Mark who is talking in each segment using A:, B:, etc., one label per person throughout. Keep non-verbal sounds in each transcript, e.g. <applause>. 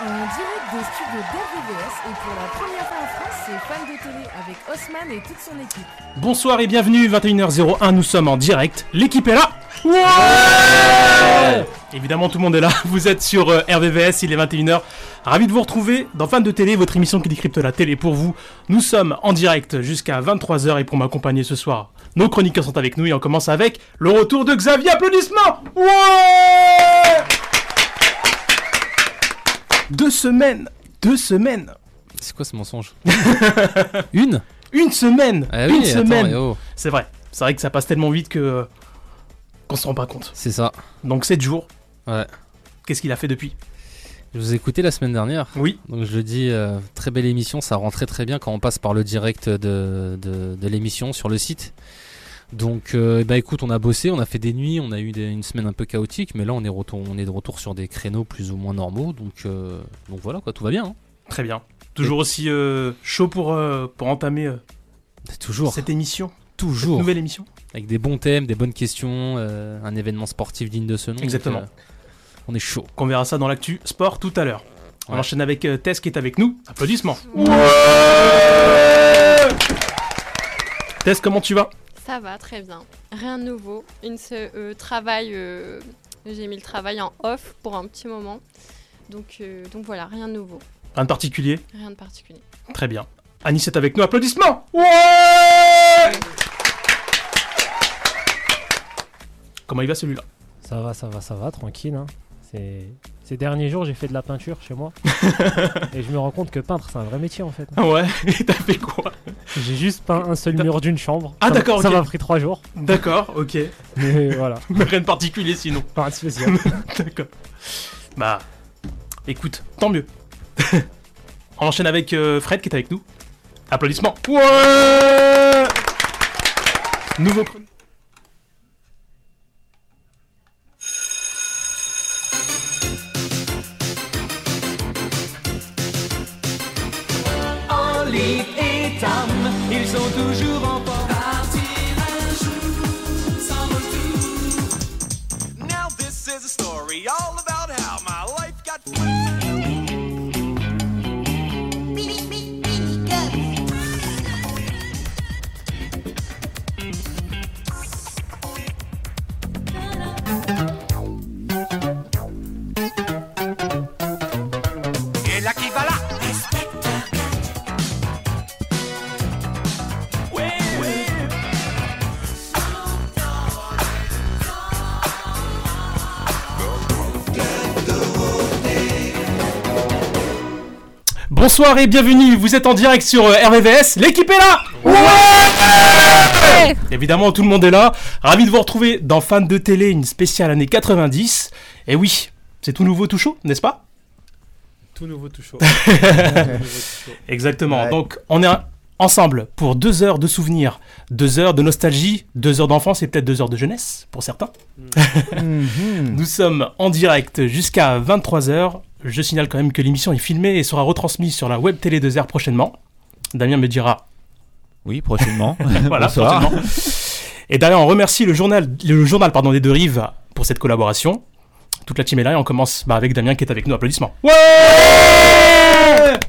A: En direct des studios d'RVVS et pour la première fois en France, c'est Fan de télé avec Haussmann et toute son équipe.
B: Bonsoir et bienvenue, 21h01, nous sommes en direct, l'équipe est là Ouais Évidemment tout le monde est là, <laughs> vous êtes sur euh, RVVS, il est 21h, ravi de vous retrouver dans Fan de télé, votre émission qui décrypte la télé pour vous. Nous sommes en direct jusqu'à 23h et pour m'accompagner ce soir, nos chroniqueurs sont avec nous et on commence avec le retour de Xavier, applaudissements Ouais Deux semaines, deux semaines,
C: C'est quoi ce mensonge Une
B: une semaine,
C: Ah
B: une
C: oui, attends,
B: semaine
C: eh oh,
B: C'est vrai. C'est vrai que ça passe tellement vite que euh, qu'on se rend pas compte.
C: C'est ça.
B: Donc 7 jours.
C: Ouais.
B: Qu'est-ce qu'il a fait depuis
C: Je vous ai écouté la semaine dernière.
B: Oui.
C: Donc je le dis, euh, très belle émission. Ça rend très très bien quand on passe par le direct de, de- de l'émission sur le site. Donc, euh, eh ben, écoute, on a bossé, on a fait des nuits, on a eu des- une semaine un peu chaotique, mais là on est, retour, on est de retour sur des créneaux plus ou moins normaux. Donc, euh, donc voilà, quoi, tout va bien. hein.
B: Très bien. Toujours aussi euh, chaud pour, euh, pour entamer euh,
C: Toujours,
B: cette émission,
C: toujours.
B: nouvelle émission.
C: Avec des bons thèmes, des bonnes questions, euh, un événement sportif digne de ce nom. donc,
B: Exactement.
C: euh, on est chaud.
B: Qu'on verra ça dans l'actu sport tout à l'heure. On
C: Ouais.
B: enchaîne avec euh, Tess qui est avec nous. Applaudissements. Tess, comment tu vas
D: Ça va, très bien. Rien de nouveau. Une se, euh, travail, euh, j'ai mis le travail en off pour un petit moment. Donc, euh, donc voilà, rien de nouveau,
B: Rien de particulier
D: rien de particulier.
B: Très bien. Anis est avec nous. Applaudissements Comment il va celui-là
E: Ça va, ça va, ça va, tranquille. hein. C'est- Ces derniers jours, j'ai fait de la peinture chez
B: <laughs>
E: moi. et je me rends compte que peintre, c'est un vrai métier en fait.
B: Ah Ouais, t'as fait quoi
E: J'ai juste peint un seul
B: T'as-
E: mur d'une chambre.
B: Ah,
E: Ça m'a-
B: d'accord,
E: Ça
B: ok.
E: m'a pris trois jours.
B: D'accord, ok.
E: <laughs> Mais voilà,
B: <laughs> Mais rien de particulier sinon.
E: pas de spécial.
B: <laughs> D'accord. Bah, écoute, tant mieux. <laughs> On enchaîne avec euh, Fred qui est avec nous. Applaudissements. Ouais Nouveau chron-
F: Enlève et Tam, ils sont toujours en forme. Partir un jour sans retour.
G: Now this is a story all about how my life got Et là qui va là Oui, oui.
B: Bonsoir et bienvenue, vous êtes en direct sur euh, RVVS, l'équipe est là Ouais Évidemment, tout le monde est là. Ravi de vous retrouver dans Fan de télé, une spéciale année 90. Et oui, c'est tout nouveau, tout chaud, n'est-ce pas
H: Tout nouveau, tout
I: <laughs>
H: chaud.
B: <laughs> Exactement.
H: Ouais.
B: Donc, on est un- ensemble pour deux heures de souvenirs, deux heures de nostalgie, deux heures d'enfance et peut-être deux heures de jeunesse pour certains. <laughs> Nous sommes en direct jusqu'à 23h. Je signale quand même que l'émission est filmée et sera retransmise sur la web télé 2R prochainement. Damien me dira.
J: Oui, prochainement.
B: <laughs> Voilà,
J: Bonsoir.
B: prochainement. Et d'ailleurs, on remercie le journal, le journal pardon, des deux rives pour cette collaboration. Toute la team est là et on commence bah, avec Damien qui est avec nous. Applaudissements. Ouais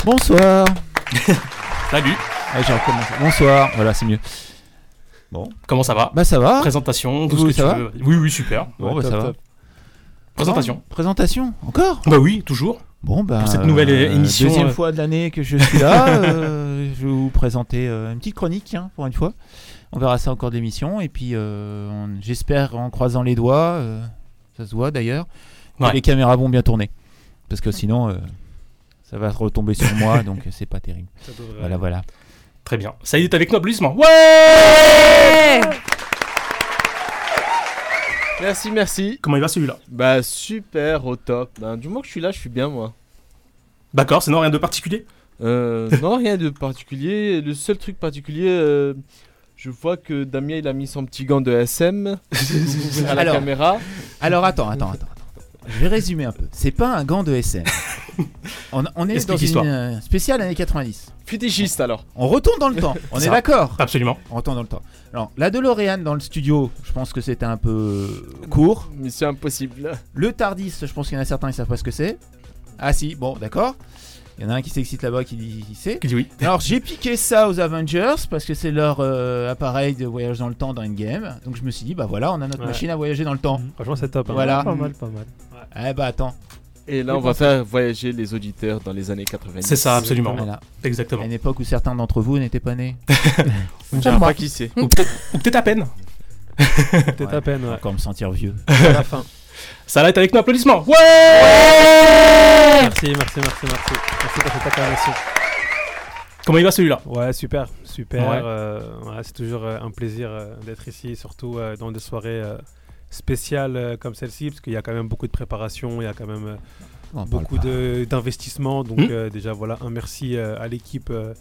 J: Bonsoir.
B: Salut,
J: Ah, j'ai recommencé. Bonsoir. Voilà, c'est mieux.
B: comment ça va
J: Bah ça va.
B: Présentation, tout ce
J: Oui,
B: que
J: ça
B: tu
J: va
B: veux. Oui, oui, super.
J: Bon, bah,
H: top,
J: ça va.
H: top.
B: Présentation.
J: Ah, présentation. Encore.
B: Bah oui, toujours.
J: Bon, bah.
B: Pour cette nouvelle, euh, émission,
J: Deuxième
B: euh,
J: fois de l'année que je
B: <laughs>
J: suis là. euh, je vais vous présenter euh, une petite chronique hein, pour une fois. On verra ça encore d'émission et puis euh, on- j'espère en croisant les doigts, euh, ça se voit d'ailleurs, que
B: Ouais.
J: les caméras vont bien tourner parce que sinon euh, ça va retomber sur moi donc euh, c'est pas terrible.
H: Ça devrait
J: Voilà
H: aller.
J: voilà.
B: Très bien. Ça y est, t'es avec nous, applaudissements. Ouais
H: Merci, merci.
B: Comment il va celui-là
H: Bah, super, au top. Ben, du moment que je suis là, je suis bien, moi.
B: D'accord, c'est non, rien de particulier.
J: <laughs>
H: Euh, non, rien de particulier. Le seul truc particulier, euh, je vois que Damien, il a mis son petit gant de
B: <laughs>
H: SM à la
J: Alors.
H: caméra.
J: Alors attends, attends, attends. attends. Je vais résumer un peu. C'est pas un gant de SM. On, on est
B: Explique
J: dans
B: l'histoire.
J: une euh, spéciale années 90.
H: Fétichiste, alors.
J: On retourne dans le temps. On est
B: Ça.
J: d'accord.
B: Absolument.
J: On retourne dans le temps. Alors, la DeLorean dans le studio, je pense que c'était un peu court.
K: euh,
H: Mission impossible.
J: Le Tardis, je pense qu'il y en a certains qui savent pas ce que c'est.
K: Ah si, bon, d'accord. Il y en a un qui s'excite là-bas qui dit qui sait.
B: Qui dit oui.
K: Alors j'ai piqué ça aux Avengers parce que c'est leur euh, appareil de voyage dans le temps dans Endgame. Donc je me suis dit, bah voilà, on a notre
C: Ouais.
K: machine à voyager dans le temps.
C: Franchement, c'est top. hein.
K: Voilà.
C: Pas mal, pas mal.
K: Eh bah attends,
H: Et là, on va faire voyager les auditeurs dans les années 90.
B: C'est ça, absolument.
K: voilà. À
B: Exactement.
K: une époque où certains d'entre vous n'étaient pas
B: <laughs>
K: nés.
H: Je ne sais pas qui c'est.
B: Ou peut-être ou peut-être à
J: <laughs>
B: peine.
C: Peut-être
K: Ouais.
C: à peine, ouais.
K: Encore me sentir vieux.
C: <laughs>
H: à la fin.
B: Ça va être avec nos applaudissements. Ouais
C: Merci, merci, merci, merci. Merci pour cette acclamation.
B: Comment il va celui-là
I: Ouais, super, super.
B: Ouais.
I: euh, voilà, c'est toujours euh, un plaisir euh, d'être ici, surtout euh, dans des soirées euh, spéciales euh, comme celle-ci, parce qu'il y a quand même beaucoup de préparation, il y a quand même euh,
K: On en parle
I: beaucoup
K: pas.
I: de- d'investissement. Donc
B: Hmm.
I: euh, déjà, voilà, un merci euh, à l'équipe euh,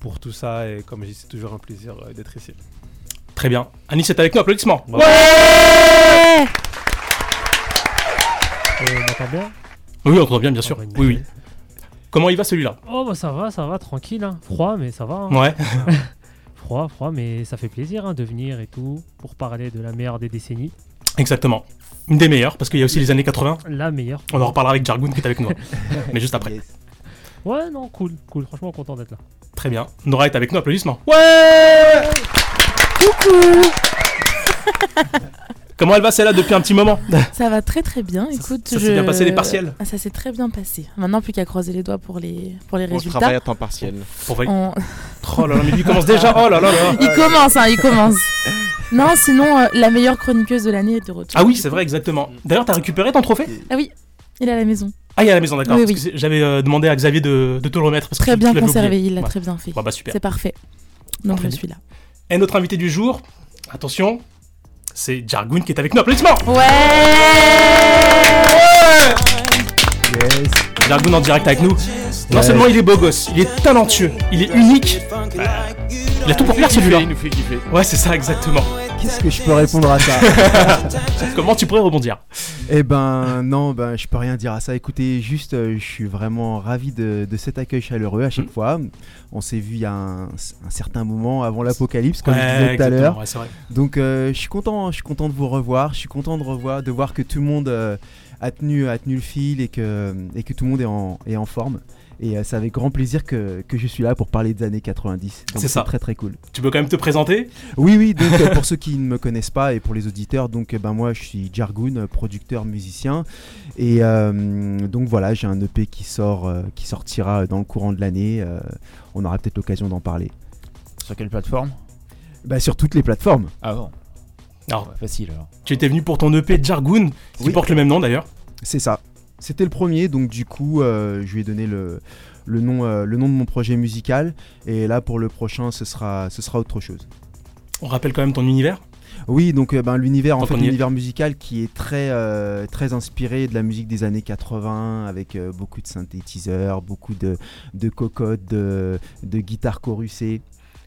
I: pour tout ça. Et comme je dis, c'est toujours un plaisir euh, d'être ici.
B: Très bien. Anis est avec nous, applaudissements.
I: Bravo.
C: Et Euh, on entend bien
B: Oui, on entend bien, bien sûr.
C: Ah, bah,
B: Oui, oui.
C: nickel.
B: Comment il va celui-là
C: Oh, bah ça va, ça va, tranquille. hein. Froid, mais ça va. hein.
B: Ouais.
C: <laughs> Froid, froid, mais ça fait plaisir hein, de venir et tout pour parler de la meilleure des décennies.
B: Exactement. Une des meilleures, parce qu'il y a aussi les années 80.
C: La meilleure.
B: On en reparlera avec Jargoon qui est
C: <laughs>
B: avec nous. Mais juste après.
K: Yes.
C: Ouais, non, cool, cool. Franchement, content d'être là.
B: Très bien. Nora est avec nous, applaudissements. Ouais Coucou Comment elle va celle-là depuis un petit moment
A: Ça va très très bien. Écoute,
B: ça
A: je...
B: s'est bien passé, les partiels
A: Ah, Ça s'est très bien passé. Maintenant, plus qu'à croiser les doigts pour les, pour les
H: On travaille
A: résultats.
H: à temps partiel.
B: Pour vrai-
A: On- <laughs>
B: Oh là là, mais lui il commence déjà. Oh là là là.
A: Il commence, hein, il commence. non, sinon, euh, la meilleure chroniqueuse de l'année est de retour.
B: Ah oui, c'est vrai, exactement. D'ailleurs, t'as récupéré ton trophée
A: Ah oui, il est à la maison.
B: Ah, il est à la maison, d'accord.
A: Oui,
B: parce
A: oui.
B: que c'est- J'avais euh, demandé à Xavier de, de te le remettre. Parce que
A: Très
B: tu-
A: bien
B: tu l'avais
A: conservé,
B: oublié.
A: il l'a
B: Ouais.
A: très bien fait.
B: Bah, bah, super.
A: C'est parfait. Donc
B: Parfait.
A: je suis là.
B: Et notre invité du jour, attention, c'est Jargoon qui est avec nous. Applaudissements
K: Yes.
B: Jargoon en direct avec nous. Non seulement il est beau gosse, il est talentueux, il est unique. Euh, il a tout pour plaire celui-là.
H: Il nous fait kiffer.
B: Ouais, c'est ça, exactement.
L: Qu'est-ce que je peux répondre à ça
B: <laughs> Comment tu pourrais rebondir
L: Eh ben non, ben je peux rien dire à ça. Écoutez, juste, euh, je suis vraiment ravi de, de cet accueil chaleureux à chaque
B: Hmm.
L: fois. On s'est vu il y a un, un certain moment avant l'apocalypse, comme je disais tout à
B: exactement,
L: l'heure.
B: ouais, c'est vrai.
L: Donc euh, je suis content, je suis content de vous revoir. Je suis content de revoir, de voir que tout le monde euh, a tenu, a tenu le fil et que et que tout le monde est en, est en forme. Et euh, c'est avec grand plaisir que, que je suis là pour parler des années 90. Donc
B: C'est ça.
L: Très très cool.
B: Tu peux quand même te présenter
L: Oui, oui, donc euh, pour ceux qui ne me connaissent pas et pour les auditeurs, donc euh, ben, moi je suis Jargoon, euh, producteur, musicien. Et euh, donc voilà, j'ai un EP qui, sort, euh, qui sortira dans le courant de l'année. euh, on aura peut-être l'occasion d'en parler.
K: Sur quelle plateforme
L: Bah, sur toutes les plateformes.
K: Ah bon.
B: <laughs> Alors.
K: Ouais, facile alors.
B: Tu étais venu pour ton EP Jargoon, qui
L: Oui.
B: porte le même nom d'ailleurs.
L: C'est ça. C'était le premier, donc du coup, euh, je lui ai donné le, le, nom, euh, le nom de mon projet musical. Et là, pour le prochain, ce sera, ce sera autre chose.
B: On rappelle quand même ton univers.
L: Oui, donc euh, ben, l'univers, en
B: Tant
L: fait,
B: qu'on y est.
L: l'univers musical qui est très, euh, très inspiré de la musique des années 80, avec euh, beaucoup de synthétiseurs, beaucoup de, de cocottes, de, de guitares chorussées.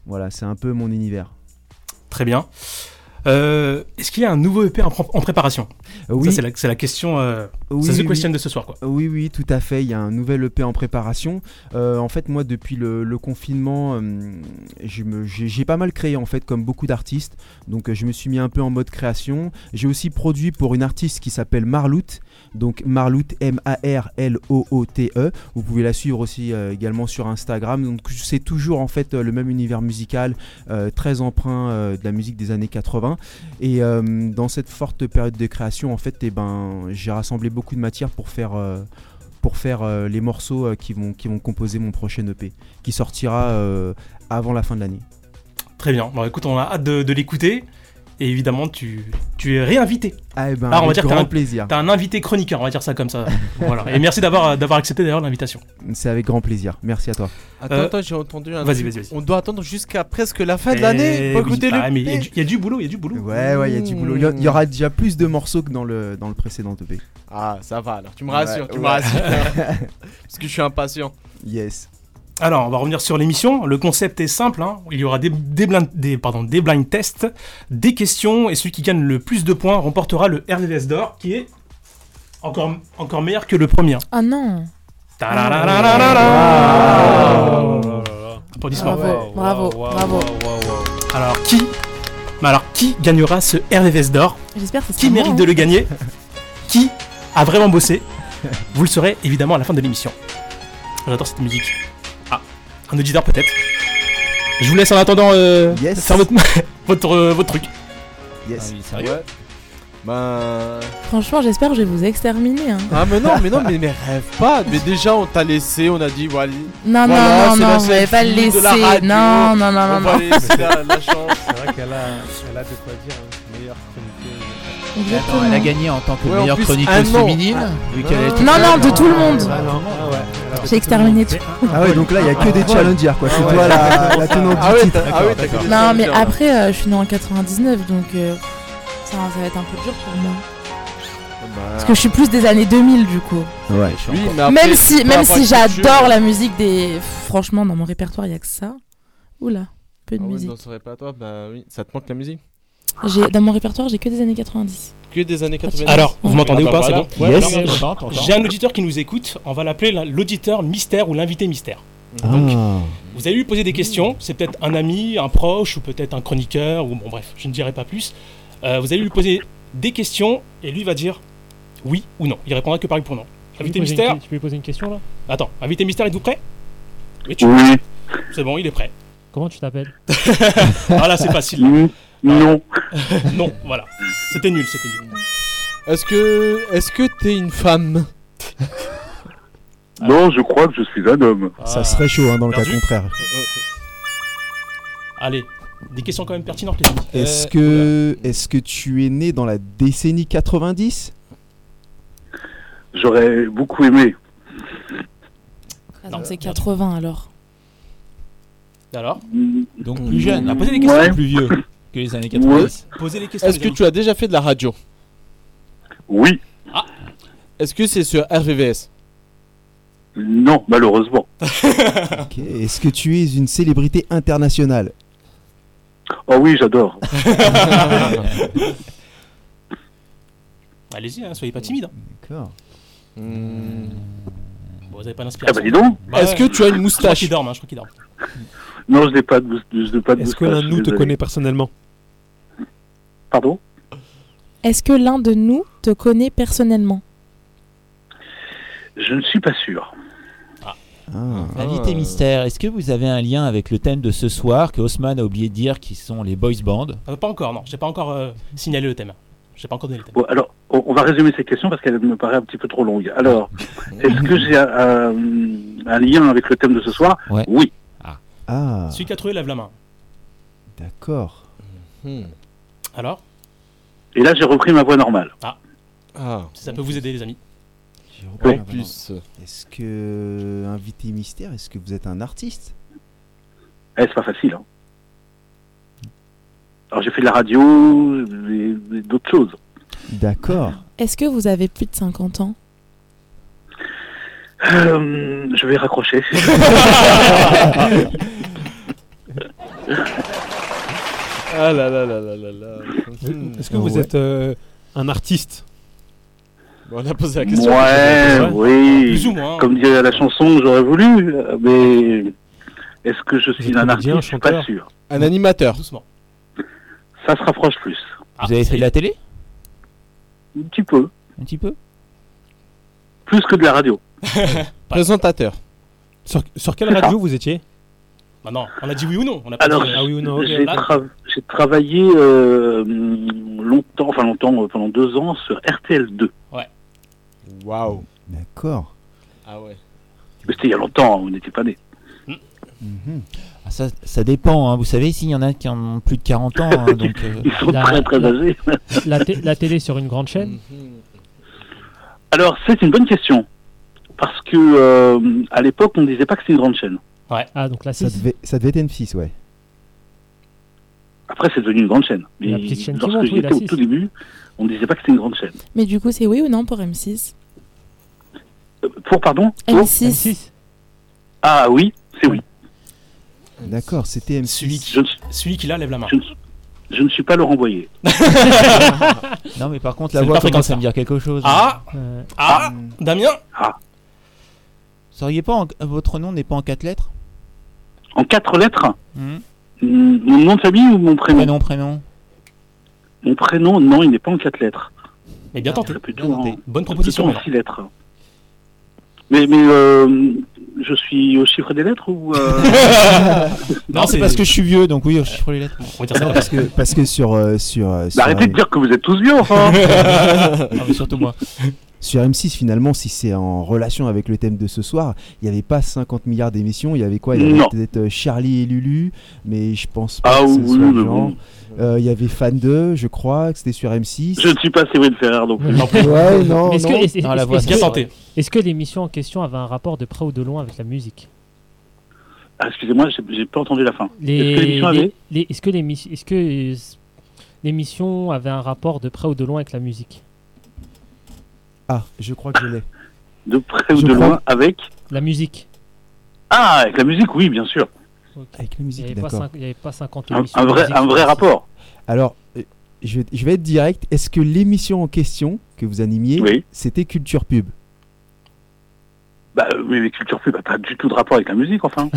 L: Voilà, c'est un peu mon univers.
B: Très bien. Euh, Est-ce qu'il y a un nouveau EP en, pr- en préparation
L: Euh, oui,
B: Ça, c'est la, c'est la question. euh,
L: oui,
B: c'est the
L: oui.
B: question de ce soir, quoi.
L: Oui, oui, tout à fait. Il y a un nouvel EP en préparation. Euh, en fait, moi, depuis le, le confinement, euh, je me- j'ai j'ai pas mal créé, en fait, comme beaucoup d'artistes. Donc, euh, je me suis mis un peu en mode création. J'ai aussi produit pour une artiste qui s'appelle Marloute. Donc, Marloute, M-A-R-L-O-O-T-E. E. Vous pouvez la suivre aussi euh, également sur Instagram. Donc, c'est toujours, en fait, euh, le même univers musical, euh, très emprunt euh, de la musique des années 80. Et euh, dans cette forte période de création, en fait, eh ben, j'ai rassemblé beaucoup de matière pour faire, euh, pour faire euh, les morceaux euh, qui, vont, qui vont composer mon prochain EP, qui sortira euh, avant la fin de l'année.
B: Très bien. Bon, écoute, on a hâte de, de l'écouter. Et évidemment, tu, tu es réinvité.
L: Ah, eh ben,
B: Ah, on va
L: avec
B: dire que t'as
L: grand
B: un-
L: plaisir.
B: T'as un invité chroniqueur, on va dire ça comme ça.
L: <laughs>
B: voilà. Et merci d'avoir euh, d'avoir accepté d'ailleurs l'invitation.
L: C'est avec grand plaisir. Merci à toi.
H: Attends,
B: Euh,
H: attends, j'ai entendu un.
B: vas-y,
H: truc.
B: vas-y, vas-y.
H: On doit attendre jusqu'à presque la fin de
B: Eh
H: l'année pour
B: oui.
H: écouter le.
B: Ah, mais il y
H: P.
B: a du- il y, a du boulot, il y a du boulot.
L: Ouais, ouais, il y a du boulot. Il y a- il y, aura déjà plus de morceaux que dans le, dans le précédent E EP.
H: Ah, ça va alors. Tu me
L: Ouais,
H: rassures, tu me
L: ouais.
H: <laughs> rassures. Parce que je suis impatient.
L: Yes.
B: Alors, on va revenir sur l'émission. Le concept est simple. hein. Il y aura des, des, blind, des- pardon, des blind tests, des questions, et celui qui gagne le plus de points remportera le RVVS d'or, qui est encore, encore meilleur que le premier. hein.
A: Oh non
B: Ah Ta-ra-ra-ra-ra-ra-ra. Applaudissements.
A: Bravo, bravo, bravo.
L: Ah.
B: Alors, qui mais alors, qui gagnera ce RVVS d'or
A: J'espère que c'est
B: Qui mérite de le gagner Qui a vraiment bossé Vous le saurez évidemment à la fin de l'émission. J'adore cette musique. Ah, un auditeur peut-être. Je vous laisse en attendant euh, faire votre, <laughs> votre, euh, votre truc.
H: Ah
L: Yes.
B: sérieux
H: Ouais. Bah.
A: Franchement, j'espère que je vais vous exterminer. hein.
H: Ah, mais non, mais non, mais, mais rêve pas. Mais déjà, on t'a laissé, on a dit, voilà.
A: <laughs> Non, non,
H: voilà,
A: non,
H: c'est
A: non,
H: la
A: vous m'avez
H: seule
A: pas
H: fille de
A: laissé.
H: la radio.
A: Non, non,
H: On
A: non, non,
H: va
A: non.
H: laisser la, la chance.
I: C'est vrai qu'elle a, elle a de quoi Ah, dire, hein, meilleure chroniqueuse.
K: Exactement. Elle a gagné en tant que
I: Ouais, en
K: meilleure
I: plus,
K: chroniqueuse
I: un an.
K: féminine.
I: Ah,
K: vu qu'elle est toute
A: Non,
K: seule.
A: non, de tout le monde.
K: Ah, non.
A: J'ai exterminé tout.
L: Ah ouais, donc là, il y a que des challengers, quoi. C'est
K: Ah ouais.
L: toi la, la tenante
K: Ah
L: du
K: ouais,
L: titre.
K: t'as- ah ouais, t'as que des
A: <laughs> Non, mais après, euh, je suis né en 99, donc euh, ça, ça va être un peu dur pour moi. Parce que je suis plus des années 2000 du coup.
H: Ah
L: Ouais,
H: Oui, mais
A: même
H: après,
A: si,
H: par
A: même
H: rapport à
A: si
H: ce que tu
A: j'adore
H: veux.
A: la musique des. Franchement, dans mon répertoire, il n'y a que ça. Oula, peu de
H: Ah ouais,
A: musique.
H: non, ça aurait pas toi, bah oui, ça te manque la musique
A: J'ai- Dans mon répertoire, j'ai que des années 90.
H: Que des années 90.
B: Alors, vous m'entendez ou pas C'est bon
H: Ah bah Ouais,
B: Ouais,
H: non,
B: non,
H: mais-
B: J'ai un auditeur qui nous écoute. On va l'appeler la- l'auditeur mystère ou l'invité mystère.
H: Ah.
B: Donc, <laughs>
A: Hmm.
B: vous allez lui poser des questions. C'est peut-être un ami, un proche ou peut-être un chroniqueur. Ou bon, bref, je ne dirai pas plus. Euh, vous allez lui poser des questions et lui va dire oui ou non. Il répondra que par oui pour non.
C: lui
B: Invité
C: poser une
B: mystère.
C: que- je peux lui poser une question là
B: Attends, invité mystère, êtes-vous prêt Oui. tu- C'est bon, il est prêt.
C: Comment tu t'appelles
B: <laughs> Ah là, c'est facile. Non. non, voilà. C'était nul, c'était nul.
H: Est-ce que. Est-ce que t'es une femme
M: Non, je crois que je suis un homme.
L: Ça serait chaud hein, dans le cas
B: Perdu
L: contraire.
B: Allez, des questions quand même pertinentes, les amis. Euh,
L: Est-ce que, est que tu es né dans la décennie 90
M: J'aurais beaucoup aimé.
A: Attends, c'est 80 Euh, alors.
B: Alors
K: Donc
H: Mm.
K: plus jeune, posez des
M: Ouais.
K: questions plus vieux que les années 90.
B: Posez les questions.
H: Est-ce que tu as déjà fait de la radio Ah.
M: Oui.
H: Est-ce que c'est sur RVVS
M: Non, malheureusement.
L: <laughs> Ok. Est-ce que tu es une célébrité internationale
M: Oh oui,
L: <laughs>
M: j'adore.
B: Allez-y, hein, soyez pas timide.
L: D'accord.
B: Bon, vous avez pas d'inspiration.
M: Ah bah dis donc.
H: Est-ce que tu as une moustache
B: Je crois qu'il dorme, hein, je crois qu'il dorme.
M: <laughs> Non, je n'ai pas de, bous- je n'ai pas de
I: Est-ce que l'un
M: moustache,
I: de nous te
M: désolé.
I: connaît personnellement
M: Pardon
A: Est-ce que l'un de nous te connaît personnellement
M: Je ne suis pas sûr.
K: Invité mystère, est-ce que vous avez un lien avec le thème de ce soir que Haussmann a oublié de dire qui sont les boys bands
B: Ah, pas encore, non. J'ai pas encore euh, signalé le thème. J'ai pas encore donné le thème.
M: Bon, alors, on, on va résumer ces questions parce qu'elle me paraît un petit peu trop longue. Alors, est-ce que j'ai un, un- un lien avec le thème de ce soir
K: Ouais.
M: Oui.
L: Ah,
B: Celui qui a trouvé lève la main.
L: d'accord.
B: Alors
M: Et là, j'ai repris ma voix normale.
B: Ah.
H: Ah.
B: Si ça peut vous aider, les amis.
M: Oui.
H: plus.
L: Est-ce que, invité mystère, est-ce que vous êtes un artiste
M: Eh, c'est pas facile. hein. Alors, j'ai fait de la radio et, et d'autres choses.
L: D'accord.
A: Est-ce que vous avez plus de 50 ans
M: Euh, je
L: <laughs>
M: vais raccrocher.
H: <laughs> Ah là là là là là là. Hmm.
I: Est-ce que vous êtes euh, un artiste
H: <laughs> Bon, on a posé la question.
M: Ouais, oui.
B: hein.
M: Comme disait la chanson, j'aurais voulu, euh, mais est-ce que je suis un artiste Je suis pas sûr.
H: Un animateur.
B: Doucement.
M: Ça se rapproche plus.
B: Ah,
K: Vous avez fait de la télé
M: Un petit peu.
K: Un petit peu
M: Plus que de
B: <laughs>
M: la radio.
H: Présentateur.
I: Sur, sur quelle radio vous étiez
B: Bah non, on a dit oui ou non. On a pas
M: Alors,
B: dit, euh, ah oui ou non. ok.
M: j'ai
B: Là,
M: tra- j'ai travaillé euh, hum, longtemps, enfin longtemps, euh, pendant deux ans sur RTL2.
B: Ouais.
H: Waouh.
L: D'accord.
H: Ah ouais.
M: Mais c'était il y a longtemps, on n'était pas nés.
K: Ah, ça, ça dépend, hein. vous savez, s'il y en a qui en ont plus de 40 ans, hein,
M: <laughs>
K: donc... euh,
C: La- la- La, té- la <laughs> télé sur une grande chaîne
M: Alors, c'est une bonne question. Parce que euh, à l'époque, on ne disait pas que c'était une grande chaîne.
B: Ouais.
C: Ah, donc la
L: Ça
C: 6.
L: devait, ça devait être M6, ouais.
M: Après, c'est devenu une grande chaîne. Mais
C: La petite chaîne qui
M: lorsque
C: monte, oui,
M: j'étais
C: la
M: au
C: six.
M: tout début, on ne disait pas que c'était une grande chaîne.
A: Mais du coup, c'est oui ou non pour M6
M: Euh, Pour,
C: <laughs>
M: pardon
A: M6.
M: Ah oui, c'est oui.
L: D'accord, c'était M6.
B: Celui qui, celui qui l'a lève la main.
M: Je ne suis pas Laurent Boyer.
K: Non, mais par contre,
B: C'est
K: la
B: le
K: voix
B: parfait
K: commence à
B: cancer.
K: me dire quelque chose. hein. Euh,
B: Ah Ah Damien
M: Ah.
K: Vous seriez pas en- Votre nom n'est pas en 4 lettres
M: En quatre lettres
H: Hmm.
K: Mhm.
M: Mm, Mon nom de famille ou mon prénom
K: Prénom, prénom.
M: Mon prénom, non, il n'est pas en quatre lettres.
B: Mais bien tenté.
M: Plutôt en-
B: Bonne proposition.
M: plutôt en
B: alors.
M: six lettres. Mais, mais euh, je suis au chiffre des lettres ou. euh,
K: <laughs> non, c'est parce que je suis vieux, donc oui, je chiffre les lettres.
L: Non, parce, que, parce que sur. euh, sur, euh,
M: Bah,
L: sur
M: arrêtez de dire que vous êtes tous vieux, enfin
K: Ah, mais surtout moi.
L: <laughs> Sur M6, finalement, si c'est en relation avec le thème de ce soir, il n'y avait pas 50 milliards d'émissions. Il y avait quoi Il y avait
M: Non.
L: peut-être euh, Charlie et Lulu, mais je pense
M: Ah
L: pas que ce
M: oui,
L: soit le
M: mais
L: genre.
M: bon.
L: Euh, Il y avait Fan 2, je crois, que c'était sur M6.
M: <laughs> Je ne suis pas Séverine Ferrer, donc.
L: Ouais, non,
C: Mais est-ce que-
L: non.
C: est-ce-
L: Non, la
C: est-ce-
L: voix,
C: est-ce
L: bien
C: que-
L: tenté.
C: Est-ce que l'émission en question avait un rapport de près ou de loin avec la musique
M: Ah, Excusez-moi, j'ai- j'ai pas entendu la fin. Est-ce que
C: Les-
M: l'émission avait
C: les- les- Est-ce que l'émission est-ce que, euh, s- l'émission avait un rapport de près ou de loin avec la musique
L: Ah, je crois que je l'ai.
M: de près ou
C: Je
M: de
C: crois-
M: loin avec
C: La musique.
M: Ah, avec la musique, oui, bien sûr.
L: Avec la
C: Il
L: musique,
C: n'y avait, pas
L: d'accord.
C: cinq- il y avait pas 50
M: Un,
C: émissions.
M: un
C: de
M: vrai,
C: musique
M: un
C: sur
M: vrai
C: M6.
M: rapport.
L: Alors, euh, je, je vais être direct. Est-ce que l'émission en question que vous animiez, c'était Culture Pub
M: Bah, euh, mais Culture Pub n'a pas du tout de rapport avec la
L: <laughs>
M: musique, enfin. Ah,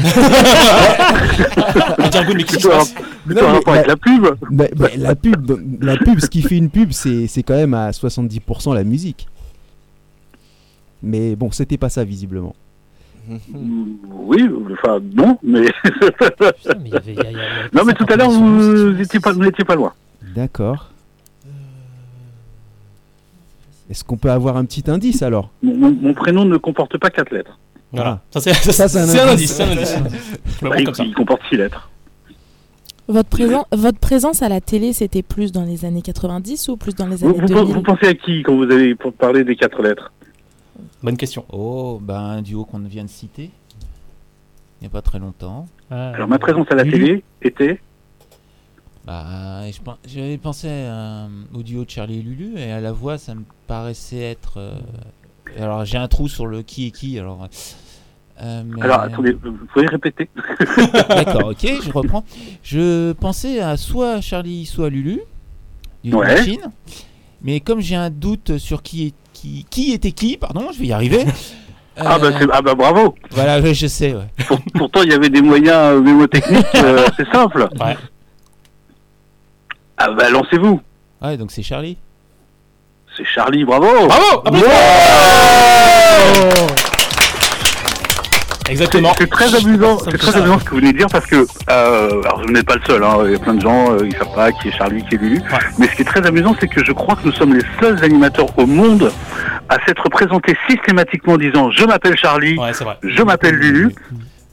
B: mais
M: qu'est-ce qui se passe <laughs> Plutôt
L: Non,
M: un
L: mais
M: rapport
L: la-
M: avec
L: <laughs>
M: la pub
L: Mais- mais la pub, la pub, ce qui fait une pub, c'est c'est quand même à 70% la musique. Mais bon, c'était pas ça visiblement.
M: Oui, enfin, non, mais. <laughs> non, mais tout à l'heure, vous n'étiez pas, vous n'étiez pas loin.
L: D'accord.
M: Euh,
L: Est-ce qu'on peut avoir un petit indice alors
M: Mon, mon- mon prénom ne comporte pas quatre lettres.
L: Voilà.
B: Ça, <laughs> c'est-
L: Ça, c'est un
B: c'est un
L: indice.
B: indice. C'est un indice. Je le
M: Bah,
B: prends
M: il,
B: comme ça.
M: il comporte six lettres.
A: Votre, présent- votre présence à la télé, c'était plus dans les années 90 ou plus dans les
M: Vous,
A: années
M: vous-
A: 2000
M: vous pensez à qui quand vous avez pour parler des quatre lettres
B: <laughs> Bonne question.
K: Oh, ben un duo qu'on vient de citer. Il n'y a pas très longtemps.
B: Ah.
M: Alors, ma présence à la télé était.
K: Bah, et je pen- j'avais pensé euh, au duo de Charlie et Lulu et à la voix, ça me paraissait être. euh, Alors j'ai un trou sur le qui est qui. Alors. euh, mais-
M: Alors, attendez, vous pouvez répéter
K: <laughs> D'accord, ok, je reprends. Je pensais à soit Charlie, soit Lulu, du
M: Ouais.
K: machine. Mais comme j'ai un doute sur qui est qui, qui était qui, pardon, je vais y arriver.
M: <laughs> Ah, bah,
K: Euh,
M: c'est- ah bah bravo
K: Voilà, ouais, je sais. ouais.
M: Pour- Pourtant, il y avait des moyens euh, mémotechniques,
K: <laughs>
M: euh, c'est simple. Ah bah lancez-vous.
K: Ouais, donc c'est Charlie.
M: C'est Charlie, bravo
B: Bravo
M: Ouais
B: Exactement.
M: C'est très amusant,
B: Ça me
M: c'est
B: fait
M: très
B: ça.
M: amusant ce que vous venez de dire parce que, euh, alors vous n'êtes pas le seul, hein, il y a plein de gens, euh, ils savent pas qui est Charlie, qui est Lulu, mais ce qui est très amusant c'est que je crois que nous sommes les seuls animateurs au monde à s'être présentés systématiquement en disant je m'appelle Charlie, je m'appelle Lulu,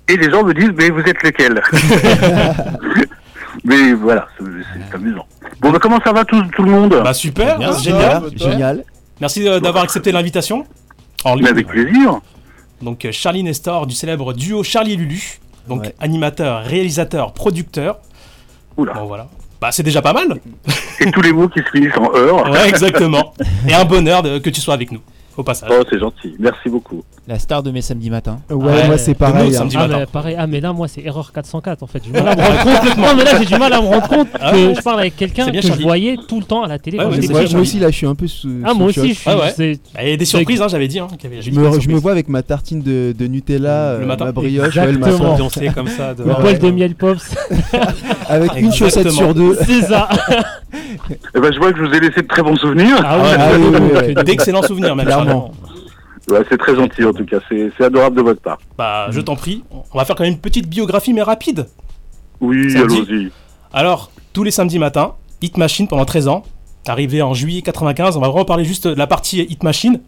M: et les gens me disent mais vous
B: <laughs>
M: êtes lequel Mais voilà, c'est- c'est amusant. Bon, mais comment ça va tout, tout le monde
B: Bah super,
M: Bien,
B: hein,
M: ça
B: génial.
M: va, toi Génial.
B: Merci euh, d'avoir accepté l'invitation.
M: Mais avec plaisir.
B: Donc euh, Charlie Nestor du célèbre duo Charlie et Lulu, donc animateur, réalisateur, producteur.
M: Oula.
B: Bon voilà. Bah c'est déjà pas mal.
M: Et tous les mots qui se finissent en heure.
B: Ouais,
M: <laughs>
B: exactement. Et un bonheur de- que tu sois avec nous. Au passage.
M: Oh, c'est gentil. Merci beaucoup.
K: La star de mes samedis matins.
L: Ouais, Ouais, moi, c'est de pareil, nous, hein. samedi
C: Ah,
L: matin.
C: mais pareil. Ah, mais là, moi, c'est erreur 404 en fait. J'ai du mal à me rendre compte. Non, mais là, j'ai du mal à me rendre compte
L: Ah
C: que
L: ouais.
C: je parle avec quelqu'un
L: C'est bien,
C: que je
L: Charlie.
C: voyais tout le temps à la télé. quand
L: Moi-
C: j'étais
L: moi,
C: petit.
L: aussi, là, je suis un peu sous.
C: Ah,
L: sous
C: moi
L: le
C: aussi,
L: choc.
C: je suis. c'est-
B: Bah, Il y a des surprises, hein, j'avais dit. hein, qu'il y avait-
L: Je
B: j'ai dit qu'il
L: me,
B: y avait des
L: je me vois avec ma tartine de, de Nutella,
B: Le
L: euh,
B: matin.
L: ma brioche, ouais, le
C: Exactement.
L: matin.
C: Danser comme ça, de-
L: <laughs> Ouais,
C: Le poil de
B: <laughs>
L: ouais.
C: miel Pops.
L: Avec une chaussette sur deux.
C: C'est
L: <laughs>
C: ça.
M: Eh ben, je vois que je vous ai laissé de très bons souvenirs.
C: Ah
B: ouais, Ah oui, oui, oui, oui. D'excellents souvenirs, même, Clairement.
M: Ouais, c'est très gentil en tout cas, c'est c'est adorable de votre part.
B: Bah, je t'en prie, on va faire quand même une petite biographie, mais rapide.
M: Oui,
B: Samedi.
M: allons-y.
B: Alors, tous les samedis matins, Hit Machine pendant 13 ans, arrivé en juillet 95, on va vraiment parler juste de la partie Hit Machine.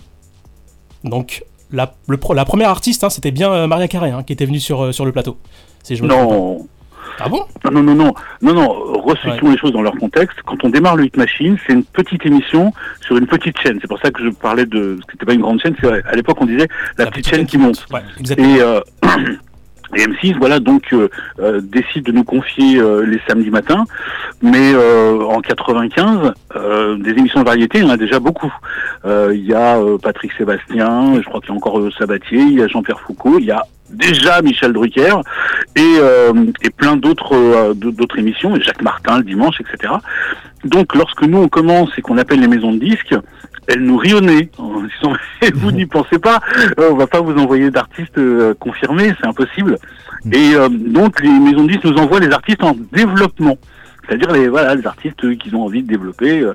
B: Donc, la, le pro- la première artiste, hein, c'était bien euh, Maria Carré, hein, qui était venue sur, euh, sur le plateau. Si je me trompe
M: Non.
B: Ah bon
M: Non, non, non, non, non, non, resituons les choses dans leur contexte. Quand on démarre le Hit Machine, c'est une petite émission sur une petite chaîne. C'est pour ça que je parlais de ce qui n'était pas une grande chaîne. c'est À à l'époque, on disait la, petite, chaîne qui monte.
B: pas. Ouais, exactement.
M: Et, euh, <clears throat> et M6, voilà, donc euh, euh, décide de nous confier euh, les samedis matins, mais euh, en 95, euh, des émissions de variété, il y en a déjà beaucoup. Euh, Il y a euh, Patrick Sébastien, je crois qu'il y a encore euh, Sabatier, il y a Jean-Pierre Foucault, il y a déjà Michel Drucker et, euh, et plein d'autres euh, d- d'autres émissions, et Jacques Martin le dimanche, etc. Donc lorsque nous on commence et qu'on appelle les maisons de disques, elles nous rionnaient <laughs> en disant Mais vous n'y pensez pas, euh, on va pas vous envoyer d'artistes euh, confirmés, c'est impossible. Et euh, donc les maisons de disques nous envoient les artistes en développement. C'est-à-dire les voilà les artistes euh, qu'ils ont envie de développer euh,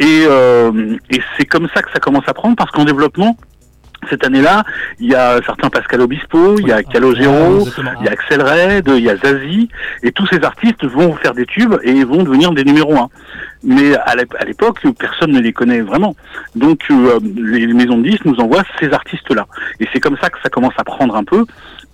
M: et, euh, et c'est comme ça que ça commence à prendre parce qu'en développement Cette année-là, il y a certains Pascal Obispo, il y a Calogero, il y a Axel Red, il y a Zazie, et tous ces artistes vont faire des tubes et vont devenir des numéros 1. Mais à l'ép- à l'époque, personne ne les connaît vraiment. Donc euh, les maisons de disques nous envoient ces artistes-là. Et c'est comme ça que ça commence à prendre un peu.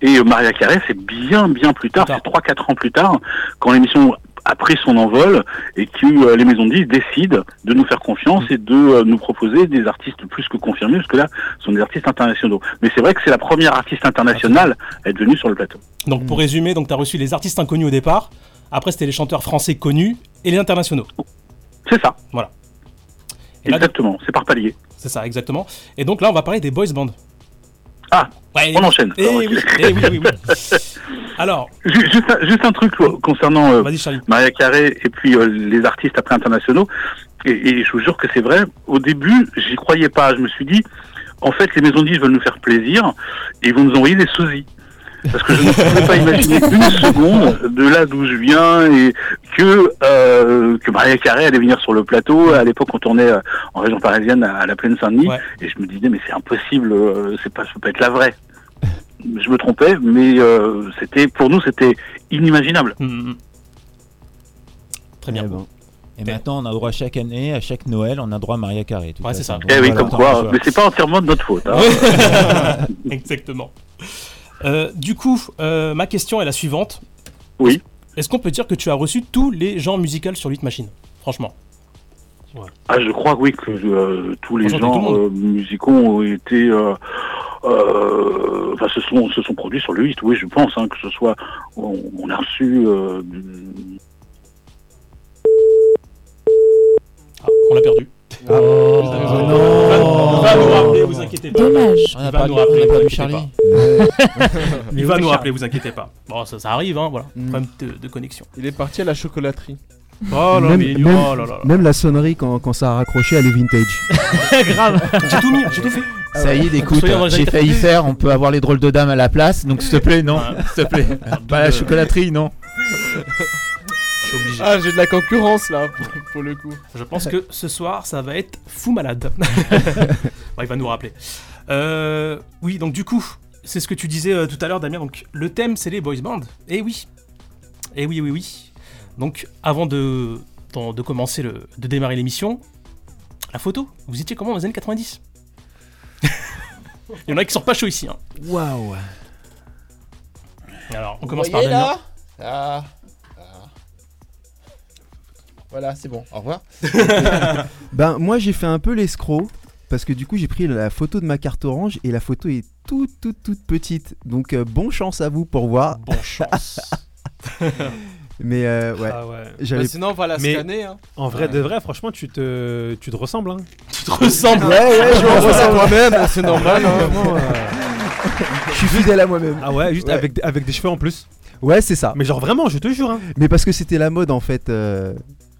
M: Et euh, Maria Carré, c'est bien, bien plus tard, c'est 3-4 ans plus tard, quand l'émission a pris son envol et que euh, les maisons de disques décident de nous faire confiance et de euh, nous proposer des artistes plus que confirmés, parce que là, ce sont des artistes internationaux. Mais c'est vrai que c'est la première artiste internationale à être venue sur le plateau.
B: Donc
M: Hmm.
B: pour résumer, donc as reçu les artistes inconnus au départ. Après c'était les chanteurs français connus et les internationaux.
M: C'est ça.
B: Voilà.
M: Exactement. C'est par palier.
B: C'est ça, exactement. Et donc là on va parler des boys bands.
M: Ah. on enchaîne.
B: Eh
M: Alors,
B: oui,
M: ok.
B: eh oui, oui, oui.
M: <laughs>
B: Alors.
M: Ju- Juste un, juste un truc quoi, concernant euh, Maria Carré et puis euh, les artistes après internationaux. Et, et je vous jure que c'est vrai. Au début, j'y croyais pas. Je me suis dit, en fait, les maisons de disques veulent nous faire plaisir et ils vont nous envoyer des sosies. Parce que je ne pouvais pas imaginer une seconde de là d'où je viens et que euh, que Maria Carré allait venir sur le plateau. À l'époque, on tournait euh, en région parisienne à, à la Plaine Saint-Denis et je me disais mais c'est impossible, euh, c'est pas, ça peut pas être la vraie je me trompais, mais euh, c'était pour nous c'était inimaginable.
B: Mm, Très bien.
K: Eh Et maintenant, on a droit chaque année, à chaque Noël, on a droit à Maria Carré. de toute
B: Ouais, c'est
K: façon.
B: ça.
K: Donc,
M: Eh oui,
K: voilà,
M: comme
K: tant
M: quoi,
K: qu'on soit-
M: mais c'est pas entièrement de notre faute. hein.
B: <laughs> Exactement. Euh, du coup, euh, ma question est la suivante.
M: Oui.
B: Est-ce qu'on peut dire que tu as reçu tous les genres musicaux sur 8 Machine Franchement.
M: Ah, je crois oui que euh, tous les
B: Franchement, tout
M: genres
B: le
M: euh, musicaux ont été, euh, euh, enfin, se sont se sont produits sur le liste. Oui, je pense hein, que ce soit, on, on a reçu. euh, du-
B: On l'a perdu.
K: non.
B: Va nous rappeler, vous inquiétez pas.
K: Dommage. On a
B: Il va
K: perdu-
B: nous rappeler,
K: on a
B: vous
K: perdu
B: inquiétez
K: Charlie.
B: pas.
K: Mais
B: Il
K: où est
B: va nous
K: Charlie
B: rappeler, vous inquiétez pas. Bon, ça, ça arrive, hein, voilà. Problème de, de connexion.
H: Il est parti à la chocolaterie.
B: Oh là,
L: même,
B: mais-
L: même-
B: oh là là.
L: même la sonnerie quand, quand ça a raccroché, elle est vintage.
B: <laughs> Grave. J'ai tout mis, j'ai tout fait. Ah
K: Ça y est, écoute,
B: Soyons dans
K: j'ai
B: la-
K: failli <laughs> faire, on peut avoir les drôles de dames à la place, donc s'il te plaît, non, s'il te plaît. Pas la chocolaterie, non.
H: Ah, j'ai de la concurrence là, pour, pour le coup.
B: Je pense que ce soir, ça va être
H: <laughs>
B: fou malade. Bon, il va nous rappeler. Euh, oui, donc du coup, c'est ce que tu disais euh, tout à l'heure, Damien. Donc le thème, c'est les boys bands. Eh oui. Eh oui, oui, oui. Donc avant de, d'en- de commencer, le, de démarrer l'émission, la photo. Vous étiez comment dans les années 90 <laughs> Il y en a qui sont pas chauds ici. hein.
K: Waouh.
B: Alors, on
K: Vous
B: commence par
K: voyez,
B: Damien.
K: là Ah, ah. Voilà, c'est bon. Au
B: <laughs>
K: revoir.
L: Ben, moi, j'ai fait un peu l'escroc parce que du coup, j'ai pris la photo de ma carte orange et la photo est toute, toute, toute petite. Donc, euh, bon chance à vous pour voir.
B: Bon chance.
L: <laughs> Mais euh, ouais.
I: Ah ouais.
L: J'avais-
B: Bah,
I: Mais
H: scanner, hein.
I: En vrai,
H: Ouais.
I: de vrai, franchement, tu te, tu te ressembles.
B: <laughs>
I: Hein. Tu te
B: ressembles.
L: Ouais, ouais, je me
I: <laughs>
L: ressemble.
I: Vraiment, euh.
L: hein. Je suis fidèle à moi-même.
I: Ah ouais, juste
L: Ouais.
I: Avec, avec des cheveux en plus.
L: Ouais, c'est ça.
I: Mais genre vraiment, je te jure. Hein.
L: Mais parce que c'était la mode en fait. euh,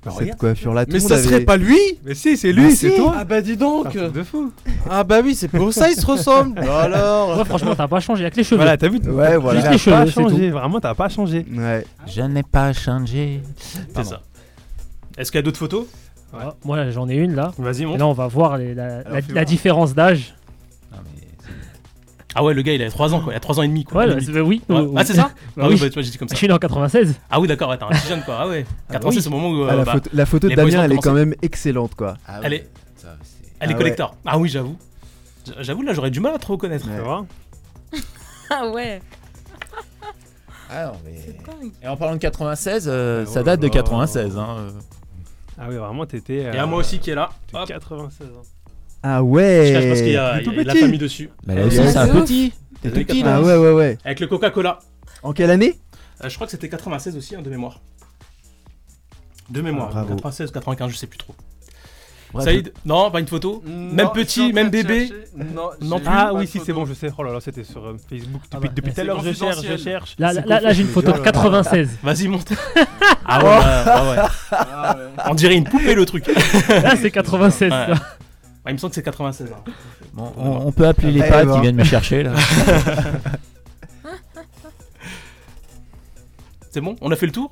L: cette
I: regarde.
L: coiffure-là. tout
I: Mais
L: le monde
I: ça
L: avait-
I: serait pas lui Mais si, c'est lui,
L: Mais
I: c'est
L: si.
I: toi.
H: Ah bah dis donc
I: De fou.
H: Ah bah oui, c'est pour ça ils se <laughs> ressemblent. Alors
C: Ouais, Euh, franchement, t'as pas changé avec les cheveux.
I: Voilà, t'as vu
L: Ouais, voilà.
I: Juste
L: T'as
I: les cheveux,
L: pas
I: c'est
L: changé,
I: tout. Vraiment, t'as pas changé.
L: Ouais.
K: Je n'ai pas changé.
B: C'est ça. Est-ce qu'il y a d'autres photos
C: Ah, Moi, j'en ai une là.
B: Vas-y, montre.
C: Et Là, on va voir les- la, la-
B: fais
C: la
B: voir.
C: différence d'âge.
B: Ah ouais, le gars, il a 3 ans, quoi. Il a 3 ans et demi, quoi.
C: Ouais,
B: Limite.
C: bah, bah oui,
B: Ouais.
C: oui,
B: Ah, c'est ça
C: <laughs> Bah
B: Ah oui,
C: oui.
B: bah, tu vois, j'ai dit comme ça.
C: Je suis né en 96.
B: Ah oui, d'accord, ouais, t'es un petit jeune, quoi. Ah ouais. 96, c'est le moment où.
L: Ah,
B: euh,
L: la,
B: bah,
L: photo, la photo de
B: les boys
L: Damien,
B: ont
L: elle est
B: commencé.
L: quand même excellente quoi.
B: Elle est. Elle
L: Ah
B: est
L: ouais.
B: collector. Ah oui, j'avoue. J- J'avoue, là, j'aurais du mal à te reconnaître. Tu vois
A: Ah ouais.
K: Ah non, mais- Et en parlant de 96, euh,
I: Ah,
K: ça
I: oh
K: date de
I: là là.
K: 96. Hein, euh.
I: Ah oui, vraiment, t'étais.
B: Et à moi aussi qui est là.
I: Hop. 96 ans.
L: Ah ouais.
B: Je cache parce qu'il y a,
L: Il est tout
B: il y a la
L: petit.
B: famille dessus.
L: Bah, là aussi, c'est un petit.
B: Des
L: T'es tout
B: années 90.
L: petit, là. Ah ouais, ouais, ouais.
B: Avec le Coca-Cola.
L: En quelle année
B: Euh, je crois que c'était 96 aussi, hein, de mémoire. De mémoire.
L: Ah, bravo.
B: 96 95, je sais plus trop.
I: Bref.
B: Saïd, non, pas une photo. même petit, même bébé. non plus.
I: Ah oui, si, c'est bon, je sais. Oh là là, c'était sur euh, Facebook.
L: Ah
I: Depuis,
B: Ah,
I: depuis tout à l'heure, je cherche, je cherche.
C: Là,
I: C'est
C: là, là, là, j'ai une photo de
I: confidentiel.
C: 96.
B: Vas-y, monte. Ah ouais, bah,
L: <laughs>
B: ouais.
L: Ah
B: On dirait une poupée le truc.
C: Là, c'est 96, ça.
B: Ouais. Ouais, il me semble que c'est 96. hein.
K: Bon, on, on peut appeler les
B: Eh
K: pattes
B: ben.
K: qui viennent me chercher là.
B: <laughs> C'est bon On a fait le tour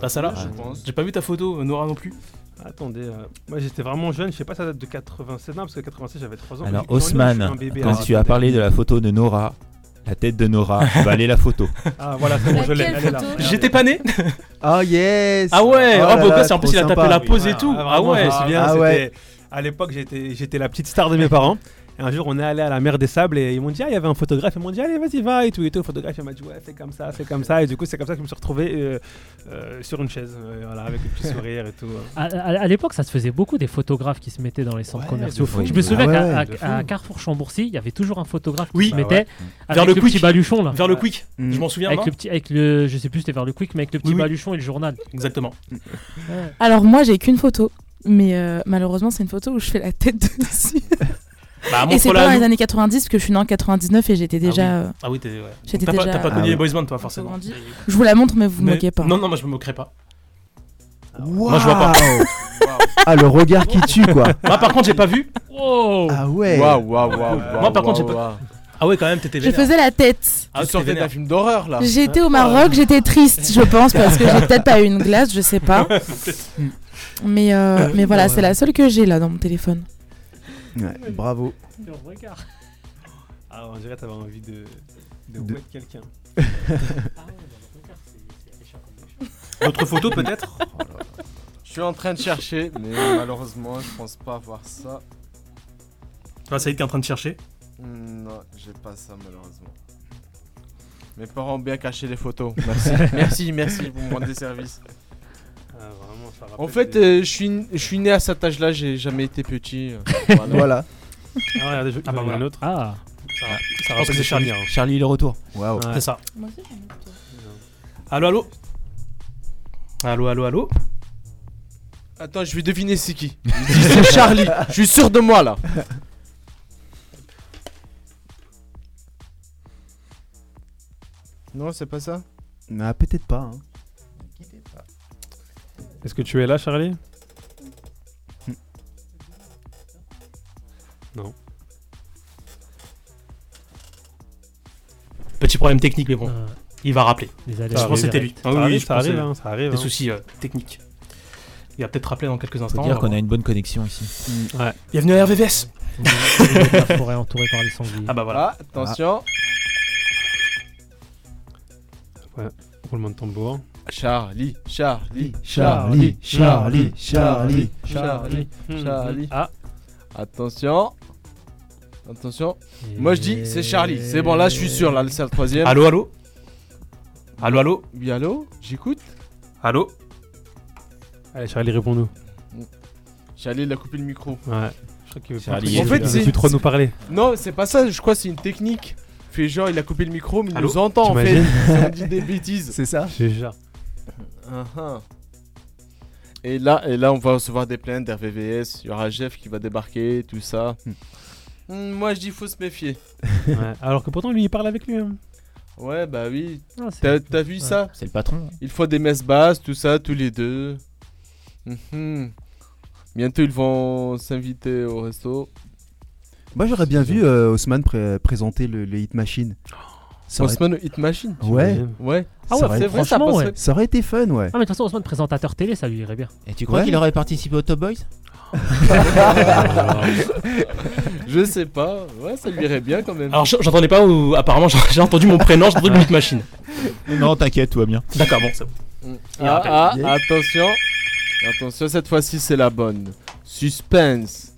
B: T'as ça là
I: je pense.
B: J'ai pas vu ta photo, euh, Nora non plus.
I: Attendez, euh, moi j'étais vraiment jeune, je sais pas, ça date de 87 ans, parce que 87 j'avais 3 ans.
K: Alors
I: J'étais dans le lit, je suis
K: Haussmann,
I: un bébé,
K: quand
I: alors,
K: tu as
I: attendez.
K: parlé de la photo de Nora, la tête de
I: <laughs>
K: Nora, valait la photo.
I: Ah voilà, c'est bon, je l'ai, elle est là.
B: J'étais
I: <laughs>
B: pas né
L: Ah yes
B: Ah ouais,
I: Oh
B: oh,
I: là
B: beau
I: là,
B: gosse, en plus
I: trop
B: il a tapé
I: sympa.
B: la pose et
I: Voilà,
B: tout. Ah
I: vraiment,
B: ouais,
I: c'est bien. c'était- À l'époque, j'étais, j'étais la petite star de mes parents. Et un jour, on est allé à la mer des sables et ils m'ont dit, ah, il y avait un photographe. Ils m'ont dit, allez, vas-y, va et tout. Et tout. Le photographe, il m'a dit, ouais, fais comme ça, fais comme ça. Et du coup, c'est comme ça que je me suis retrouvé euh, euh, sur une chaise, euh, voilà, avec le
B: <laughs>
I: petit sourire et tout.
C: À, à- à l'époque, ça se faisait beaucoup des photographes qui se mettaient dans les centres
I: Ouais,
C: commerciaux.
I: de fou.
C: Je me
I: Ah
C: souviens
I: ouais,
C: qu'à à-
I: de fou.
C: à Carrefour Chambourcy, il y avait toujours un photographe qui
B: Oui.
C: se
B: Ah ouais.
C: mettait
B: Vers
C: avec
B: le
C: le,
B: Quick.
C: petit baluchon là.
B: Vers le Quick.
I: Mmh.
B: Mm. Je m'en souviens,
C: Avec
B: non
C: le petit, avec le, je sais plus, c'était vers le Quick, mais avec le petit
B: Oui, oui.
C: baluchon et le journal.
B: Exactement.
A: Alors moi j'ai qu'une photo, mais euh, malheureusement c'est une photo où je fais la tête de dessus.
B: <laughs> Bah,
A: et c'est
B: montre-la à
A: pas dans les
B: nous.
A: années 90 parce que je suis née en 99 et j'étais déjà. euh,
B: Ah oui, t'es, ouais.
A: J'étais
B: T'as pas,
A: déjà-
B: t'as pas
A: Ah
B: connu les
A: ouais.
B: boys band, toi, forcément.
A: Je vous la montre mais vous vous moquez pas.
B: Non, non, moi je me moquerai pas.
L: Moi, je vois pas. ah, le regard qui tue, quoi.
B: Moi par contre, j'ai pas vu.
L: Ah ouais.
H: Waouh, waouh, waouh,
B: Moi par contre, j'ai
H: waouh,
B: pas. Ah ouais, quand même, t'étais
A: Je faisais la tête.
H: Tu
B: Ah,
H: sortais d'un film
B: d'horreur
H: là.
A: J'étais
B: Ah
A: au Maroc, j'étais triste, je pense, parce que
B: <laughs>
A: j'ai peut-être pas eu une glace, je sais pas.
B: <laughs>
A: Mais, euh, mais voilà, c'est la seule que j'ai là dans mon téléphone.
L: Ouais, bravo.
I: Ah, on dirait que t'avais envie de, de,
L: De-
I: wet
L: <laughs>
I: quelqu'un.
B: D'autres photos peut-être
H: Je suis en train de chercher, mais malheureusement, je pense pas avoir ça.
B: Ah, Saïd qui est en train de chercher.
H: Non, j'ai pas ça malheureusement. Mes parents ont bien caché les photos. <laughs> Merci, merci, merci, vous me rendez service. En fait, euh, je suis je suis né à cet âge-là, j'ai jamais été petit. <laughs> euh,
L: Voilà.
I: Ah, regardez, je,
H: Ah, bah,
I: j'en ai
H: voilà.
I: un autre.
C: Ah.
I: Ça,
B: Je
I: ça
J: Oh,
B: pense que
I: rappelle
B: c'est
I: des
B: Charlie.
H: hein.
I: souvenirs.
K: Charlie le retour.
I: Waouh.
B: C'est ça. Allô, allô Allô, allô, allô
H: Attends, je vais deviner c'est qui. Je dis, c'est Charlie. Je suis sûr de moi là. Non, c'est pas ça.
L: Ah, peut-être pas. hein.
I: Est-ce que tu es là, Charlie Non.
B: Petit problème technique, mais bon. Il va rappeler.
I: Ah. Les
B: je
I: aléas
B: pense que
I: du
B: c'était lui.
I: direct.
B: Ah
I: Ça
B: oui,
I: arrive,
B: je
I: ça
B: pense,
I: arrive,
B: euh,
I: hein, ça arrive,
B: Des
I: hein.
B: soucis euh, techniques. Il va peut-être rappeler dans quelques
K: Faut
B: instants.
K: dire
B: on va
K: qu'on a
B: voir.
K: une bonne connexion ici.
I: Ouais.
B: Bienvenue à RVVS
C: La forêt entourée par les sangliers.
B: Ah bah voilà.
H: Ah, attention.
I: Ouais, roulement de tambour.
H: Charlie, Charlie,
I: Charlie,
H: Charlie,
I: Charlie,
H: Charlie,
I: Charlie.
H: Charlie.
I: Ah.
H: Attention. Attention. Moi je dis c'est Charlie. C'est bon là je suis sûr là c'est le troisième.
B: Allô, allô Allô, allô
H: Oui allô. J'écoute.
B: Allô
I: Allez, Charlie, réponds-nous.
H: Charlie il a coupé le micro.
I: Ouais. Je crois qu'il veut
H: En
I: pas-
H: fait, c'est-
I: plus trop nous parler.
H: Non c'est pas ça. Je crois que c'est une technique. Fait genre il a coupé le micro mais il
I: Allô
H: nous entend en fait.
I: T'imagines
H: <laughs> On dit des bêtises.
L: C'est ça.
I: Je te jure.
H: Ah, ah. Et là, et là, on va recevoir des plaintes d'RVVS. Il y aura Jeff qui va débarquer, tout ça. Hmm, Moi, je dis faut se méfier.
I: Ouais, Alors que pourtant, lui, il parle avec lui. hein.
H: Ouais, bah oui.
I: Ah, c'est-
H: T'as t'as vu
I: ouais.
H: ça
K: C'est le patron.
H: Il faut des messes basses, tout ça, tous les deux. Mhm. Bientôt, ils vont s'inviter au
B: <laughs>
H: resto.
L: Moi, j'aurais bien vu euh, Haussmann pré- présenter le, le Hit Machine. Ça aurait-
H: Haussmann au Hit Machine
L: Ouais.
H: t'imagines Ouais.
C: Ah ouais,
L: Ça aurait-
C: c'est vrai, ça Franchement, passerait- ouais.
L: Ça aurait été fun, ouais.
C: Ah mais de toute façon Osman présentateur télé ça lui irait bien.
K: Et tu crois qu'il aurait participé au Top Boys
H: je sais pas. Ouais, ça lui irait bien quand même.
B: Alors, j- j'entendais pas où. Apparemment, j'ai entendu mon prénom, j'ai entendu Minute Machine.
K: Non, t'inquiète, tout va bien.
B: D'accord, bon, c'est bon. Il
H: Ah,
B: rappelle.
H: ah,
B: Yeah.
H: attention. Attention, cette fois-ci, c'est la bonne. Suspense.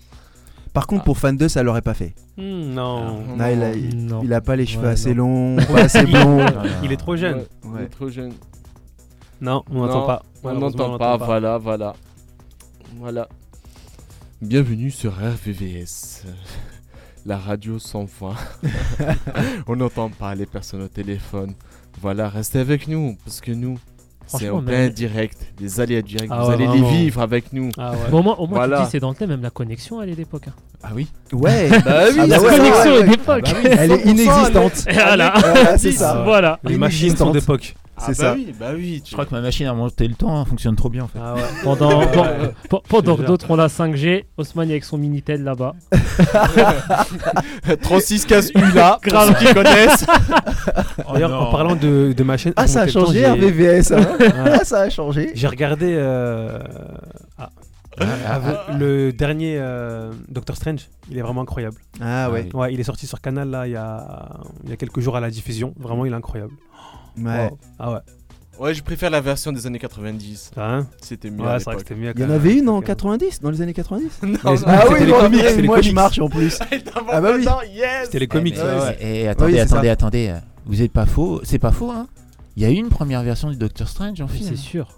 L: Par contre, pour fan 2, ça l'aurait pas fait.
H: Ah,
I: Hmm, non.
L: Non, il, a, il- il a pas les cheveux
I: Ouais,
L: assez longs,
I: non.
L: pas assez blonds.
I: Il est trop jeune.
H: Ouais, Il est trop jeune.
I: Non, on n'entend pas.
H: On
I: Malheureusement, on
H: n'entend
I: n'entend
H: pas,
I: pas.
H: voilà, voilà. <laughs> Voilà. Bienvenue sur RVVS, <laughs> la radio sans voix. <laughs> on n'entend pas les personnes au téléphone. Voilà, restez avec nous, parce que nous, c'est
C: Franchement,
H: en
C: mais-
H: plein direct, les aléas directs,
C: Ah
H: vous
C: ouais,
H: allez
C: vraiment.
H: les vivre avec nous. <laughs>
I: Ah ouais.
C: Bon, au moins, au moins,
H: Voilà.
C: tu dis c'est dans le thème, même la connexion elle est d'époque. hein.
L: Ah oui Ouais
H: <laughs> Bah oui,
C: la
H: c'est ça,
C: connexion
H: ouais,
C: est
H: ouais.
C: d'époque.
H: Ah bah oui,
L: Elle est
H: 100%,
L: inexistante.
C: elle est- <laughs> Voilà.
L: Voilà, c'est ça.
C: Ah, Voilà.
I: Ah, Les machines sont
L: Inexistante.
I: d'époque. Ah,
L: C'est ça.
H: bah oui.
K: Je crois que ma machine à remonter le temps hein, fonctionne trop bien en fait.
C: Pendant,
I: Ah Ouais.
C: pen- pen- pendant
I: Je
C: que
I: te
C: d'autres ont la 5G, Osman est avec son Minitel
H: <laughs>
C: là-bas.
H: 3615 U
L: <laughs>
H: là, pour ceux qui
K: <laughs>
H: connaissent.
I: <laughs>
C: Oh,
I: D'ailleurs, en parlant de, de ma chaîne.
L: Ah, ça a
I: remontée le temps,
L: changé,
I: Ah. j'ai-
L: RVVS. hein.
I: Ouais.
L: Ah, ça a changé.
I: J'ai regardé. euh, ah, Le dernier euh, Doctor Strange, il est vraiment incroyable.
L: Ah ouais.
I: Ouais, il est sorti sur Canal là il y a, il y a quelques jours à la diffusion. Vraiment, il est incroyable.
L: Ouais.
I: Wow. Ah ouais.
H: Ouais, je préfère la version des années 90. C'était mieux.
I: Hein Ouais,
H: à
I: c'est vrai que
H: l'époque.
I: c'était mieux
L: Il y en avait une en 90, dans les années 90
H: Non, Les- ah
C: oui, les non, comics, mais c'est les moi,
L: moi
C: je
L: je
C: comics.
L: marche en plus. ah bah oui.
C: C'était les comics.
K: Eh,
C: Ouais,
K: mais-
C: ouais.
K: Et, attendez,
C: Oui, c'est
K: attendez,
C: ça.
K: attendez. euh, Vous êtes pas faux. C'est pas faux, hein Il y a eu une première version du Doctor Strange en
C: Mais
K: film.
C: c'est sûr.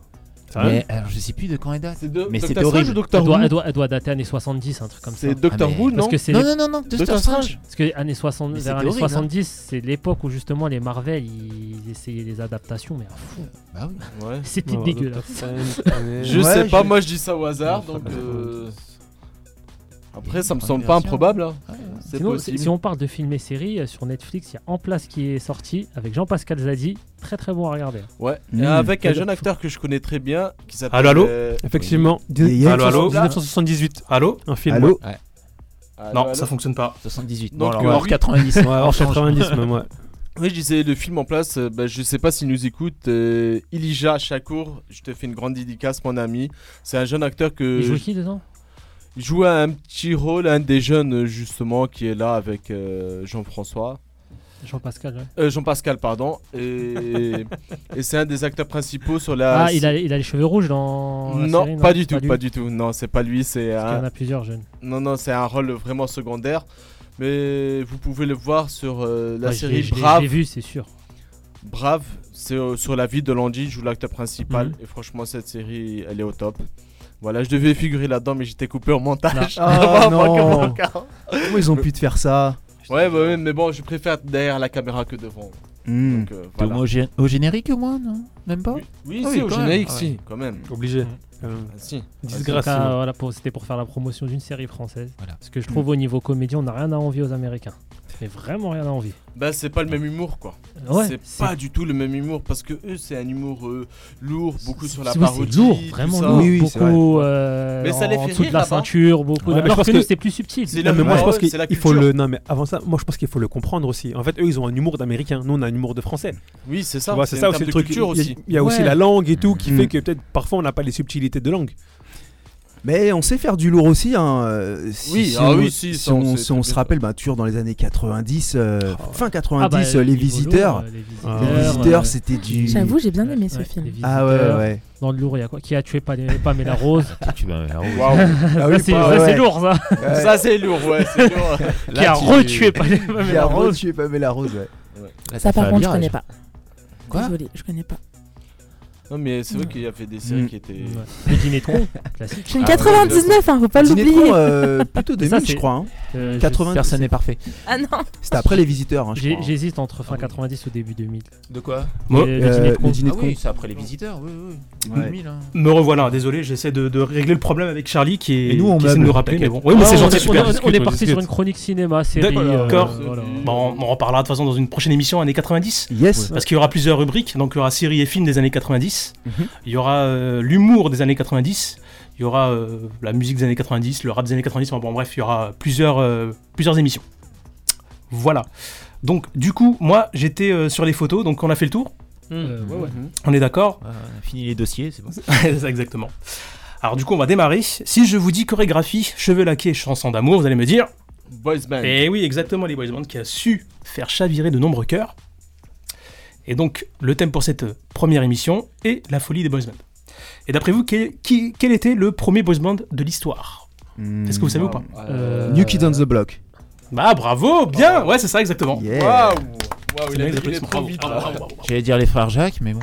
K: Mais, alors, je sais plus de quand elle date. Mais c'est
C: horrible.
K: horrible.
C: elle, doit, elle, doit, elle doit dater années 70, un truc comme ça. Ah,
K: C'est Doctor Who,
C: Parce
K: non
C: que c'est
K: Non,
C: les-
K: non, non, non, Doctor Doctor Strange. Strange.
C: Parce que années 60,
K: Mais
C: vers
K: c'était
C: années
K: horrible, hein.
C: 70, c'est l'époque où justement les Marvel ils essayaient des adaptations, mais à fou.
K: Bah
H: oui. Ouais.
C: C'était
H: Ouais,
C: dégueulasse.
H: Doctor <laughs>
C: <laughs>
H: Strange, ouais. Je sais pas, moi, je dis ça au hasard, donc, euh, Après,
C: Ah,
H: ça me semble pas improbable. hein. C'est
C: Sinon,
H: possible.
C: si si on parle de films et séries, euh, sur Netflix, il y a En Place qui est sorti avec Jean-Pascal Zadi. Très très bon à regarder.
H: Ouais.
C: Hmm.
L: Mm.
H: Et avec un jeune acteur que je connais très bien qui s'appelle.
B: Allô, allô
H: euh,
I: Effectivement.
H: oui.
I: Dix-
B: Allô, allô
I: 1978.
B: Allô
I: Un film.
B: Allô
I: ouais.
H: Allô,
B: Non,
H: allô
B: ça fonctionne pas.
K: 78.
H: Donc, euh,
I: alors, hors 90. Ouais, hors 90 même, ouais.
H: Oui, je disais le film en place. euh, bah, je sais pas s'il nous écoute. euh, Elijah Shakur, je te fais une grande dédicace, mon ami. C'est un jeune acteur que.
C: Il joue
H: je-
C: qui dedans
H: Il joue un petit rôle, un des jeunes euh, justement qui est là avec euh, Jean-François.
C: Jean-Pascal, ouais.
H: Euh, Jean-Pascal, pardon.
C: <laughs>
H: Et, et c'est un des acteurs principaux sur la.
C: Ah, il a, il a les cheveux rouges dans. la
H: Non,
C: série,
H: pas du tout,
C: lui.
H: pas du tout. Non, c'est pas lui, c'est
C: Parce qu'il y en
H: un.
C: a plusieurs jeunes.
H: Non, non, c'est un rôle vraiment secondaire. Mais vous pouvez le voir sur euh, la
C: Ouais, je l'ai-
H: série
C: je l'ai-
H: Brave.
C: Je l'ai vu, c'est sûr.
H: Brave, c'est euh, sur la vie de Landy, il joue l'acteur
C: Mhm.
H: principal. Et franchement, cette série, elle est au top. Voilà, je devais figurer là-dedans, mais j'étais coupé au <laughs> montage.
L: Ah,
H: Avant, avant que
L: non.
H: mon regard.
L: Comment ils ont pu te faire ça
H: Ouais, bah, ouais, mais bon, je préfère être derrière la caméra que devant.
L: Hmm.
H: Donc, euh, voilà.
K: Au, gé- au générique au moins, non Même pas
H: Oui,
K: Ah
H: si, au
K: quand même.
H: générique,
K: Ah ouais.
H: si, quand même.
I: Obligé.
H: Ah,
C: Euh,
H: si.
C: Disgrâce. Voilà, pour- c'était pour faire la promotion d'une série française. Parce que je trouve
H: Mm.
C: au niveau comédie, on n'a rien à envier aux Américains. Mais vraiment rien à envier.
H: Bah, c'est pas le même humour, quoi.
C: Ouais,
H: c'est
C: c'est-
H: pas du tout le même humour parce que eux, c'est un humour euh, lourd, beaucoup sur la
C: Oui,
H: parodie.
C: c'est lourd,
H: tout
C: vraiment
H: ça.
C: lourd. beaucoup euh,
H: Mais ça les
C: en
H: fait
C: dessous de
H: rire,
C: la
H: là-bas.
C: ceinture, beaucoup.
I: Ouais, mais je
C: Alors
I: pense
C: que nous,
I: que-
C: c'était plus subtil.
H: C'est
I: Non, mais moi je pense
H: ouais,
I: qu'il
H: c'est la
I: il faut
H: culture.
I: le. Non, mais avant ça, moi je pense qu'il faut le comprendre aussi. En fait, eux ils ont un humour d'américain. Nous on a un humour de français.
H: Oui, c'est ça.
I: Tu vois, C'est
H: C'est
I: ça
H: un
I: aussi
H: terme
I: le
H: de
I: truc. Il y a,
H: culture aussi.
I: il y a aussi
L: Ouais.
I: la langue et tout qui
L: Mhm.
I: fait que peut-être parfois on n'a pas les subtilités de langue.
L: Mais on sait faire du lourd aussi. Hein. euh, Si,
I: Oui,
L: si
I: ah
L: on,
I: oui, si,
L: si
I: ça, on
L: on,
I: sait
L: si on
I: très
L: se
I: bien.
L: rappelle, bah, toujours dans les années 90, euh, fin 90,
C: Ah bah,
L: euh, les,
C: Yves Boulot,
L: visiteurs,
C: euh, les
L: les
C: Visiteurs,
L: visiteurs,
C: euh,
L: c'était du.
A: J'avoue, j'ai bien aimé ce
C: Ouais,
A: film.
C: les
L: Ah ouais, ouais,
C: visiteurs.
L: ouais.
C: Dans le lourd, il y a quoi Qui a tué Pam- Pamela Rose
L: <laughs>
F: Qui a tué Pamela Rose.
C: Waouh.
L: Ah
C: <laughs> Ça,
L: oui,
C: c'est
L: pas-
C: ça, c'est
L: ouais.
C: lourd, ça.
L: Ouais.
H: Ça, c'est lourd, ouais,
L: <laughs>
H: c'est lourd.
C: Qui a
L: tu- <laughs>
C: retué
L: Qui a
C: Pamela Rose.
L: retué Pamela Rose, ouais.
A: Ça, par contre, je connais pas.
L: Quoi
A: Désolée, je connais pas.
H: Non, mais c'est vrai
L: Ouais.
H: qu'il y avait des séries
L: Mm.
H: qui étaient.
C: Le dîner de con, classique. Ah,
A: Je suis une 99, hein, faut pas
L: Dîner de
A: l'oublier.
L: cons, euh, plutôt
C: Mais ça,
L: 2000, je
C: c'est-
L: crois. hein.
C: Euh, je-
L: 90,
C: personne
L: c'est-
C: n'est parfait.
A: Ah non.
L: C'était après les visiteurs, hein, je
C: J'ai-
L: crois.
C: J'hésite entre fin 90 ou début 2000.
K: De quoi
B: Moi,
C: Le-
B: euh,
C: le dîner de
B: le
C: con.
B: dîner de
K: Ah oui, c'est après les visiteurs, oui, oui.
B: Ouais.
K: 2000, hein.
B: Me revoilà, désolé, j'essaie de, de régler le problème avec Charlie qui, est,
K: Et nous, on
B: qui essaie de
K: meuble.
B: nous rappeler. Mais bon.
C: Ah,
B: Oui, mais c'est
C: on
B: gentil,
C: est-
B: super.
C: on est- On est parti sur une chronique cinéma, série. euh,
B: D'accord.
C: voilà.
B: Bon, on en reparlera de toute façon dans une prochaine émission années 90.
L: Yes.
B: Parce qu'il y aura plusieurs rubriques. Donc il y aura séries et films des années 90.
K: Mhm.
B: Il y aura euh, l'humour des années 90. Il y aura euh, la musique des années 90, le rap des années 90. Enfin, bon, bref, il y aura plusieurs, euh, plusieurs émissions. Voilà. Donc du coup, moi j'étais euh, sur les photos. Donc on a fait le tour.
C: Euh, ouais, ouais.
L: Mhm.
B: On est d'accord
K: Ouais, on a fini les dossiers, c'est bon.
B: <laughs> C'est ça, Exactement. Alors du coup, on va démarrer. Si je vous dis chorégraphie, cheveux laqués, chanson d'amour, vous allez me dire...
H: Boys Band.
B: Et oui, exactement, les Boys Band qui a su faire chavirer de nombreux cœurs. Et donc, le thème pour cette première émission est la folie des Boys Band. Et d'après vous, quel, qui- quel était le premier Boys Band de l'histoire Est-ce que vous savez ou pas
H: Hmm,
L: Euh, Hmm. New Kids on the Block.
B: Bah bravo, bien Ouais, c'est ça, exactement.
L: Yeah.
H: Waouh Waouh, il
B: C'est
H: a
B: bien, les
H: il est
B: applaudissements,
H: trop
B: bravo,
H: vite
B: bravo,
H: là.
B: bravo, bravo.
K: J'allais dire les frères Jacques, mais bon.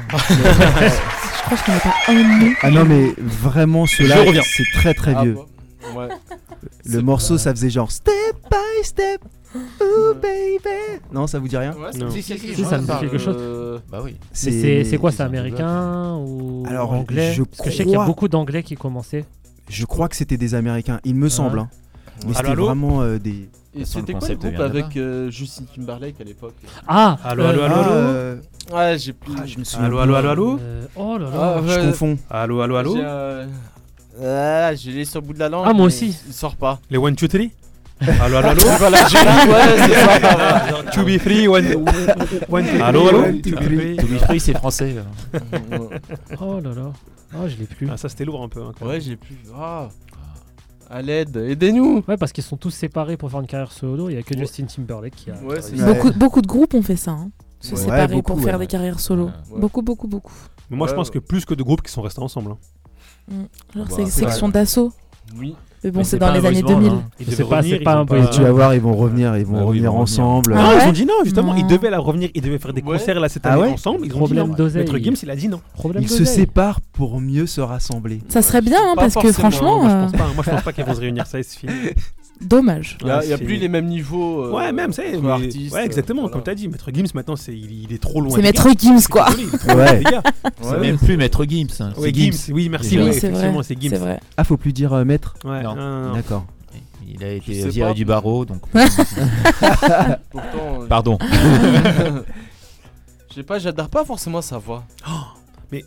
A: Je crois que je connais pas un nom.
L: Ah non, mais vraiment, cela,
K: Je reviens.
L: c'est très très
K: Ah,
L: vieux.
K: bon.
H: Ouais.
L: Le morceau, ça faisait genre step by step. Ooh, baby. Non, ça vous dit rien
H: Ouais,
C: Non. Si, ça me dit quelque chose.
H: Euh,
I: euh,
K: Bah oui.
C: Mais
L: C'est-
C: C'est c'est quoi,
L: c'est
C: c'est
L: un
C: américain ou
L: Alors,
C: anglais
L: je
C: Parce que je sais qu'il y a
L: crois-
C: beaucoup d'anglais qui commençaient.
L: Je crois que c'était des Américains, il me semble. hein. Mais
C: Allô,
L: c'était
C: allô
L: vraiment euh, des.
H: Et c'était quoi le groupe avec euh, Justin Timberlake à l'époque Ah,
C: Ah, Allô, allô, allô,
L: euh,
H: Ouais, j'ai plus.
L: Ah, je me souviens
B: Allô,
L: plus.
B: allô, allô, allô
C: Euh, Oh là
H: Ah,
C: là.
L: Je
H: ouais.
L: confonds.
B: Allô, allô, allô
H: J'ai, euh, Ah, je l'ai sur le bout de la langue.
C: Ah, moi
H: mais
C: aussi.
H: Il sort pas.
I: Les One Two Three
B: Allô,
L: <laughs>
B: allô, allô
H: Voilà, j'ai ouais, c'est ça. voilà.
I: To be free, one, one two, three,
B: Allô, allô
I: one, two, three.
K: To be free, c'est
L: <laughs>
K: français.
C: Oh là là. Ah, je l'ai plus.
I: Ah, ça c'était lourd un peu. hein, quand même.
H: Ouais, j'ai plus. Ah. À l'aide, aidez-nous
C: Ouais, parce qu'ils sont tous séparés pour faire une carrière solo, il y a que Justin Timberlake qui a.
H: Ouais, c'est
A: Beaucoup, beaucoup de groupes ont fait ça. hein. Se
C: Ouais.
A: séparer
C: Ouais, beaucoup,
A: pour faire
C: ouais.
A: des carrières solo.
C: Ouais.
A: Beaucoup, beaucoup, beaucoup.
I: Mais moi, je pense que plus que de groupes qui sont restés ensemble. hein.
A: Mm. Genre,
I: Bah,
A: c'est
I: c'est
A: section
I: vrai.
A: d'assaut.
I: Oui.
A: Mais bon,
I: Mais
A: c'est
I: c'est
A: dans
I: pas
A: les
I: un
A: années
I: boys band,
A: 2000.
I: hein. Ils devaient revenir, ils ont pas-
L: Ah, bah, Tu vas voir, ils vont revenir, ils vont revenir ensemble.
I: Non, Ah, ils ont dit non, justement, ils devaient la revenir, ils devaient faire des concerts là cette
L: Ah
I: année
L: Ah ouais
I: ensemble. Ils ont
L: Problème
I: dit non.
L: d'oseille.
I: Maître Gims, il a dit non.
L: Ils se <laughs> séparent pour mieux se rassembler.
A: Ça serait bien, hein,
I: Pas
A: parce que
I: forcément,
A: franchement.
I: Moi, je
A: euh,
I: pense pas, hein. moi, je pense pas qu'elles vont se
C: <laughs>
I: réunir, ça, c'est fini.
A: Dommage.
H: Il y a- il y a
I: c'est-
H: plus les mêmes niveaux, euh,
I: ouais, même, c'est.
H: entre
I: mais-
H: artistes,
I: ouais, exactement,
H: euh,
I: comme t'as dit, Maître Gims, maintenant, c'est, il, il est trop loin. des
A: C'est Maître
I: gars.
A: Gims,
I: C'est
A: quoi.
I: désolé, il est trop loin
L: Ouais.
I: des gars.
K: C'est même plus Maître Gims, hein,
I: Ouais,
K: c'est
I: Gims,
K: Gims.
I: oui, merci.
K: Oui,
I: ouais,
K: c'est vrai,
I: effectivement, c'est Gims.
L: Ah, faut plus dire euh, maître.
I: Ouais, non, non, non.
L: D'accord.
K: Il a
L: Je
K: été
L: sais
K: viré
L: pas.
K: du barreau, donc.
H: Pourtant, euh,
K: Pardon.
H: <laughs>
I: euh,
K: <laughs>
H: Je sais pas, j'adore pas forcément sa voix.
I: Oh, mais.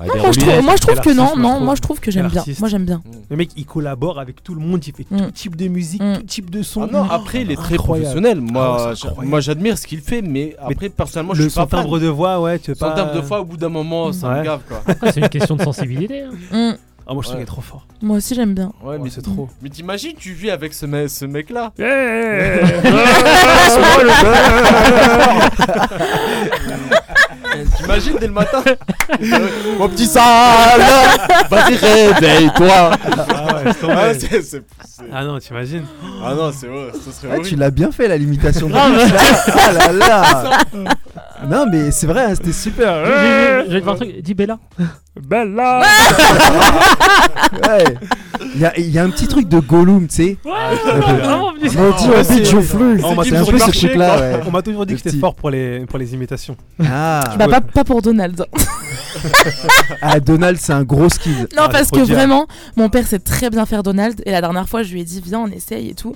H: Ah,
A: Non, moi, je trouve, moi, je trouve que non, non, moi je trouve que
I: Quel
A: j'aime bien.
I: artiste.
A: Moi j'aime bien.
I: Mm.
A: Mm.
I: Le mec, il collabore avec tout le monde, il fait tout type de musique, tout type de son. Mm.
H: Ah non, après, il est très professionnel.
I: Ah,
H: Moi, j'a- moi j'admire ce qu'il fait, mais après, personnellement, je
I: le
H: suis pas
I: son
H: fan.
I: timbre de voix, ouais, tu veux
H: Son
I: pas-
H: timbre de voix, au bout d'un moment, ça
I: Ouais.
H: me gave quoi.
A: <laughs>
I: Après, c'est une question de sensibilité, hein.
A: Mm.
I: Ah, moi, je trouve
H: Ouais.
I: qu'il est trop fort.
A: Moi aussi j'aime bien.
H: Ouais, mais c'est
A: trop.
H: Mais t'imagines, tu vis avec ce, me- ce
I: <laughs>
H: mec-là. <laughs>
I: <laughs>
H: Euh, T'imagines dès le
L: <laughs>
H: matin Mon petit sale <laughs> Vas-y, réveille-toi
I: Ah ouais, c'est tombé.
H: Ah, c'est- c'est- c'est-
I: Ah non, t'imagines
H: Ah non, c'est vrai, ce serait
L: Ah,
H: horrible.
L: tu l'as bien fait la limitation. de
H: Grave.
L: Gims,
I: bah.
L: là. Ah là <laughs> là. Non mais c'est vrai, hein, c'était super.
C: Je je- je vais te voir un truc, dis
L: <laughs>
C: Bella. Bella
L: <laughs> Ouais. Il y, a- il y a un petit truc de Gollum, tu sais.
I: Vraiment venu.
L: Mon dieu, un petit joufflu.
I: Ah, On m'a
L: C'est un
I: toujours
L: peu ce
I: marché,
L: truc-là.
I: quoi.
L: ouais.
I: On m'a toujours dit
L: Le
I: que j'étais
L: petit-
I: fort pour les, pour les imitations.
L: Ah.
A: Bah, pas, pas pour Donald. hein.
L: Ah, Donald, c'est un gros skill.
A: Non, parce que
L: <laughs>
A: vraiment, mon père sait très bien faire Donald. Et la dernière fois, je lui ai dit, viens, on essaye et tout.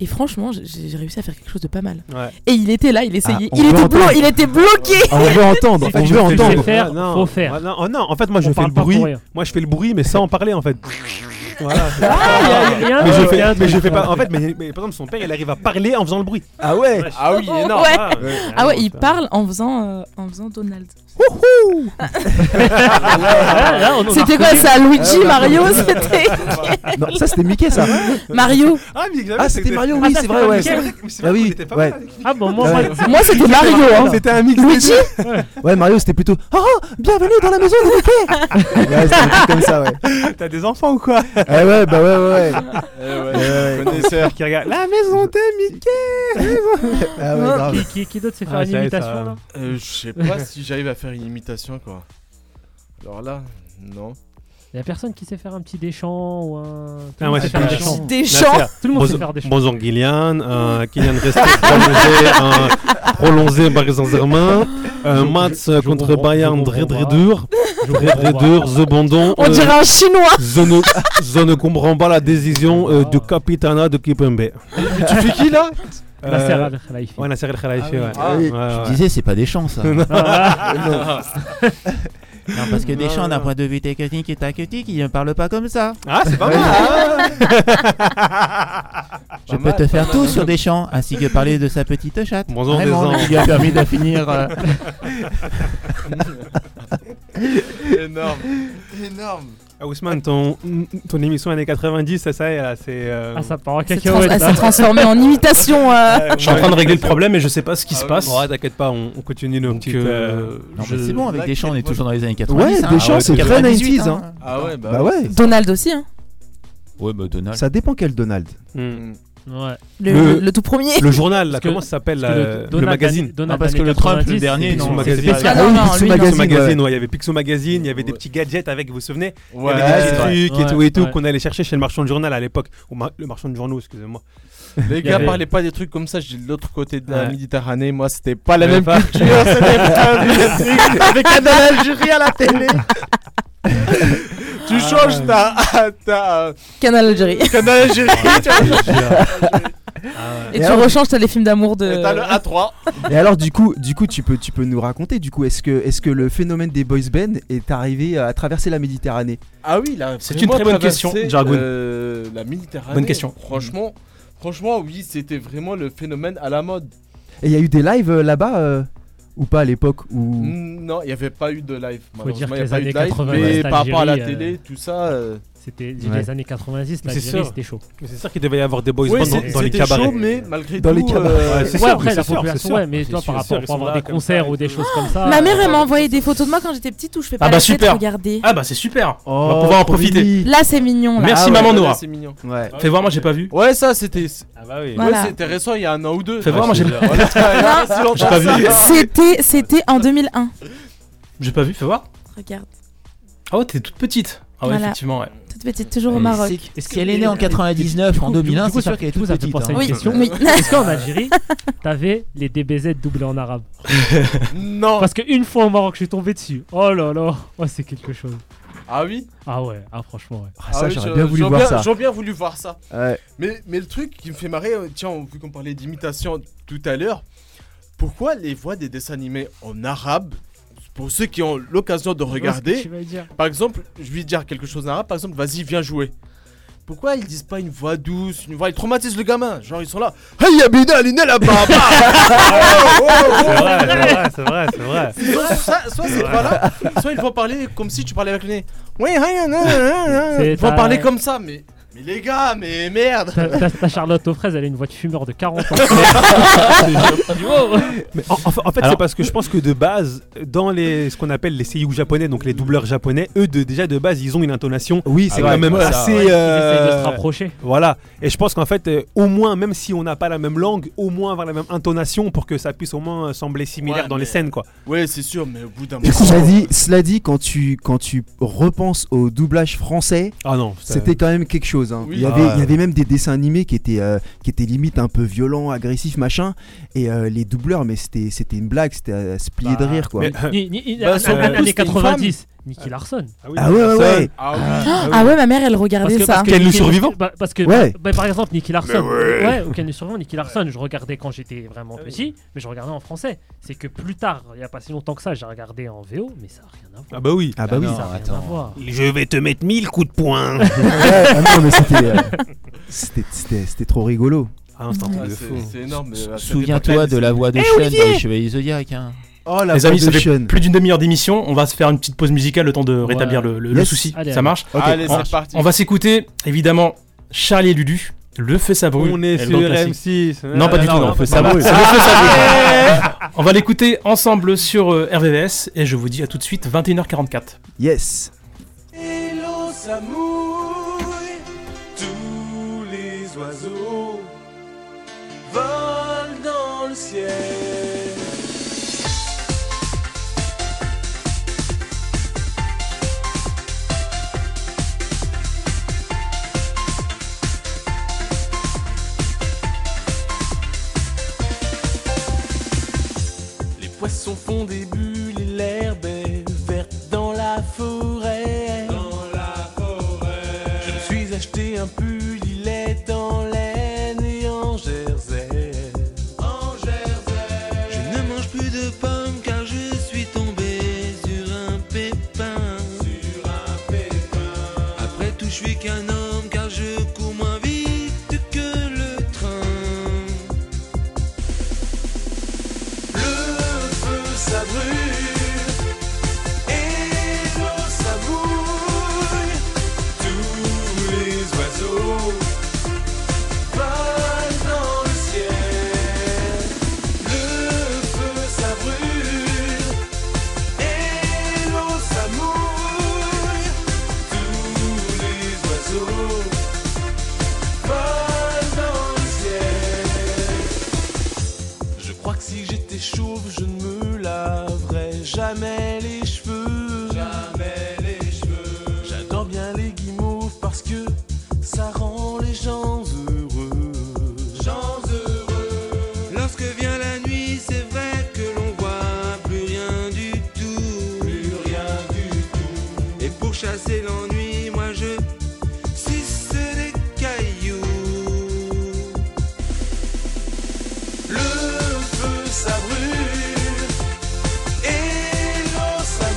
A: Et franchement, j'ai- j'ai réussi à faire quelque chose de pas mal.
I: Ouais.
A: Et il était là, il essayait.
L: Ah, on
A: il,
L: veut
A: était blo-
L: entendre.
A: il était bloqué. <laughs>
L: Ah, on veut entendre, on veut entendre.
C: faire, faut faire.
I: Ah, Non, ah, non, en fait, moi je
C: On
I: fais
C: parle
I: le
C: pas pour
I: bruit.
C: rien.
I: Moi je fais le bruit, mais sans en parler en fait. voilà. c'est-
C: Ah, y a- y a un
I: mais je
C: truc, y a un
I: fais, mais je
C: truc,
I: fais pas.
C: ouais.
I: En fait, mais, mais par exemple, son père il arrive à parler en faisant le bruit.
L: Ah ouais
H: Ah oui,
A: Ouais.
H: énorme
A: Ah ouais,
I: vraiment,
A: il
I: ça.
A: parle en faisant, euh, en faisant Donald.
L: là, on- on a
A: C'était quoi
L: reconnu.
A: ça Luigi,
L: Ah,
A: Mario
L: bah.
A: C'était.
L: Non, ça c'était Mickey ça.
A: Mario.
I: Ah, mais exactement,
L: Ah, c'était Mario, oui,
I: Ah,
L: c'est vrai, ouais.
I: Mickey.
L: Ah oui, ouais.
C: Ah bon,
L: moi, Ouais. moi-
A: Moi, c'était Mario. hein.
I: C'était un mix
A: Luigi
L: Ouais, Mario, c'était plutôt Oh, bienvenue dans la maison de Mickey. Ouais, c'était un truc comme ça, ouais.
I: T'as des enfants ou quoi
L: Eh ouais, bah ouais, Eh ouais.
C: Eh
H: ouais, connaisseur.
I: qui regarde la maison de Mickey.
B: <laughs>
L: Ah ouais, grave.
C: Qui, qui, qui d'autre sait faire
I: Ah,
C: une
I: ça,
C: imitation
I: ça-
C: là
H: Euh, je sais pas si j'arrive à faire une imitation quoi. Alors là, non.
C: Il y a personne qui sait faire un petit déchant ou un.
I: Ah, moi,
C: Tout
I: je
C: le monde
I: fais
C: sait
I: des chants.
C: faire
A: Deschamps.
C: Tout le monde sait faire des chants.
I: Bonjour Gillian, euh, Kylian <laughs> reste prolongé, euh, prolongé par Saint-Germain, euh, match euh, contre Bayern très très dur, très très dur, The Bondon.
A: On dirait un chinois.
I: Je ne, je ne comprends pas la décision euh, du capitana de Kipembe.
H: tu fais qui là
C: Nasser Al Khelaifi.
I: Euh, Ouais, Nasser Al Khelaifi, ouais.
K: Ah oui.
I: Ouais, ouais,
K: Je
I: ouais.
K: disais, c'est pas des chances.
I: <laughs>
K: ça. non,
J: Ah,
K: <laughs> parce que Deschamps, d'un point de vue technique et tactique, il ne parle pas comme ça.
I: Ah, c'est pas mal.
K: <laughs>
I: <laughs>
K: Je peux te faire tout sur Deschamps, ainsi que parler de sa petite chatte.
I: Bonjour,
K: Vraiment,
I: Deschamps.
K: qui lui a permis de finir. euh,
L: <laughs>
H: énorme, énorme.
I: Ah, Ousmane, ton, ton émission années 90, ça, ça y est, là, c'est. euh,
C: Ah, ça part en
A: C'est
C: cacahuète. là.
A: trans- c'est transformé en imitation. euh.
I: ouais,
B: Je suis en
I: ouais.
B: train de régler le problème et je sais pas ce qui se passe.
I: Ah, Ouais, t'inquiète pas, on, on continue nos petites. euh,
K: Non,
B: je-
K: mais c'est bon, avec Deschamps, on est toujours dans les années 90.
L: Ouais,
K: hein.
L: Deschamps, c'est très
K: 98,
L: 90s. Hein.
H: Ah ouais, bah,
L: Bah ouais.
A: Donald aussi, hein.
K: <laughs> Ouais, bah Donald.
I: Ah,
L: Ça dépend quel Donald.
I: hmm.
C: Ouais.
A: Le,
I: Le-
A: le tout premier.
I: Le journal, là,
C: Parce que-
I: comment ça s'appelle
C: parce que
B: euh,
I: là,
C: le
I: le,
C: Donald
I: magazine
C: Dani- Donald
K: Ah, parce
C: Dani
K: que le Trump,
C: 90,
K: le dernier,
C: c'est-
K: non,
C: c'est
K: c'est
C: spécial.
K: spécial.
A: Ah, non, non,
L: Picsou
A: lui, non.
I: Picsou
L: Magazine.
I: Magazine,
L: ouais.
I: ouais, il y avait Picsou Magazine, il y avait des petits gadgets avec, vous vous souvenez
H: Ouais,
I: Il y avait des
H: c'est
I: petits
H: vrai.
I: trucs
C: Ouais,
I: et tout et tout
C: ouais.
I: qu'on allait chercher chez le marchand de journal à l'époque. Au mar- Le marchand de journaux, excusez-moi.
H: Les
C: y
H: gars,
C: avait-
H: parlez pas des trucs comme ça, j'ai de l'autre côté de la
I: Ouais.
H: Méditerranée, moi c'était pas la
I: Mais
H: même
I: pas-
H: culture, c'était <laughs> pas le même truc.
L: Avec un Donald Jury à la télé.
H: Tu changes ta, ta euh,
A: Canal Algérie.
H: canal Algérie, tu <laughs> vois,
A: Et
L: Et
A: tu
L: alors-
A: rechanges, t'as les films d'amour de.
H: t'as le A3.
L: Et alors du coup, du coup, tu peux, tu peux nous raconter. Du coup, est-ce que, est-ce que le phénomène des boys band est arrivé à traverser la Méditerranée Euh,
H: Ah oui, là, euh,
B: C'est une très bonne question, Jargon.
H: la Méditerranée.
B: Bonne question.
H: Franchement, franchement, oui, c'était vraiment le phénomène à la mode.
L: Et il y a eu des lives euh, là-bas euh, ou pas à l'époque ou
H: Mm, Non, il n'y avait pas eu de live.
C: dire
H: Malheureusement,
C: que
H: il n'y a pas
C: les
H: eu de
C: années
H: live.
C: 80,
H: Mais
C: ouais,
H: par rapport à la
C: l'Algérie, euh,
H: télé, tout ça, euh,
C: C'était
I: Ouais.
C: les années 90,
I: Mais
C: la
I: c'est
C: Algérie,
I: sûr.
C: c'était chaud.
I: Mais c'est sûr qu'il devait y avoir des boys Oui, bands dans- c'est- dans les c'était cabarets. chaud, Oh, mais malgré Dans tout, les cabarets. euh,
C: Ouais,
I: c'est
C: ouais,
I: sûr,
C: après,
I: c'est
C: la
I: sûr,
C: population,
I: c'est
C: ouais,
I: sûr.
C: mais
I: C'est
C: toi,
I: sûr,
C: par rapport
I: ils
C: pour
I: sont
C: avoir
I: là
C: des
I: comme
C: concerts ou des choses comme ça.
A: Ma mère,
C: euh,
A: elle m'a envoyé des photos de moi quand j'étais petite où je fais pas
B: Ah
A: la
B: bah
A: fête,
B: super
A: regardez.
B: Ah bah c'est super On
C: Oh,
B: va pouvoir en
A: trop
B: profiter
A: mimi. Là, c'est mignon, là.
B: Merci
A: Ah ouais,
B: maman
A: là,
B: Noura
A: c'est
H: mignon.
L: Ouais.
C: Ah
B: Fais voir moi j'ai pas vu
H: Ouais ça c'était
I: Ah bah oui
A: Voilà.
H: Ouais c'était récent il y a un an ou deux
B: Fais voir moi j'ai
H: Ouais, c'est-
B: pas
H: Ah, c'est longtemps,
B: J'ai pas
H: ça.
B: vu
A: C'était, c'était en 2001.
B: J'ai pas vu fais voir
A: Regarde.
B: Ah ouais t'es toute petite Ah ouais
A: Voilà.
B: effectivement ouais
A: Toute petite, toujours au Maroc.
J: Si elle est née en 99, en 2001, c'est sûr qu'elle est toute
C: ça me fait
J: petite.
C: penser à une
J: hein.
C: question. <laughs> Est-ce qu'en Algérie, t'avais les DBZ doublés
I: <laughs>
C: en arabe
H: Non
C: Parce qu'une fois au Maroc, je suis tombé dessus. Oh là là Oh, c'est quelque chose.
H: Ah oui
C: Ah ouais, ah franchement, ouais.
L: Ah, ça,
H: oui,
L: j'aurais
H: je-
L: bien voulu voir ça.
H: J'aurais bien voulu voir ça.
L: Ouais.
H: Mais, mais le truc qui me fait marrer, euh, tiens, vu qu'on parlait d'imitation tout à l'heure, pourquoi les voix des dessins animés en arabe, pour ceux qui ont l'occasion de
C: vois ce que
H: regarder,
C: tu vas dire.
H: par exemple, je vais dire quelque chose en arabe, par exemple, vas-y, viens jouer. Pourquoi ils disent pas une voix douce, une voix. Ils traumatisent le gamin. Genre, ils sont là. <laughs> Hey, Yabina, elle est née là-bas.
B: <laughs>
H: bah.
I: C'est vrai, c'est vrai, c'est vrai, c'est vrai.
H: Soit, soit- soit cette voix-là, soit ils vont parler comme si tu parlais avec le nez. Oui, hein, hein, hein, hein.
C: C'est
H: Ils vont
C: ta-
H: parler comme ça, mais. Mais les gars, mais merde
C: Ta, ta- ta Charlotte aux fraises, elle a une voix de fumeur de 40 ans.
I: Mais en, en fait- en fait, c'est parce que je pense que de base, dans les, ce qu'on appelle les seiyuu japonais, donc les doubleurs japonais, eux de, déjà de base, ils ont une intonation.
L: Oui,
C: c'est
I: quand
C: vrai,
I: même
C: ouais, ça,
I: assez.
C: ouais. Ils essayent de se
I: euh,
C: rapprocher.
I: Voilà. Et je pense qu'en fait, euh, au moins, même si on n'a pas la même langue, au moins avoir la même intonation pour que ça puisse au moins euh, sembler similaire
H: Ouais,
I: dans les
H: mais-
I: scènes, quoi.
H: Ouais, c'est sûr, mais au bout d'un
L: Et cela dit, cela dit, quand tu quand tu repenses au doublage français,
I: Ah non, putain.
L: c'était quand même quelque chose. hein.
I: Oui.
L: Il y avait
I: Ah ouais.
L: il y avait même des dessins animés qui étaient euh, qui étaient limite un peu violents, agressifs, machin. Et euh, les doubleurs, mais c'était c'était une blague, c'était à se plier
B: Bah,
L: de
I: <laughs>
L: rire quoi.
C: euh,
B: euh,
C: Ni, ni, ni-
I: Bah, surtout,
C: an- an- années
I: c'était une
C: 90, Nicky Larson.
I: oui,
L: Ah ouais, ouais, ouais.
H: Ah
A: Ah, ah ouais, ma mère, elle regardait
C: Parce que-
A: ça.
C: parce que Nicky- bah, Parce que,
A: Ouais.
C: bah, bah, par exemple, Nicky Larson.
A: ouais.
C: Ouais, aucun des survivants, Nicky Larson, je regardais quand j'étais vraiment
I: Ah
C: petit, mais je regardais en français. C'est que plus tard, il n'y a pas si longtemps que ça, j'ai regardé en VO, mais ça n'a rien à voir.
I: Ah bah oui.
L: Ah bah oui.
C: Ça n'a rien à voir.
I: Je vais te mettre 1000 coups de poing.
L: <laughs> Ouais, ah non, mais
H: <laughs>
L: c'était euh, <laughs> c'était- c'était c'était trop rigolo.
I: Ah non, c'était un truc
H: Ah,
I: de
H: c'est-
I: fou.
H: c'est énorme, mais, euh,
J: Souviens-toi de la voix de
H: Eh,
J: Sean
H: Olivier
J: dans les Chevaliers Zodiac. hein.
B: Les amis, ça fait
L: Sean.
B: plus d'une demi-heure d'émission. On va se faire une petite pause musicale le temps de rétablir
J: Ouais.
B: le, le- le
J: Yes.
B: souci.
J: Allez,
B: ça
J: allez.
B: marche
J: Ok. Allez,
B: on,
J: c'est parti.
B: on va s'écouter évidemment Charlie et Lulu. Le feu ça brûle.
I: On est
B: et le
I: sur
B: grand classique.
I: M6.
B: Non, pas
I: Ah,
B: du
I: non,
B: tout.
I: non,
B: non.
I: feu, ça
B: Non,
I: brûle.
B: c'est le feu, ça
I: Ah.
B: brûle. <laughs> On va l'écouter ensemble sur euh, RVVS et je vous dis à tout de suite 21h44.
L: Yes.
F: Et l'eau ça mouille, tous les oiseaux volent dans le ciel. Les poissons font des bulles et l'herbe est verte dans la forêt. Dans la forêt. Je me suis acheté un pull, il est en laine et en jersey. En jersey. Je ne mange plus de pommes car je suis tombé sur un pépin. Sur un pépin. Après tout, je suis qu'un homme car je cours moins vite que le train. Le feu ça brûle et l'eau ça bouille. Tous les oiseaux volent dans le ciel. Le feu ça brûle et l'eau ça mouille. Tous les oiseaux volent dans le ciel. Je crois que si j'étais chauve, je ne me laverais jamais les cheveux. Jamais les cheveux. J'adore bien les guimauves parce que ça rend les gens heureux. Gens heureux. Lorsque vient la nuit, c'est vrai que l'on voit plus rien du tout. Plus rien du tout. Et pour chasser l'ennui, moi je suce des cailloux. Le feu ça brûle et l'eau ça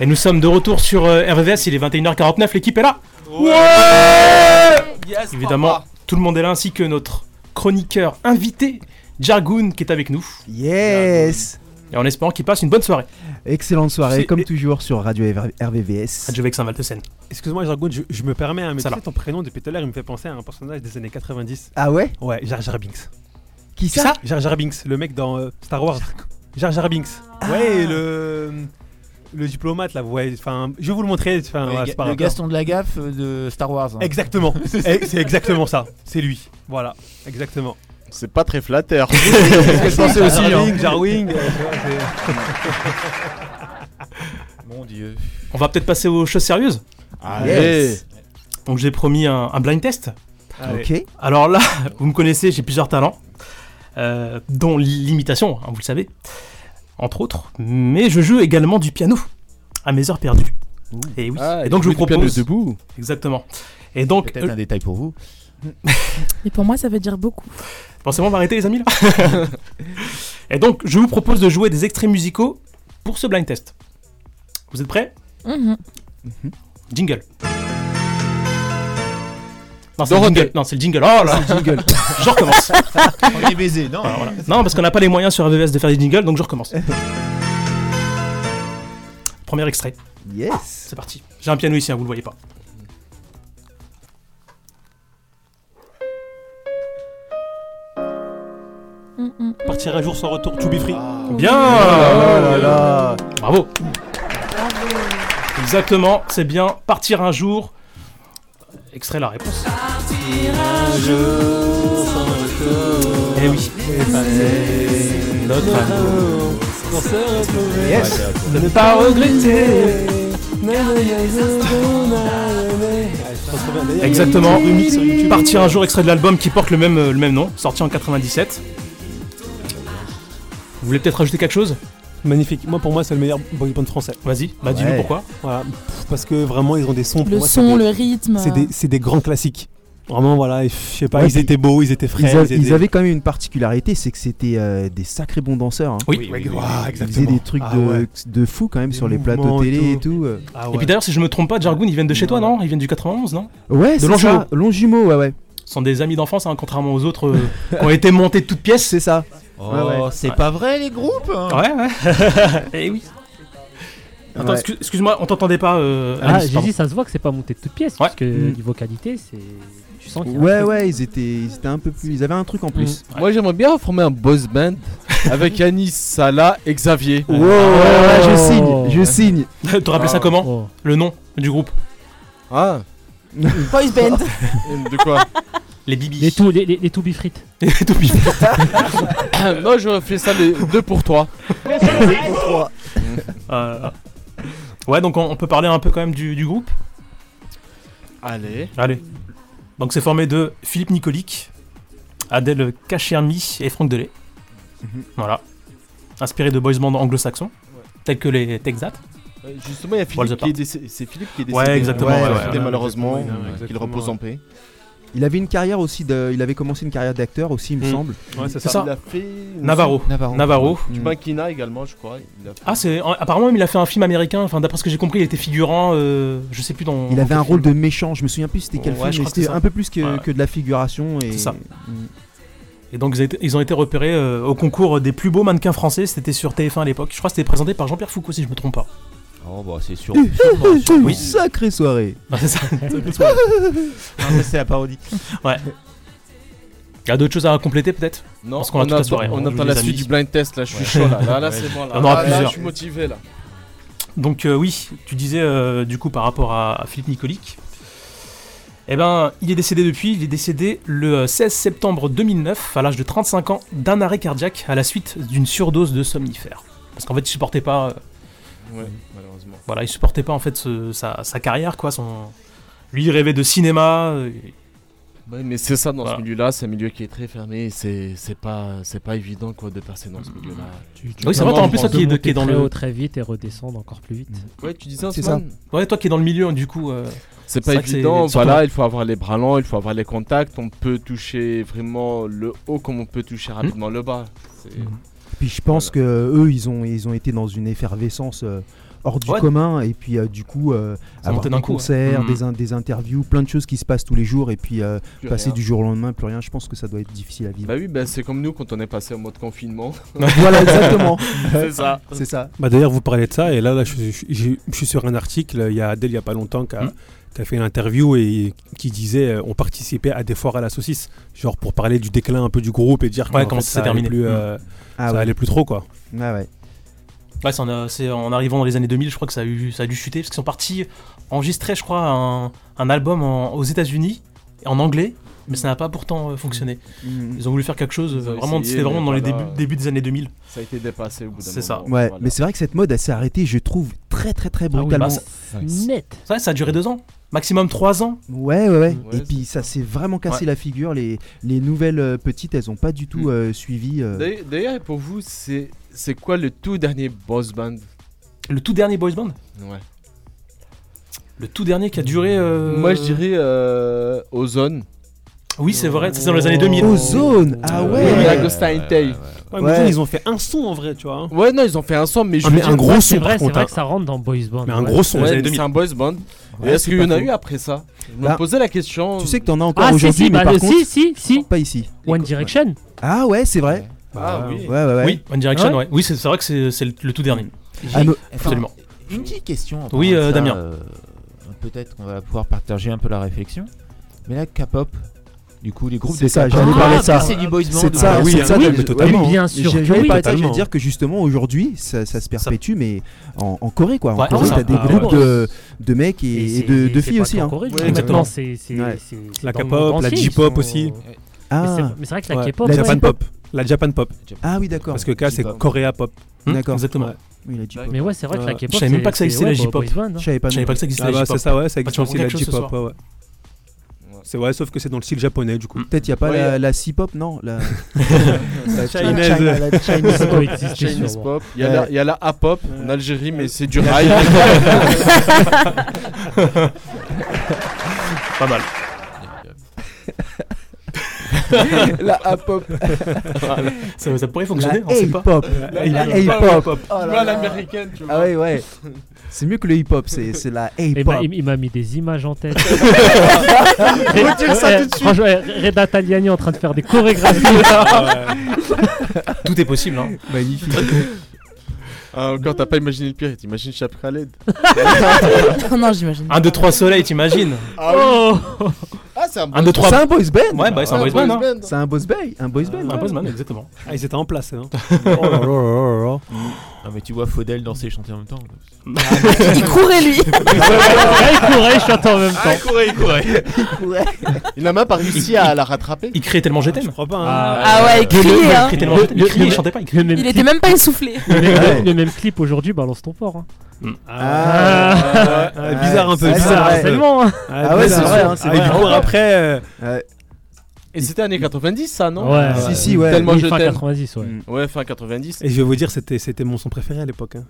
B: Et nous sommes de retour sur euh, RVVS, il est 21h49, l'équipe est là Ouais, Évidemment, tout le monde est là, ainsi que notre chroniqueur invité, Jargoon, qui est avec nous.
L: Yes
B: Et en espérant qu'il passe une bonne soirée.
L: Excellente
B: C'est-
L: soirée, comme toujours sur Radio RV- RVVS.
B: Radio Vexin Val de Seine.
I: Excuse-moi, Jargon, je, je me permets, hein, mais
B: Ça
I: tu
B: va.
I: sais, ton prénom depuis tout à l'heure, il me fait penser à un personnage des années 90.
L: Ah ouais
I: Ouais, Jar Jar Binks.
L: Qui
I: ça Jar Jar Binks, le mec dans euh, Star Wars. Jar Jar Binks. Ouais, le. Le diplomate là, vous voyez. Enfin, je vais vous le montrer.
K: Le
I: Enfin, voilà,
K: ga-
I: c'est pas
K: le
I: grave.
K: Gaston de la gaffe euh, de Star Wars. hein. <laughs>
I: Exactement. Eh, c'est exactement ça. C'est lui. Voilà, exactement.
H: C'est pas très
B: <laughs>
H: hein. flatteur. <laughs>
I: Jarwing, Jarwing. euh,
K: Mon dieu.
B: On va peut-être passer aux choses sérieuses.
H: Ah,
K: Allez. Yes.
B: Donc j'ai promis un, un blind test.
L: Allez. Ok.
B: Alors là, <laughs> vous me connaissez, j'ai plusieurs talents, euh, dont l'imitation, hein, vous le savez, entre autres. Mais je joue également du piano à mes heures perdues. Et oui.
H: Ah,
B: et donc
H: tu
B: je vous
H: joues du piano
B: propose
H: debout.
B: Exactement. Et donc euh,
K: Peut-être un détail pour vous.
A: Et pour moi, ça veut dire beaucoup.
B: Forcément, on va arrêter les amis
K: <laughs>
B: là. Et donc, je vous propose de jouer des extraits musicaux pour ce blind test. Vous êtes prêts Mhm. Jingle. Non, c'est le
K: Dorothée.
B: jingle. Non, c'est le jingle. Oh là
K: C'est le jingle.
B: <laughs> Je recommence.
K: <laughs> On est baisé, non
B: Voilà, voilà. Non, parce qu'on n'a pas les moyens sur AVS de faire des jingles, donc je
K: <laughs>
B: recommence. Premier extrait.
L: Yes.
B: C'est parti. J'ai un piano ici, hein, vous le voyez pas.
I: Partir un jour sans retour, to be free.
B: Bien
I: Ah. Oh là là.
B: Bravo Exactement, c'est bien. Partir un jour. Extrait la réponse. Eh oui. Notre amour.
N: Yes.
B: Ne pas regretter. Exactement. Partir un jour, extrait de l'album qui porte le même, euh, le même nom, sorti en 97. Vous voulez peut-être rajouter quelque chose
I: Magnifique. Moi, pour moi, c'est le meilleur boy band français.
B: Vas-y, bah dis-nous pourquoi.
I: Voilà, Pff, parce que vraiment, ils ont des sons. pour
A: Le
I: moi, c'est
A: son,
I: des-
A: le rythme.
I: C'est des, c'est des grands classiques. Vraiment, voilà, et je sais pas,
L: Ouais,
I: ils
L: puis
I: étaient beaux, ils étaient frais.
L: Ils, a- ils
I: étaient-
L: avaient quand même une particularité, c'est que c'était euh, des sacrés bons danseurs. hein.
B: Oui. Oui, oui, oui, oui,
L: Ils faisaient
B: exactement.
L: des trucs
B: Ah
L: de,
B: ouais.
L: de fou quand même sur les
B: mouvements
L: plateaux
B: et
L: télé et
B: tout.
L: tout. euh.
B: Et puis d'ailleurs, si je me trompe pas, Jargoon, ils viennent de chez toi, non Ils viennent du 91, non
L: Ouais,
B: de
L: c'est
B: Longjumeau.
L: ça. Longjumeau, ouais, ouais.
B: Ce sont des amis d'enfance, hein, contrairement aux autres euh, qui ont été montés de toutes pièces.
L: C'est ça.
K: Oh, c'est pas vrai les groupes hein.
B: Ouais, ouais.
K: <laughs>
B: Eh <laughs> oui. Attends,
C: Ouais.
B: excu- excuse-moi, on t'entendait pas. euh,
C: Ah,
B: Alice,
C: j'ai
B: pardon.
C: dit, ça se voit que c'est pas monté de toutes pièces, parce que
L: Mm.
C: niveau qualité, c'est. Tu sens qu'il y a un
L: Ouais,
C: truc.
L: ouais, ils étaient, ils étaient un peu plus. Ils avaient un truc en plus.
H: Moi j'aimerais bien former un boss band <laughs> avec Anis, Salah et Xavier.
L: Wow, ouais, ouais, je signe,
K: Oh.
L: je signe.
B: <laughs> T'aurais appelé
K: Ah,
B: ça comment
C: Oh,
B: Le nom du groupe
H: Ah
A: Boys band.
H: <laughs> De quoi
B: Les bibis.
C: Les, tout, les, les, les toubis frites.
B: Les
H: <coughs>
B: toubis
H: Non, j'aurais fait ça les deux pour trois. Deux pour trois.
B: Euh, Ouais, donc on, on peut parler un peu quand même du, du groupe
H: Allez.
B: Allez. Donc c'est formé de Philippe Nicolic, Adèle Cachermi et Franck Delay. Voilà. Inspiré de boys band anglo-saxons, tels que les Texas.
H: Euh, Justement, il y a Philippe
B: Walls
H: qui est
B: Apart.
H: décédé. C'est Philippe qui est décédé.
B: Ouais, exactement. ouais, ouais.
H: C'était malheureusement,
B: Exactement, ouais,
H: euh, qu'il
B: exactement,
H: repose en
B: ouais.
H: paix.
L: Il avait une carrière aussi. De, il avait commencé une carrière d'acteur aussi, il me
B: Mm.
L: semble.
H: Ouais, c'est
B: C'est
H: ça.
B: ça.
H: Il a fait.
B: Navarro.
L: Navarro.
B: Navarro.
H: Du Makina également, je crois. Il a fait-
B: Ah, c'est en- apparemment même il a fait un film américain. Enfin, d'après ce que j'ai compris, il était figurant. euh, je sais plus dans.
L: Il
B: dans
L: avait
B: quel film.
L: un rôle de méchant. Je me souviens plus c'était quel
B: Ouais, je
L: film, mais
B: crois que c'est
L: c'était
B: ça.
L: un peu plus que,
B: Ouais.
L: que de la figuration. et-
B: C'est ça.
L: Mm.
B: Et donc ils ont été- ils ont été repérés euh, au concours des plus beaux mannequins français, c'était sur TF1 à l'époque. Je crois que c'était présenté par Jean-Pierre Foucault si je me trompe
L: <laughs>
B: pas.
K: Oh bah c'est <laughs> sûr.
B: Oui.
L: Sacrée soirée.
B: Ah, <laughs> c'est ça.
L: <laughs>
K: c'est la parodie.
B: <laughs> Ouais. Il y a d'autres choses à compléter peut-être
H: Non,
B: Parce qu'on a
H: on
B: toute la
H: attend-
B: soirée.
H: on
B: joue
H: attend
B: les
H: la suite
B: amis.
H: du blind test, là, je suis chaud, là. Là, là, c'est bon, Ah, là.
B: On en aura
H: Là, là,
B: plusieurs.
H: je suis motivé, là.
B: Donc euh, oui, tu disais euh, du coup par rapport à, à Philippe Nicolic. Eh ben, il est décédé depuis, il est décédé le euh, 16 septembre 2009 à l'âge de 35 ans d'un arrêt cardiaque à la suite d'une surdose de somnifères. Parce qu'en fait, il supportait pas euh,
H: Ouais, malheureusement.
B: voilà, il supportait pas en fait ce- sa, sa carrière quoi, son lui il rêvait de cinéma. euh, et-
H: Ouais, mais c'est ça dans ce milieu-là, c'est un milieu qui est très fermé, et c'est c'est pas c'est pas évident quoi de percer dans ce milieu-là.
B: Ah oui, c'est vrai, toi, en plus, toi qui est, de-
C: monter
B: qui est dans
C: très
B: le.
C: haut très vite et redescendre encore plus vite.
H: Ouais, tu disais
B: C'est ça. Ouais, toi qui es dans le milieu, du coup. euh,
H: C'est pas
B: vrai que
H: évident,
B: surtout-
H: voilà, il faut avoir les bras lents, il faut avoir les contacts, on peut toucher vraiment le haut comme on peut toucher
B: Hmm.
H: rapidement le bas. C'est-
L: Puis je pense que eux, ils ont, ils ont été dans une effervescence euh, hors du
H: Ouais.
L: commun. Et puis, euh, du coup, euh,
B: Ça
L: avoir
B: montait
L: des
B: d'un coup, ouais.
L: concerts,
B: Mhm.
L: des, in- des interviews, plein de choses qui se passent tous les jours. Et puis, euh,
H: Plus
L: passer
H: rien.
L: du jour au lendemain, plus rien, je pense que ça doit être difficile à vivre.
H: Bah oui, bah c'est comme nous quand on est passé en mode <laughs> confinement.
L: Voilà, exactement.
H: <laughs> c'est ça.
L: C'est ça.
I: Bah d'ailleurs, vous parlez de ça, et là, là je, je- je- je suis sur un article, il y a Adèle, il n'y a pas longtemps, qui a, qui a fait une interview et qui disait euh, on participait à des foires à la saucisse, genre pour parler du déclin un peu du groupe et dire
B: Ouais,
I: qu'en
B: comment
I: fait,
B: ça
I: ça
B: s'est
I: allait
B: terminé.
I: plus, euh,
B: Mm.
L: Ah
I: ça
L: ouais.
I: allait plus trop, quoi.
L: Ah ouais.
B: Ouais, c'est en, euh, c'est en arrivant dans les années 2000, je crois que ça a, eu, ça a dû chuter, parce qu'ils sont partis enregistrer, je crois, un, un album en- aux États-Unis, en anglais, mais ça n'a pas pourtant euh, fonctionné.
L: Mm.
B: Ils ont voulu faire quelque chose, euh,
H: ont
B: vraiment,
H: essayé,
B: c'était vraiment
H: mais
B: dans les
H: voilà,
B: débuts,
H: euh,
B: débuts des années 2000.
H: Ça a été dépassé au bout d'un
B: C'est ça.
H: moment.
L: Ouais, mais c'est vrai que cette mode, elle s'est arrêtée, je trouve, très, très, très
B: Ah oui, bah,
L: brutalement.
B: ça- C'est vrai, ça a duré deux ans, maximum trois ans.
L: Ouais, ouais, ouais.
B: Ouais,
L: Et puis ça s'est vraiment cassé
B: Ouais.
L: la figure. Les, les nouvelles euh, petites, elles ont pas du tout euh, suivi. euh.
H: D'ailleurs- D'ailleurs, pour vous, c'est c'est quoi le tout dernier boss band
B: Le tout dernier boys band
H: Ouais.
B: Le tout dernier qui a duré. euh,
H: Moi, je dirais euh, Ozone.
B: Oui, c'est vrai, c'est dans les années 2000.
L: Ozone Ah ouais.
H: Oui, Agostin Tay.
I: Ouais, mais ils ont fait un son en vrai, tu vois.
H: Ouais, non, ils ont fait un son, mais je veux dire-
C: Ouais, c'est vrai, c'est vrai que ça rentre dans boys band.
I: Mais un
C: ouais.
I: gros son,
H: Ouais, mais c'est un boys band.
L: Ouais,
H: Et est-ce
L: c'est
H: qu'il y en
L: pas
H: a
L: faux.
H: eu après ça Je
L: Bah,
H: me posais la question.
L: Tu sais que t'en as encore
C: Ah, si,
L: aujourd'hui,
C: si,
L: mais
C: bah,
L: par
C: le-
L: contre,
C: si, si, si.
L: pas ici.
C: One Direction.
L: Ah ouais, c'est vrai.
H: Ah oui. Ah
L: Ouais, ouais, ouais.
B: Oui, One Direction,
L: Ouais.
B: ouais. Oui, c'est c'est vrai que c'est c'est le, le tout dernier.
L: Ah, mais-
B: Absolument.
K: Une petite question. en parlant
B: Oui,
K: de
B: euh,
K: ça,
B: Damien.
K: euh, Peut-être qu'on va pouvoir partager un peu la réflexion. Mais la K-pop, du coup, les groupes
L: C'est
K: de
L: ça,
K: K-pop.
L: j'allais
K: Ah,
L: parler de
K: mais
L: ça.
K: C'est du boys band.
L: C'est de ça,
K: Ah
L: c'est de ça,
K: oui,
L: j'allais-
K: mais
L: totalement.
K: bien sûr
L: J'allais
K: que
L: parler de
K: oui.
L: ça, j'allais
K: Totalement.
L: dire que justement aujourd'hui, ça, ça se perpétue, mais en, en Corée quoi. En
B: Ouais, c'est
L: Corée,
B: ça.
L: t'as des
B: Ah,
L: groupes
B: ouais.
L: de, de mecs
C: Et
L: et, et
C: c'est-
L: de, de
C: c'est
L: filles
C: pas
L: aussi.
C: qu'en
L: hein.
C: Corée,
L: Ouais,
C: Exactement. C'est c'est- c'est- c'est
I: La
C: dans le monde
I: K-pop, la
C: entier, ils
I: J-pop
C: sont-
I: aussi.
L: Ah.
C: Mais c'est- mais c'est vrai que la
I: Ouais,
C: K-pop,
I: la
C: ouais.
I: Japan Pop. La Japan Pop.
L: Ah oui, d'accord.
I: Parce que K, c'est
L: J-pop.
I: Korea Pop.
B: Hmm,
L: D'accord.
B: Exactement.
L: Oui, la J-pop.
C: Mais ouais, c'est vrai que la K-pop.
B: Je savais même pas que ça
C: c'est-
B: existait
C: ouais,
B: la
C: bah,
B: J-pop.
C: boys band, hein.
L: Je savais pas
B: Je savais
L: non
B: pas que ça existait
I: Ah
B: la
I: bah,
B: J-pop.
I: c'est ça, ouais, ça
B: Bah,
I: existe
B: tu
I: aussi
B: apprends
I: la
B: quelque chose ce
I: J-pop.
B: soir.
I: ouais, ouais. C'est vrai, sauf que c'est dans le style japonais du coup.
L: Hmm. Peut-être y a pas
H: Ouais.
L: la, la C-pop, non
C: <laughs>
L: la... la
I: Chinese.
L: China- la Chinese pop.
H: Chinese
C: sûrement.
H: pop. Il y a la- il y a la A-pop en Algérie, mais c'est du <laughs> rail. <laughs>
B: Pas
A: <laughs>
B: mal.
L: La A-pop.
B: Voilà. ça, ça pourrait fonctionner,
L: La
B: on sait pas.
L: A-pop.
H: La
L: La
H: A-pop.
L: A-pop. Oh
H: Tu vois, l'américaine, tu vois.
L: Ah ouais, ouais. <laughs> C'est mieux que le hip-hop, c'est c'est la
C: Il m'a-
L: A-pop.
C: Eh ben, il m'a mis des images en
L: <laughs>
C: tête.
L: Retire ça
C: Ouais,
L: tout de suite.
C: Franchement, ouais, Reda Taliani en train de faire des
L: <laughs>
C: chorégraphies.
L: Ah
B: Tout est possible, hein.
L: Magnifique.
H: <laughs> Ah, Encore, t'as pas imaginé le pire. T'imagines Chap
L: <laughs>
B: <laughs>
H: Khaled
A: Non, non, j'imagine.
B: Un, deux, trois soleils, t'imagines
H: Ah
L: Oh.
H: oui.
B: Oh,
H: Ah, c'est un
B: Un, deux, trois.
L: C'est un boys band
B: Ouais, bah, c'est un
H: Ouais,
B: boys band, hein.
L: C'est un boys band, un boys band. hein.
B: Un
L: ouais.
B: boys band, exactement.
I: Ah, ils étaient en place.
B: <laughs>
I: Hein.
K: Ah, mais tu vois Faudel danser et chanter en même
H: <laughs>
K: temps.
A: Il
K: <laughs>
A: courait, lui.
C: Ouais, il courait, je chantais en même temps.
H: courait, Ah, il courait. Il n'a même pas réussi à la rattraper.
B: Il criait tellement je t'aime.
I: Je crois pas. hein.
A: Ah ouais, il criait, hein.
B: criait tellement je t'aime. Il
C: Le-
B: criait,
C: le-
B: il chantait pas, il criait.
C: Le même
A: Il
C: clip-
A: était même
B: <laughs>
A: pas essoufflé.
C: le
L: Ouais.
C: même- le même clip aujourd'hui, balance ton porc. hein.
I: Ah, ouais, bizarre un peu,
L: Ouais, c'est
I: bizarre.
L: vrai.
I: un peu.
C: Tellement. hein.
L: Ah ouais, c'est vrai, hein, c'est
I: Ah, et
L: vrai.
I: du coup, après, euh,
L: Ouais.
H: Et c'était années 90, ça, non
C: Ouais.
L: Si, si, ouais.
H: Tellement
C: Oui,
H: je
C: fin
H: t'aime. Mm.
C: 90, ouais.
H: Ouais, fin 90.
I: et je vais vous dire, c'était, c'était mon son préféré à l'époque. hein.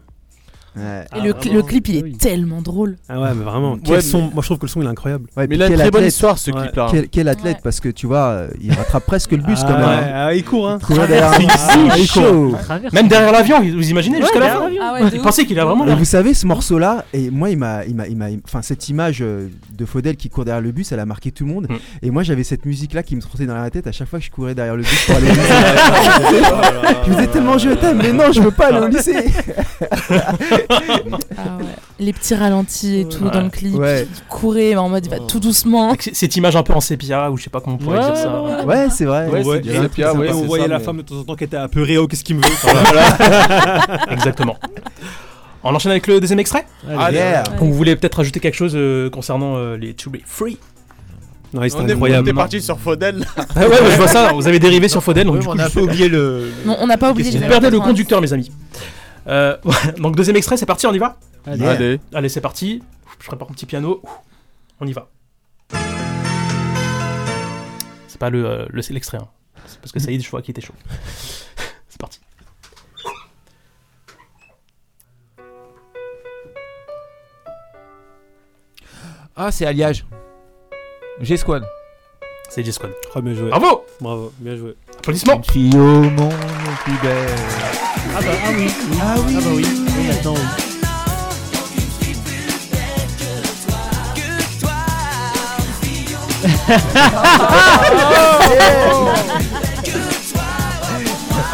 L: Ouais.
H: Ah,
A: Et le, cli- le clip, il est tellement drôle.
I: Ah ouais, mais vraiment, quel
L: Ouais,
I: son.
L: mais-
I: Moi, je trouve que le son il est incroyable.
L: Ouais, puis
I: a
L: quel
I: une très bonne
L: athlète.
I: histoire ce clip-là.
L: Quel, quel athlète, parce que tu vois, euh, il rattrape presque le bus
I: Ah
L: quand même.
I: ouais,
L: hein.
I: ah, il court, hein.
L: Il courait derrière
I: Traverse.
L: un-
I: Ah,
L: Ah,
I: il
L: il
I: court.
L: chaud.
I: Traverse.
B: Même derrière l'avion, vous imaginez
L: Ouais,
B: jusqu'à la
L: derrière
B: fin
A: Ah
L: l'avion.
B: Il pensait qu'il a vraiment
L: Et
B: là.
L: vous savez, ce morceau-là, et moi, il m'a, il m'a, il m'a, il- enfin, cette image euh, de Faudel qui court derrière le bus, elle a marqué tout le
B: Mm.
L: monde. Et moi, j'avais cette musique-là qui me trottait dans la tête à chaque fois que je courais derrière le bus pour aller au lycée.
I: <laughs>
L: <laughs> je me disais tellement je t'aime, mais non, je veux pas aller au lycée.
A: Ah ouais. Les petits ralentis et tout
B: Ouais.
A: dans le clip.
B: Ouais.
A: Il courait mais en mode il va tout doucement.
B: Avec c- Cette image un peu en sépia, ou je sais pas comment on pourrait
A: Ouais,
B: dire ça.
A: ouais,
L: Ouais, c'est vrai.
I: Ouais, c'est- et- et on voyait la femme de temps en temps qui était apeurée, oh qu'est-ce qu'il me veut
B: <laughs> Voilà. <laughs> Exactement. On enchaîne avec le deuxième extrait
N: Ah,
I: Allez. Yeah.
B: Donc, Vous voulez peut-être ajouter quelque chose euh, concernant euh, les To Be Free
I: Non, ils sont
B: On est-
I: incroyables.
B: on est parti
N: Parti sur Faudel.
B: <laughs> Ah ouais, ouais, je vois ça, vous avez dérivé sur Faudel, donc
N: Oui,
B: du
N: mais
B: coup,
N: on a
B: je
N: un
B: fais-
N: peu oublié le-
A: Non, on n'a pas oublié les
B: Vous
A: années
B: perdez le
A: 90.
B: conducteur, mes amis. Euh, <laughs> voilà, donc deuxième extrait, c'est parti, on y va
H: Allez. Allez.
B: Allez, c'est parti. Je prépare mon petit piano. On y va. C'est pas le, euh, le- c'est l'extrait, hein. C'est parce que Saïd, je vois qu'il était chaud. c'est parti.
K: Ah, c'est Alliage. G-Squad. <laughs>
B: C'est G-Squad.
I: Oh, bien joué.
B: Bravo
I: Bravo, bien joué.
B: Applaudissements
K: Une fille au monde plus belle.
I: Ah bah ah oui, oui. Ah oui. bah oui. Oui, attends, oui. Ah.
L: Ah.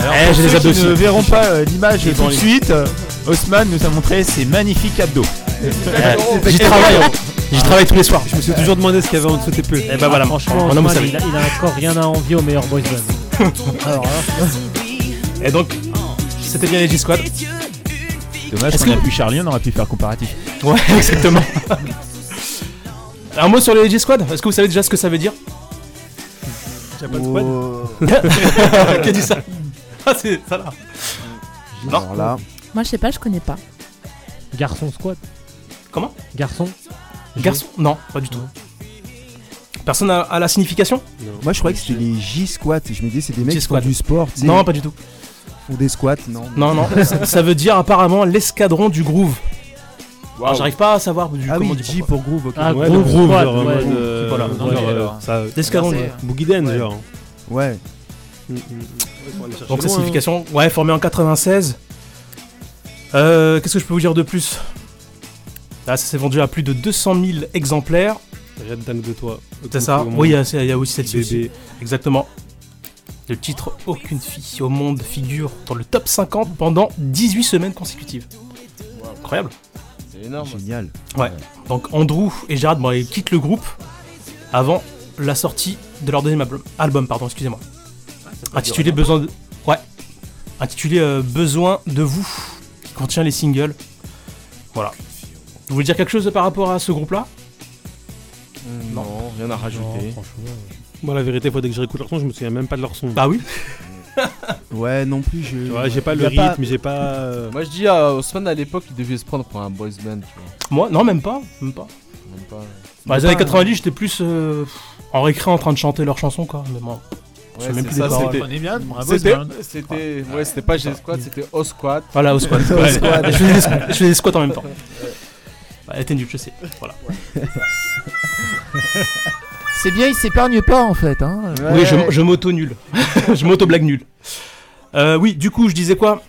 B: Eh,
K: pour
B: j'ai les
K: ceux
B: abdos
K: qui ne
B: aussi.
K: verront pas euh, l'image
B: Ils
K: tout
B: vont
K: de
B: les-
K: suite, euh, Haussmann nous a montré ses magnifiques abdos.
B: Euh, J'y travaille, hein. j'y travaille tous les soirs.
I: Je me suis toujours demandé ce qu'il y avait en dessous de tes pulls.
B: Eh ben voilà,
C: Franchement,
B: Maintenant, vous
C: Haussmann,
B: savez.
C: il, a, il a encore rien à envier au meilleur boys band. Alors hein. là,
B: Et donc, c'était bien les G-Squad.
K: Dommage
B: Est-ce
K: qu'on a
B: que-
K: plus Charlie, on aurait pu faire comparatif.
B: Ouais, <laughs> exactement. Un mot sur les G-Squad Est-ce que vous savez déjà ce que ça veut dire
I: J'ai pas de squad.
B: <laughs> Qui a dit ça Ah, c'est ça là.
L: Alors là.
A: Moi je sais pas, je connais pas.
C: Garçon squad.
B: Comment
C: Garçon.
B: Garçon Non, pas du tout. Personne à la signification
L: Moi, je croyais que c'était les J-Squats. Je me disais, c'est des mecs qui font
B: J-Squat.
L: du sport. tu sais.
B: Non, pas du tout.
L: Ils Font des squats, non.
B: Non,
L: <laughs>
B: non, ça, ça veut dire apparemment l'escadron du groove.
L: Waouh.
B: Alors, J'arrive pas à savoir du
L: Ah
B: comment
L: oui,
B: on dit
L: J
B: pourquoi.
L: pour groove. ok.
C: Ah,
I: Ouais,
C: gros
I: le groove,
C: squad,
I: genre, en
C: ouais,
I: mode,
C: de-
I: euh,
B: Voilà.
I: genre,
B: Ok,
I: euh,
B: alors.
I: ça-
B: L'escadron,
I: Marseille,
B: ouais.
I: Boogie Dance, genre.
L: Ouais.
I: Mm,
B: Donc
I: hein.
B: sa signification, ouais, formé en 96. Euh, Qu'est-ce que je peux vous dire de plus Là, ça s'est vendu à plus de 200 000 exemplaires.
I: J'aime dingue de toi.
B: C'est ça
I: Au moins.
B: Oui, il y, a- il y a aussi celle-ci.
I: Bébé.
B: aussi. Exactement. Le titre Aucune fille au monde figure dans le top 50 pendant 18 semaines consécutives. Incroyable.
H: C'est énorme.
L: Génial.
B: Ouais. Donc Andrew et Gerard bon, ils quittent le groupe avant la sortie de leur deuxième album, album pardon, excusez-moi.
I: Ah,
B: Intitulé Besoin de Ouais. Intitulé euh, Besoin de vous qui contient les singles. Voilà. Vous voulez dire quelque chose par rapport à ce groupe-là
L: Mm.
H: Non, rien à rajouter.
I: Moi, la vérité, faut dès que je réécoute leur son, je me souviens même pas de leur son.
B: Bah oui.
L: <laughs> Ouais, non plus. Je...
I: Ouais, j'ai pas
L: Il
I: le
L: y a
I: rythme, j'ai pas. euh,
H: Moi je dis à Osman à l'époque, il devait se prendre pour un boys band, tu vois.
B: Moi non, même pas, même pas.
H: Même pas.
B: Bah, les années 90, j'étais plus euh, en récré en train de chanter leurs chansons quoi, mais bon. je sais
H: Ouais,
B: même
H: c'est
B: plus
H: ça,
B: des paroles.
H: c'était-
K: On est bien, on a un boys
H: C'était,
K: band.
H: c'était, ouais, c'était pas G-Squad, c'était O-Squad.
B: Voilà,
H: <laughs>
B: au squat.
L: Au
B: Ouais,
L: squat.
B: je, faisais des, squ- je faisais des squats en même temps. Bah, elle était nulle, je sais. Voilà.
K: C'est bien, il s'épargne pas en fait. Hein.
B: Oui, je, je m'auto-nul. <laughs> je m'auto-blague nul. Euh, oui, du coup, je disais quoi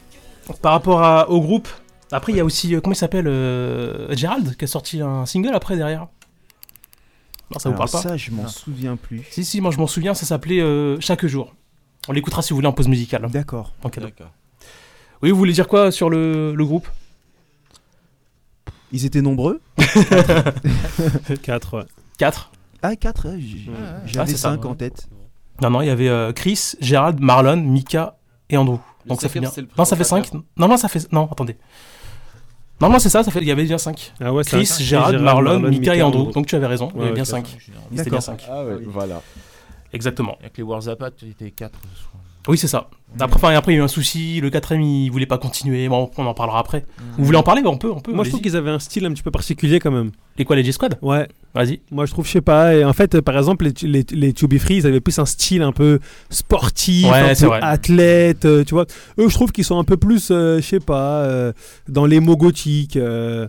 B: Par rapport à- au groupe. Après, il y a aussi. euh, comment il s'appelle euh, Gérald, qui a sorti un single après derrière. Non, ça vous
L: Alors
B: parle pas
L: Ça, je m'en souviens plus.
B: Si, si, moi je m'en souviens, ça s'appelait euh, Chaque jour. On l'écoutera si vous voulez en pause musicale. hein,
L: D'accord.
B: en cadeau.
H: D'accord.
B: Oui, vous voulez dire quoi sur le, le groupe
L: Ils
B: <laughs>
L: étaient nombreux.
I: 4, ouais.
B: 4
L: Ah, 4. J'avais
B: Ah, c'est ça.
L: 5 en tête.
B: Non, non, il y avait euh, Chris, Gérald, Marlon, Mika et Andrew.
H: Le
B: Donc ça fait
H: cinquième,
B: bien.
H: c'est le
B: Non, ça fait 5. Non, non, ça fait. Non, attendez. Non, non, c'est ça, ça fait... il y avait bien 5.
I: Ah ouais, c'est
B: Chris,
I: ça.
B: Gérald,
I: Gérald,
B: Marlon,
I: Marlon,
B: Mika,
I: Mika
B: et
I: et
B: Andrew.
I: Andrew.
B: Donc tu avais raison, il y
I: Ouais,
B: avait bien
I: ok.
B: 5. C'était
L: D'accord.
B: bien 5.
H: Ah ouais, voilà.
B: Exactement.
K: Avec les Warzapat, il était 4.
B: Oui, c'est ça. Après, enfin, après, il y a eu un souci, le 4ème il voulait pas continuer, bon, on en parlera après. Vous voulez en parler Bah, On peut, on peut.
I: Moi, je trouve qu'ils avaient un style un petit peu particulier quand même.
B: Les quoi, les G-Squad
I: Ouais.
B: Vas-y.
I: Moi, je trouve, je sais pas. Et en fait, euh, par exemple, les, tu- les, les To Be Free, ils avaient plus un style un peu sportif,
B: Ouais,
I: un
B: c'est
I: peu
B: vrai.
I: athlète, euh, tu vois. Eux, je trouve qu'ils sont un peu plus, euh, je sais pas, euh, dans les mots gothiques. euh,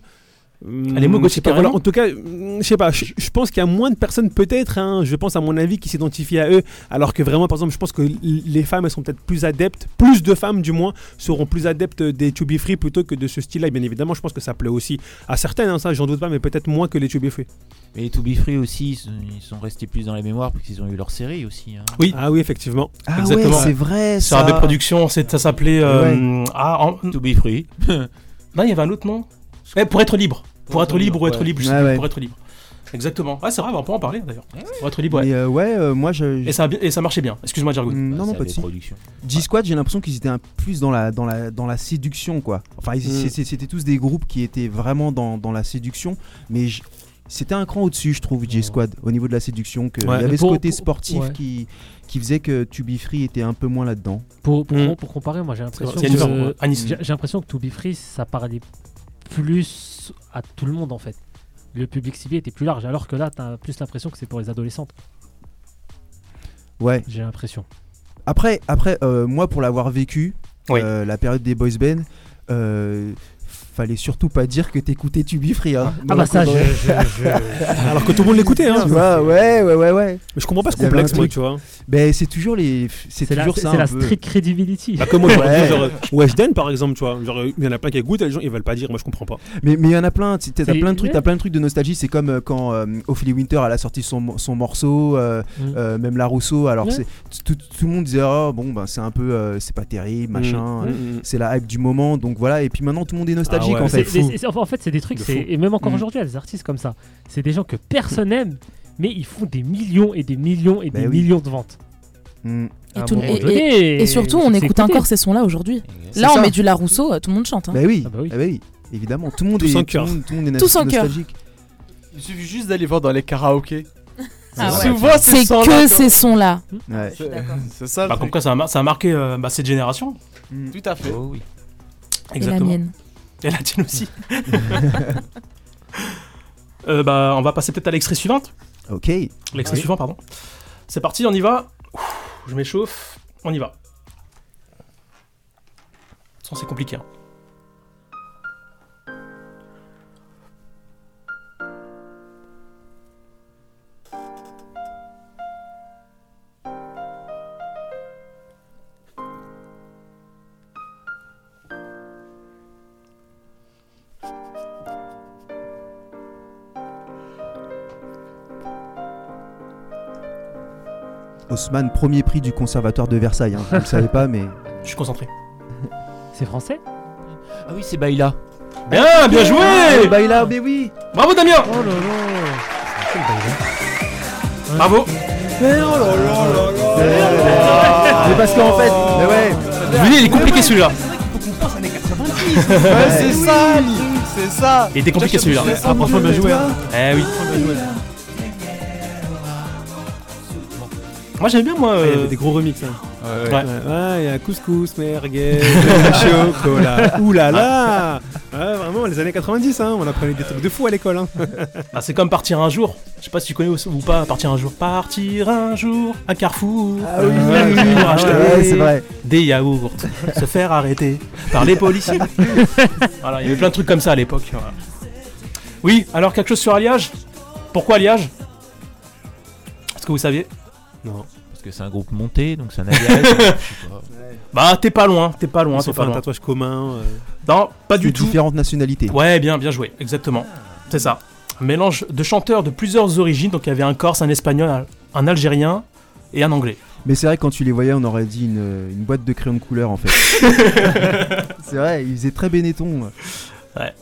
B: les mots
I: hum,
B: gothiques,
I: je sais pas, voilà,
B: carrément
I: En tout cas, hum, je sais pas, je je pense qu'il y a moins de personnes peut-être, hein, je pense à mon avis, qui s'identifient à eux, alors que vraiment, par exemple, je pense que l- les femmes, elles sont peut-être plus adeptes, plus de femmes du moins, seront plus adeptes des To Be Free plutôt que de ce style-là. Et Bien évidemment, je pense que ça plaît aussi à certaines, hein, ça, j'en doute pas, mais peut-être moins que les To Be Free.
K: Mais les To Be Free aussi, ils sont- ils sont restés plus dans les mémoires parce qu'ils ont eu leur série aussi. hein.
I: Oui. Ah oui, effectivement.
L: Ah ouais, c'est vrai,
B: Sur
L: ça.
B: AB Productions, c'est- ça s'appelait. euh, ah,
K: To Be Free.
B: <laughs> non, il y avait un autre nom. Eh, pour être libre. Pour, être libre, ou être
L: ouais.
B: libre, je sais
L: Ouais,
B: plus,
L: Ah ouais.
B: Pour être libre. Exactement. Ah, c'est vrai, on peut en parler d'ailleurs. Pour être libre, ouais.
L: Mais euh, ouais, euh, moi je. Mm,
B: Et ça, a bien- et ça marchait bien. Excuse-moi, Jargon.
L: Non, non, pas de souci. G-Squad, j'ai l'impression qu'ils étaient un plus dans la, dans, la, dans la séduction, quoi. Enfin, ils-
B: Mm.
L: c'est- c'était tous des groupes qui étaient vraiment dans, dans la séduction, mais j- c'était un cran au-dessus, je trouve, G-Squad, au niveau de la séduction. Que,
C: Ouais.
L: Il y avait
C: Pour-
L: ce côté
C: pour-
L: sportif
C: ouais.
L: qui, qui faisait que To Be Free était un peu moins là-dedans.
C: Pour, pour, pour comparer, moi j'ai l'impression
L: C'est vrai, c'est
C: que,
L: différent. Anis.
C: j'ai j'ai l'impression que To Be Free, ça parlait plus à tout le monde en fait. Le public ciblé était plus large, alors que là, t'as plus l'impression que c'est pour les adolescentes.
L: Ouais.
C: J'ai l'impression.
L: Après, après euh, moi, pour l'avoir vécu,
B: Oui.
L: euh, la période des boys band, euh, fallait surtout pas dire que t'écoutais To Be Free. hein.
I: Ah bah ça,
L: Dans-
I: je- je- je- Alors que tout le monde l'écoutait, hein.
L: Tu vois, ouais, ouais, ouais, ouais.
I: Mais je comprends pas ce
L: Il y avait
I: complexe,
L: un
I: moi,
L: truc-
I: tu vois.
L: Ben c'est toujours les, c'est
C: C'est la-
L: toujours ça.
C: c'est
L: un
C: la
L: peu.
C: strict credibility.
I: Bah, comme moi, j'aurais
L: Ouais.
I: dit, genre, Weshden par exemple, tu vois. Genre, il y en a plein qui écoutent, et les gens ils veulent pas dire, moi je comprends pas.
L: Mais mais il y en a plein, tu- t'as t'as
I: C'est-
L: plein de trucs,
I: ouais.
L: t'as plein de trucs de nostalgie. C'est comme euh, quand euh, Ophélie Winter elle a sorti son, mo- son morceau, euh,
C: Mm.
L: euh, même La Rousseau. Alors
I: Ouais.
L: c'est tout, tout le monde disait oh bon ben c'est un peu euh, c'est pas terrible machin.
C: Mm.
L: euh,
C: Mm.
L: C'est la hype du moment donc voilà et puis maintenant tout le monde est nostalgique
C: Ah ouais.
L: en fait.
C: C'est- c'est- c'est- en fait, c'est des trucs,
L: De
C: c'est-
L: fou.
C: et même encore
L: Mm.
C: aujourd'hui, il y a des artistes comme ça. C'est des gens que personne n'aime, mais ils font des millions et des millions et
L: Ben
C: des
L: oui. Mm.
C: millions de ventes.
A: Et,
C: Ah
A: tout-
C: bon,
A: et-
C: je l'ai,
A: et- et surtout, on
C: c'est
A: écoute
C: écouté.
A: encore ces sons-là aujourd'hui.
L: C'est
A: Là, on
L: ça.
A: met du Larousseau, euh, tout le monde chante. hein.
L: Bah oui. Ah bah oui, évidemment tout le monde
A: Tous
L: est
A: en
L: tout le
A: chœur.
L: monde- tout le monde est
A: Tous en chœur.
L: nostalgique.
H: Il suffit juste d'aller voir dans les karaokés.
A: Ah ouais.
H: Souvent,
A: C'est
H: ces sons-là,
A: que
H: quand-
A: ces sons-là.
L: Ouais.
H: C'est ça. le
B: Bah,
H: truc.
B: comme quoi, ça a, mar- ça a marqué euh, bah, cette génération.
H: Tout à fait.
B: Exactement.
A: mienne.
B: Et la tienne aussi. Euh, bah, on va passer peut-être à l'extrait suivant.
L: Ok.
B: L'extrait
L: Oui.
B: suivant, pardon. C'est parti, on y va. Ouh, je m'échauffe. On y va. De toute façon, c'est compliqué. hein.
L: Haussmann premier prix du conservatoire de Versailles. Hein. Vous le savez pas mais.
B: Je suis concentré.
C: C'est français
K: Ah oui, c'est Baila.
B: Bien, bien joué
L: Ah, Baila, mais oui.
B: Bravo Damien
K: Oh
L: Oh.
B: Bravo
L: oh
B: oh
L: Mais parce qu'en fait, mais ouais.
B: Vous voyez, il est compliqué celui-là. <laughs>
H: Ouais, c'est ça, le truc, c'est ça.
B: Il était compliqué celui-là.
H: Ah, franchement, bien joué, hein.
B: Eh oui. Moi j'aime bien moi.
I: Ah, il y
B: euh,
I: avait des gros remix. hein.
B: ouais.
I: Ouais, ouais, il y a couscous, merguez, <laughs>
B: <laughs>
I: chocolat. Ouh là là Ah. Ouais, Vraiment, les années 90, hein, on apprenait des trucs de fou à l'école. hein.
B: <laughs> Ah, c'est comme partir un jour. Je sais pas si tu connais ou ou pas. Partir un jour. Partir un jour à Carrefour. Ah <laughs>
L: oui, oui, oui, oui. Ouais, c'est vrai.
B: Des yaourts. se faire arrêter par les
L: <laughs>
B: policiers. voilà, il y avait plein de trucs comme ça à l'époque. voilà. Oui, alors quelque chose sur Alliage. Pourquoi Alliage Est-ce que vous saviez
I: Non.
K: Parce que c'est un groupe monté, donc c'est un alliage.
I: <laughs>
K: je sais
B: <laughs>
K: pas.
B: Bah t'es <laughs> pas loin, t'es pas loin,
I: Ils se
B: t'es
I: font
B: pas
I: un
B: loin.
I: tatouage commun. euh.
B: Non, pas du
L: C'est
B: tout.
L: Différentes nationalités. Ah.
B: Ouais, bien, bien joué, exactement. C'est ça. Un mélange de chanteurs de plusieurs origines. Donc il y avait un Corse, un Espagnol, un Algérien et un Anglais.
L: Mais c'est vrai que quand tu les voyais, on aurait dit une, une boîte de crayons de couleur en fait.
A: <laughs>
L: c'est vrai, ils faisaient très Benetton.
B: Ouais.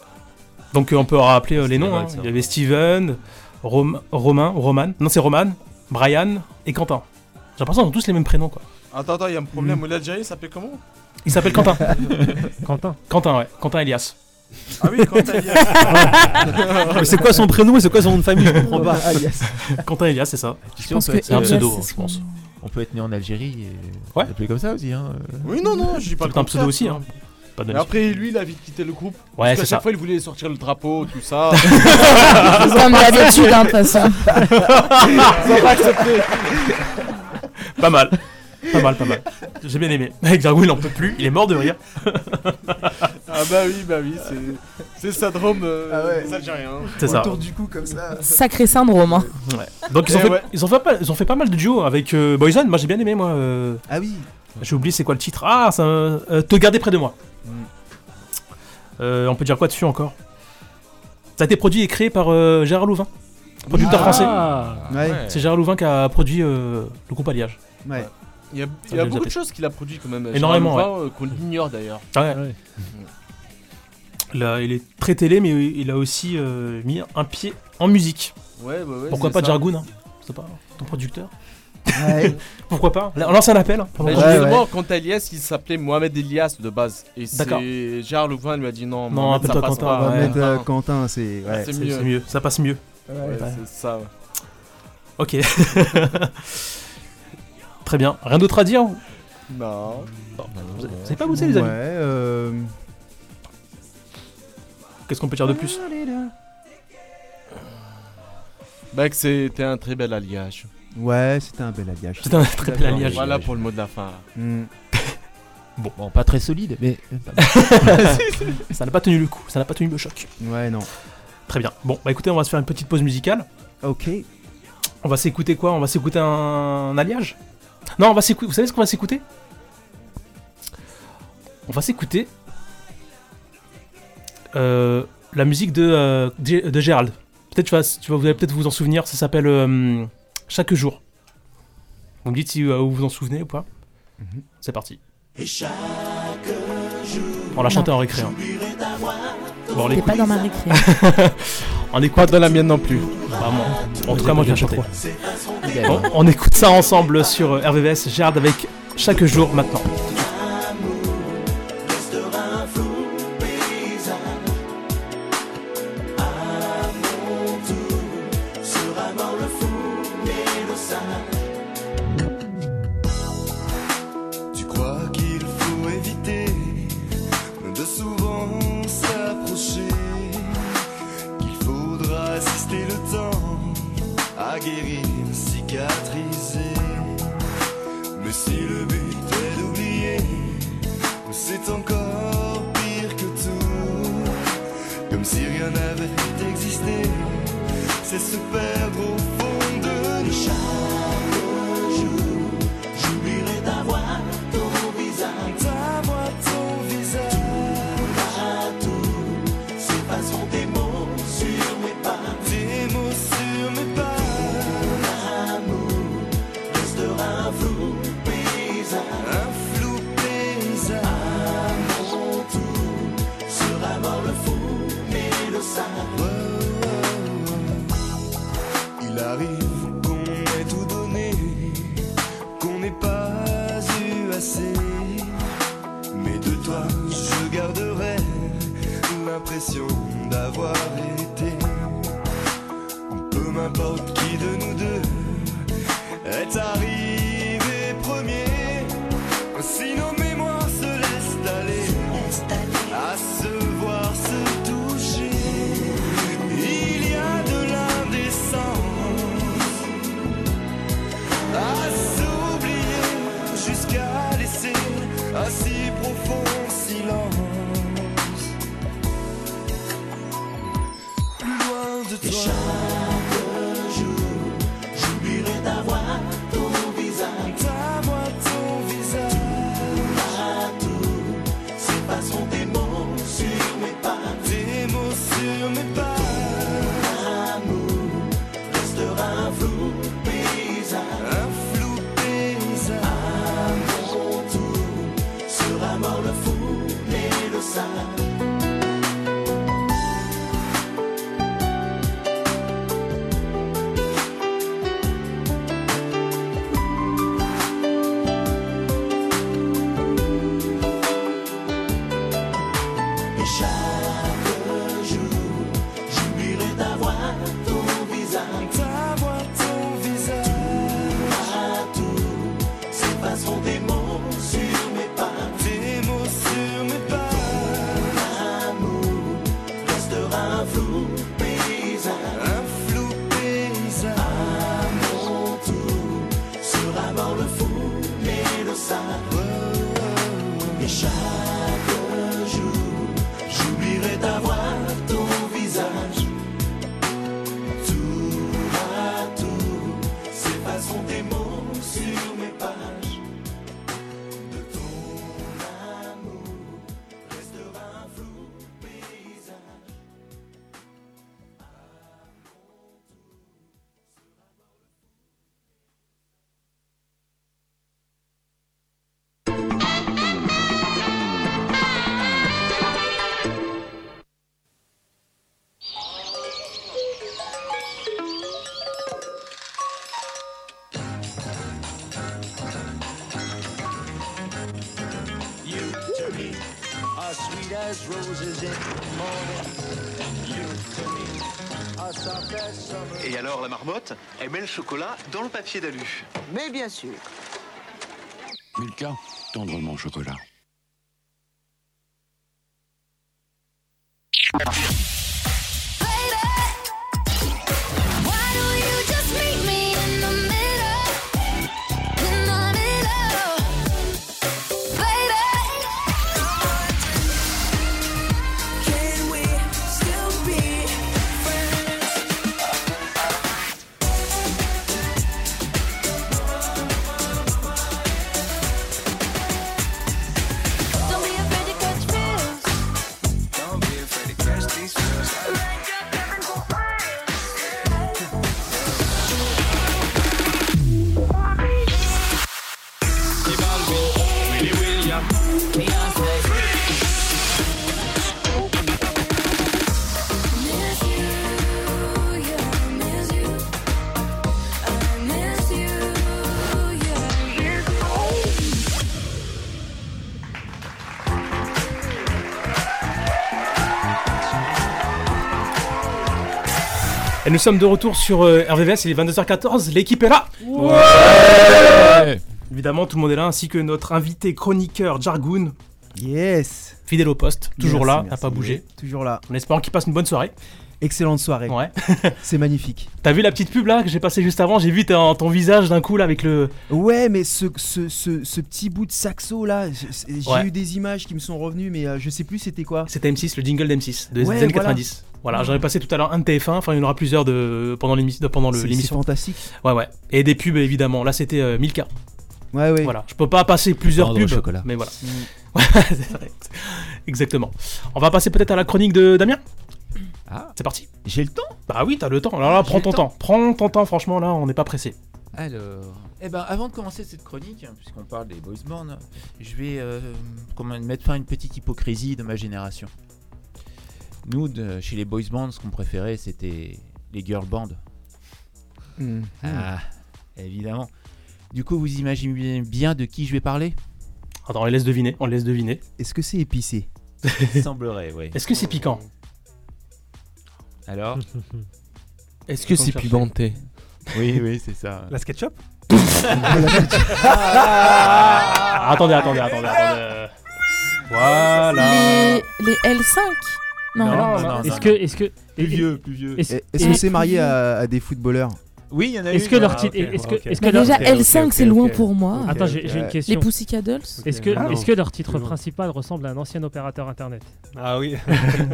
B: Donc euh, on peut rappeler euh, les noms.
L: mal,
B: hein.
L: ça.
B: Il y avait Steven, Rom- Romain, Roman. Non, c'est Roman, Brian et Quentin. J'ai l'impression qu'ils ont tous les mêmes prénoms, quoi.
H: Attends, attends, il y a un problème. L'Algérie, ça s'appelle comment
O: <laughs>
B: Il s'appelle Hmm. Quentin.
H: <laughs>
C: Quentin.
B: Quentin, ouais. Quentin Elias.
O: Ah oui, Quentin
B: <laughs>
O: Elias. Mais c'est quoi son prénom et c'est quoi son nom de famille Je comprends pas.
B: Quentin Ah, Elias, c'est ça.
J: Je
B: Je pense
J: pense que
B: que C'est un
J: Elias,
B: pseudo,
J: c'est
B: je pense.
J: On peut être né en Algérie et
B: ouais.
J: comme ça aussi. Hein.
B: Oui, non, non, je dis pas le C'est un contraire. pseudo aussi, hein. Pas de
H: Mais
B: nature.
H: après, lui, il a vite quitté le groupe.
B: Ouais,
H: Parce qu'à
B: c'est
H: chaque
B: ça.
H: fois, il voulait sortir le drapeau, tout
A: <laughs>
H: ça.
A: Comme d'habitude, hein, de toute façon.
H: Ils ont pas accepté.
B: Pas mal. Pas mal, pas mal. J'ai bien aimé. Avec Dargo, il en peut plus, il est mort de rire.
H: Ah bah oui, bah oui, c'est- c'est sa drôme euh, des Algériens.
B: C'est ça.
H: Autour du cou, comme ça.
A: Sacré syndrome. hein.
B: Donc ils ont,
H: Eh
B: fait,
H: ouais.
B: ils, ont fait pas, ils ont fait pas mal de duos avec euh, Boyzone. Moi j'ai bien aimé moi. euh.
L: Ah oui.
B: J'ai oublié c'est quoi le titre. Ah, ça, euh, te garder près de moi. Euh, on peut dire quoi dessus encore Ça a été produit et créé par euh, Gérard Louvain, producteur
H: Ah.
B: français.
H: Ouais.
B: C'est Gérard Louvain qui a produit euh, le groupe Alliage.
L: Ouais.
H: Il y a, il y
B: j'ai
H: a
B: zappé.
H: beaucoup de choses qu'il a produit quand même.
B: Énormément,
H: Charles Levin, euh, Qu'on ignore
B: <laughs>
H: d'ailleurs.
B: Ah Ouais. Là, il est très télé, mais il a aussi euh, mis un pied en musique.
H: Ouais, bah ouais,
B: Pourquoi
H: c'est
B: pas
H: ça.
B: Jargoon hein Je sais pas, ton producteur
H: Ouais.
B: <laughs> Pourquoi pas On lance un appel. hein, pour
H: Mais
B: voir.
H: Bah, justement, quand Elias, il s'appelait Mohamed Elias de base. Et
B: D'accord.
H: c'est Gérard Louvain lui a dit non,
B: Non,
H: Mohamed, ça
B: appelle-toi
H: passe
B: Quentin,
H: pas.
B: ouais.
L: Mohamed, euh,
H: Quentin.
L: Quentin, c'est-
H: Ah,
L: ouais.
H: c'est
B: C'est
H: mieux.
B: mieux, ça passe mieux.
H: Ouais,
B: Ouais.
H: c'est ça. ouais.
B: Ok. <laughs> Très bien. Rien d'autre à dire
H: Non.
B: Vous vous avez pas bossé, les amis
L: Ouais, euh,
B: Qu'est-ce qu'on peut dire de plus
H: Bah, que c'était un très bel alliage.
L: ouais, c'était un bel alliage.
B: C'était un très bel alliage.
H: Voilà pour le mot de la fin.
L: Mm. <laughs>
B: Bon.
J: pas très solide, mais.
B: ça n'a pas tenu le coup, ça n'a pas tenu le choc.
L: Ouais, non.
B: Très bien. Bon, bah écoutez, on va se faire une petite pause musicale.
L: Ok.
B: On va s'écouter quoi On va s'écouter un... alliage Non, on va s'écouter. Vous savez ce qu'on va s'écouter On va s'écouter. euh, la musique de, euh, G- de Gérald. Peut-être tu vas, tu vas, vous allez peut-être vous en souvenir, ça s'appelle euh, Chaque jour. Vous me dites si euh, vous vous en souvenez ou pas.
L: Mhm.
B: C'est parti.
P: Et chaque jour.
B: On l'a chanté en récré. hein.
P: j'oublierai ta voix.
B: Bon, on
A: C'était
B: l'écoute.
A: pas dans ma récré.
B: <laughs> on écoute. Pas
H: dans la mienne non plus.
B: En tout cas, moi je l'ai chanté.
P: C'est un son
B: Bon, on écoute ça ensemble sur euh, RVVS Gérald avec Chaque jour maintenant.
P: restera un flou paysage. À mon tour, sera mort le fou et le sage. Tu crois qu'il faut éviter de souvent s'approcher, qu'il faudra assister le temps à guérir, cicatriser. Mais si le but est d'oublier, c'est encore pire que tout. Comme si rien n'avait existé. C'est se perdre au fond de nous. Chaque jour, j'oublierai ta voix, ton visage. Ta voix, ton visage. Tour à tour, s'effaceront tes mots sur mes pas. Tes mots sur mes pas. Mon amour restera un flou paysage. Un flou paysage. À mon tour sera mort le fou et le sage. Il arrive qu'on ait tout donné, qu'on n'ait pas eu assez. Mais de toi, je garderai l'impression d'avoir été. Peu m'importe qui de nous deux est arrivé premier. Si nos mémoires se laissent aller, à se voir se toucher, il y a de l'indécence à s'oublier jusqu'à laisser un si profond silence. Plus loin de toi. chaque jour, J'oublierai ta voix, ton visage. Ta voix, ton visage. Tour à tour, s'effaceront tes mots sur mes pas. Tes mots sur mes pas. Ton amour restera un flou paysage. Un flou paysage. À mon tour, sera mort le fou et le sage. Et chaque
F: Et chaque jour, j'oublierai ta voix, ton visage. Tour à tour, s'effaceront tes mots sur mes pages. De ton amour, restera un flou paysage.
P: You to me are sweet as roses in the morning. You to me are soft as summer.
Q: Et alors la marmotte, elle met le chocolat dans le papier d'alu.
R: Mais bien sûr.
Q: Milka, tendrement chocolat.
B: Et nous sommes de retour sur euh, RVVS, il est 22h14, l'équipe est là Évidemment, tout le monde est là, ainsi que notre invité chroniqueur Jargoon.
J: Yes
B: Fidèle au poste, toujours
J: Merci,
B: là, n'a
J: merci.
B: pas bougé.
J: Toujours là.
B: En espérant qu'il passe une bonne soirée.
J: Excellente soirée.
B: <laughs> Ouais.
J: C'est magnifique.
B: T'as vu la petite pub là que j'ai passée juste avant J'ai vu ton, ton visage d'un coup là avec le.
J: Ouais, mais ce, ce, ce, ce petit bout de saxo là, j- j'ai
B: Ouais.
J: eu des images qui me sont revenues, mais euh, je sais plus c'était quoi.
B: C'était M6, le jingle d'M6 des
J: Ouais,
B: années
J: voilà.
B: 90. Voilà, j'en ai passé tout à l'heure un de TF1, enfin il y en aura plusieurs de, pendant l'émission. de- pendant le-
J: C'est-
B: l'émission.
J: c'est fantastique.
B: Ouais, ouais. Et des pubs évidemment. Là c'était euh, Milka.
J: Ouais, ouais. Mm.
B: Voilà, je peux pas passer plusieurs
J: Pardon,
B: pubs.
J: le chocolat.
B: Mais voilà. <laughs> Ouais, c'est vrai. Exactement. On va passer peut-être à la chronique de Damien. C'est parti.
J: J'ai le temps
B: Bah oui, t'as le temps. Alors là, prends
J: J'ai
B: ton
J: le
B: temps. Prends ton temps, franchement, là, on n'est pas pressé.
J: Alors. Eh ben, avant de commencer cette chronique, hein, puisqu'on parle des boys band, je vais euh, comment- mettre fin à une petite hypocrisie de ma génération. Nous, de- chez les boys bands, ce qu'on préférait, c'était les girl bands.
L: Mhm.
P: Hmm.
J: Ah, évidemment. Du coup, vous imaginez bien de qui je vais parler
B: Attends, on les laisse deviner. On les laisse deviner.
J: Est-ce que
B: <laughs>
J: c'est épicé
B: Il
J: semblerait, oui.
B: Est-ce que c'est piquant
J: Alors <laughs>
H: Est-ce que c'est pimenté
J: Oui, oui, c'est ça.
I: La SketchUp
B: <laughs>
J: <laughs>
B: Ah, Attendez, attendez, attendez, attendez. Voilà.
A: Les, les L5 Non,
C: Est-ce que. Est-ce que
J: Plus vieux, plus vieux.
C: Est-ce
L: Est-ce que c'est marié à, à des footballeurs
J: Oui, il y en a
C: Est-ce
J: une,
C: que
J: hein.
C: leur
J: Ah,
C: titre.
J: ok,
C: Est-ce
J: ok.
C: que. Est-ce que
A: Mais
C: leur-
A: Bah déjà,
C: Ok, ok,
A: L5,
C: ok,
A: c'est
C: ok.
A: loin pour moi.
C: Attends, j'ai j'ai une question.
A: Les Pussycat Dolls
C: Est-ce que,
A: Ah,
C: est-ce
A: non.
C: que leur titre principal ressemble à un ancien opérateur internet
I: Ah
L: <laughs>
I: oui.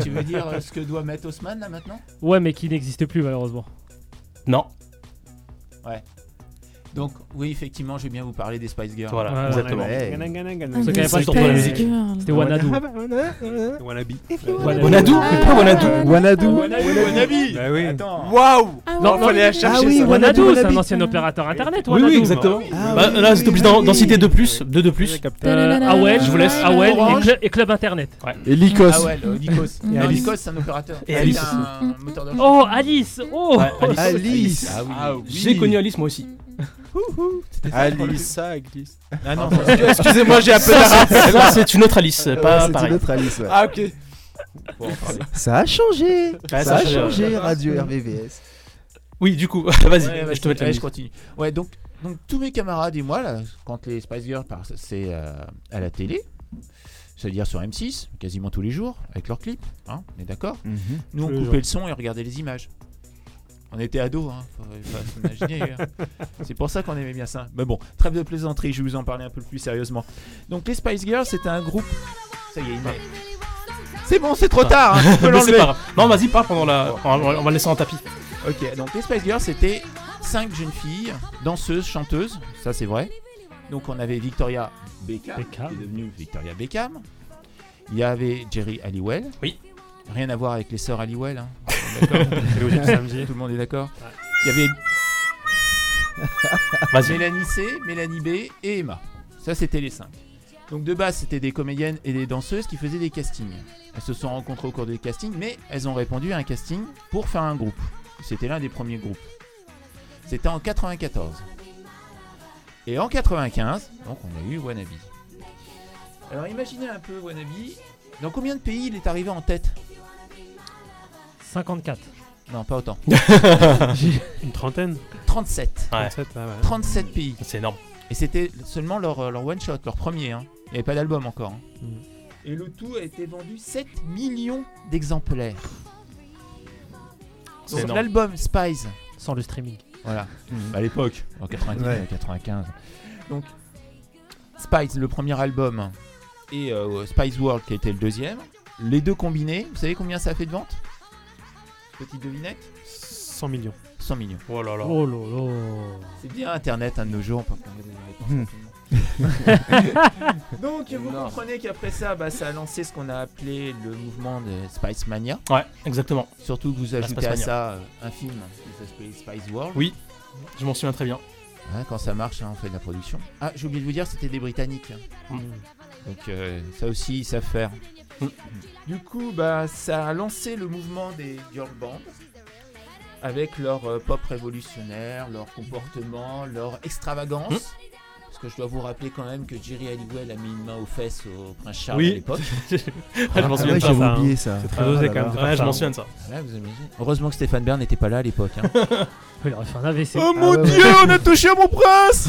J: tu veux dire euh, ce que doit mettre Haussmann là maintenant
C: Ouais, mais qui n'existe plus malheureusement.
B: Non.
J: Ouais. Donc, oui, effectivement, je vais bien vous parler des Spice Girls.
B: Voilà,
C: Ouais,
B: exactement.
J: Ouais.
C: Ceux qui avaient pas le tour de la musique. C'était
J: <laughs>
C: Wanadu.
I: Wannabe.
C: Wanadu
I: Mais
C: pourquoi Wanadu
B: Euh,
L: Wanadu
I: Wannabe Bah oui.
J: Waouh
C: Non, non,
I: fallait la
C: ah
I: chercher.
C: oui,
I: ça.
C: Wanadu, c'est un ancien opérateur internet.
B: Oui, oui,
C: Wanadu.
B: exactement. Bah, là, vous êtes obligé d'en d'en citer deux plus. Deux de plus.
C: Euh, AOL,
B: je vous laisse.
C: AOL et,
J: Orange.
C: Cl- et Club Internet.
B: Et Lycos.
J: Ah ouais, le Lycos.
B: Et
J: Non,
B: Alice.
J: Lycos, c'est un opérateur.
B: Et Alice.
J: C'est un moteur de
C: Oh, Alice Oh
B: Ouais, Alice.
J: Ah oui.
B: J'ai connu Alice moi aussi.
J: Alice.
H: Ça, Alice.
J: Ah non,
H: Pardon.
J: ça-
H: Excusez-moi, j'ai appelé
B: Ça,
H: la
B: c'est-
H: rappel.
B: ça, c'est une autre Alice,
H: Ouais,
B: pas
H: c'est une
B: pareil.
H: autre Alice, ouais. Ah, ok. Bon, pardon.
L: Ça a changé
B: Ouais,
L: Ça a
B: c'est-
L: changé, Radio RVVS.
B: Oui, du coup, <laughs> vas-y,
J: Ouais, ouais,
B: je te mets la
J: ouais,
B: musique.
J: je continue. Ouais, donc, donc tous mes camarades et moi, là, quand les Spice Girls passaient euh, à la télé, c'est-à-dire sur M6, quasiment tous les jours, avec leurs clips, hein, on est d'accord
L: Mhm.
J: Nous, on
L: Tous les
J: coupait
L: jours.
J: le son et on regardait les images. On était ados, hein. faut faut pas s'imaginer. hein. C'est pour ça qu'on aimait bien ça. Mais bon, trêve de plaisanterie, je vais vous en parler un peu plus sérieusement. Donc les Spice Girls, c'était un groupe. Ça y est, il m'a- C'est bon, c'est trop tard. <laughs> hein, tu peux
B: Mais c'est
J: l'enlever.
B: pas grave. Non, vas-y, parle pendant la. On va- on va le laisser en tapis.
J: Ok, donc les Spice Girls, c'était cinq jeunes filles, danseuses, chanteuses, ça c'est vrai. Donc on avait Victoria Beckham, qui est devenue Victoria Beckham. Il y avait Jerry Halliwell.
B: Oui.
J: Rien à voir avec les sœurs Halliwell. hein.
I: C'est logique, samedi.
J: Tout le monde est d'accord Il y avait
B: Vas-y.
J: Mélanie C, Mélanie B et Emma. Ça, c'était les cinq. Donc de base, c'était des comédiennes et des danseuses qui faisaient des castings. Elles se sont rencontrées au cours des castings, mais elles ont répondu à un casting pour faire un groupe. C'était l'un des premiers groupes. C'était en 94. Et en 95, donc on a eu Wannabe. Alors imaginez un peu Wannabe. Dans combien de pays il est arrivé en tête
C: 54.
J: Non, pas
I: <laughs>
J: autant.
I: Une trentaine
J: 37.
I: Ouais. 37, ouais, ouais.
J: 37 pays.
B: C'est énorme.
J: Et c'était seulement leur, leur one shot, leur premier. hein. Il n'y avait pas d'album encore. hein. Et le tout a été vendu 7 millions d'exemplaires.
C: C'est
J: Donc
C: énorme.
J: l'album Spies.
C: Sans le streaming.
J: Voilà.
I: Mmh.
J: À l'époque, en 90,
C: Ouais.
J: 95. Donc Spies, le premier album, et euh, Spice World qui était le deuxième. Les deux combinés, vous savez combien ça a fait de ventes Petite devinette
I: 100 millions.
J: 100 millions.
B: Oh là là.
C: Oh là là.
J: C'est bien Internet, un de nos jours, on peut regarder les réponses rapidement. <laughs> Donc vous comprenez qu'après ça, bah, ça a lancé ce qu'on a appelé le mouvement de Spice Mania.
B: Ouais, <laughs> exactement.
J: Surtout que vous
B: La
J: ajoutez à
B: Spacemania.
J: ça euh, un film qui s'appelle Spice World.
B: Oui, je m'en souviens très bien.
J: Hein, quand ça marche, hein, on fait de la production. Ah, j'ai oublié de vous dire, c'était des Britanniques. hein.
B: Mm.
J: Donc euh, ça aussi, ils savent faire. Du coup, bah, ça a lancé le mouvement des girl bands avec leur euh, pop révolutionnaire, leur comportement, leur extravagance. Parce que je dois vous rappeler quand même que Jerry Halliwell a mis une main aux fesses au prince Charles
B: Oui.
J: à <laughs> l'époque.
B: Je m'en Ah souviens ouais, de ça, j'avais ça, oublié hein. ça. C'est très Ah osé là quand là. même de faire Ouais, je ça, m'en hein. souviens de ça.
J: Ouais, vous imaginez. Heureusement que Stéphane Bern n'était pas là à l'époque. hein.
C: <laughs> Il aurait fait un AVC.
J: Oh mon
C: Ah ouais,
J: dieu,
C: ouais.
J: on a touché à mon prince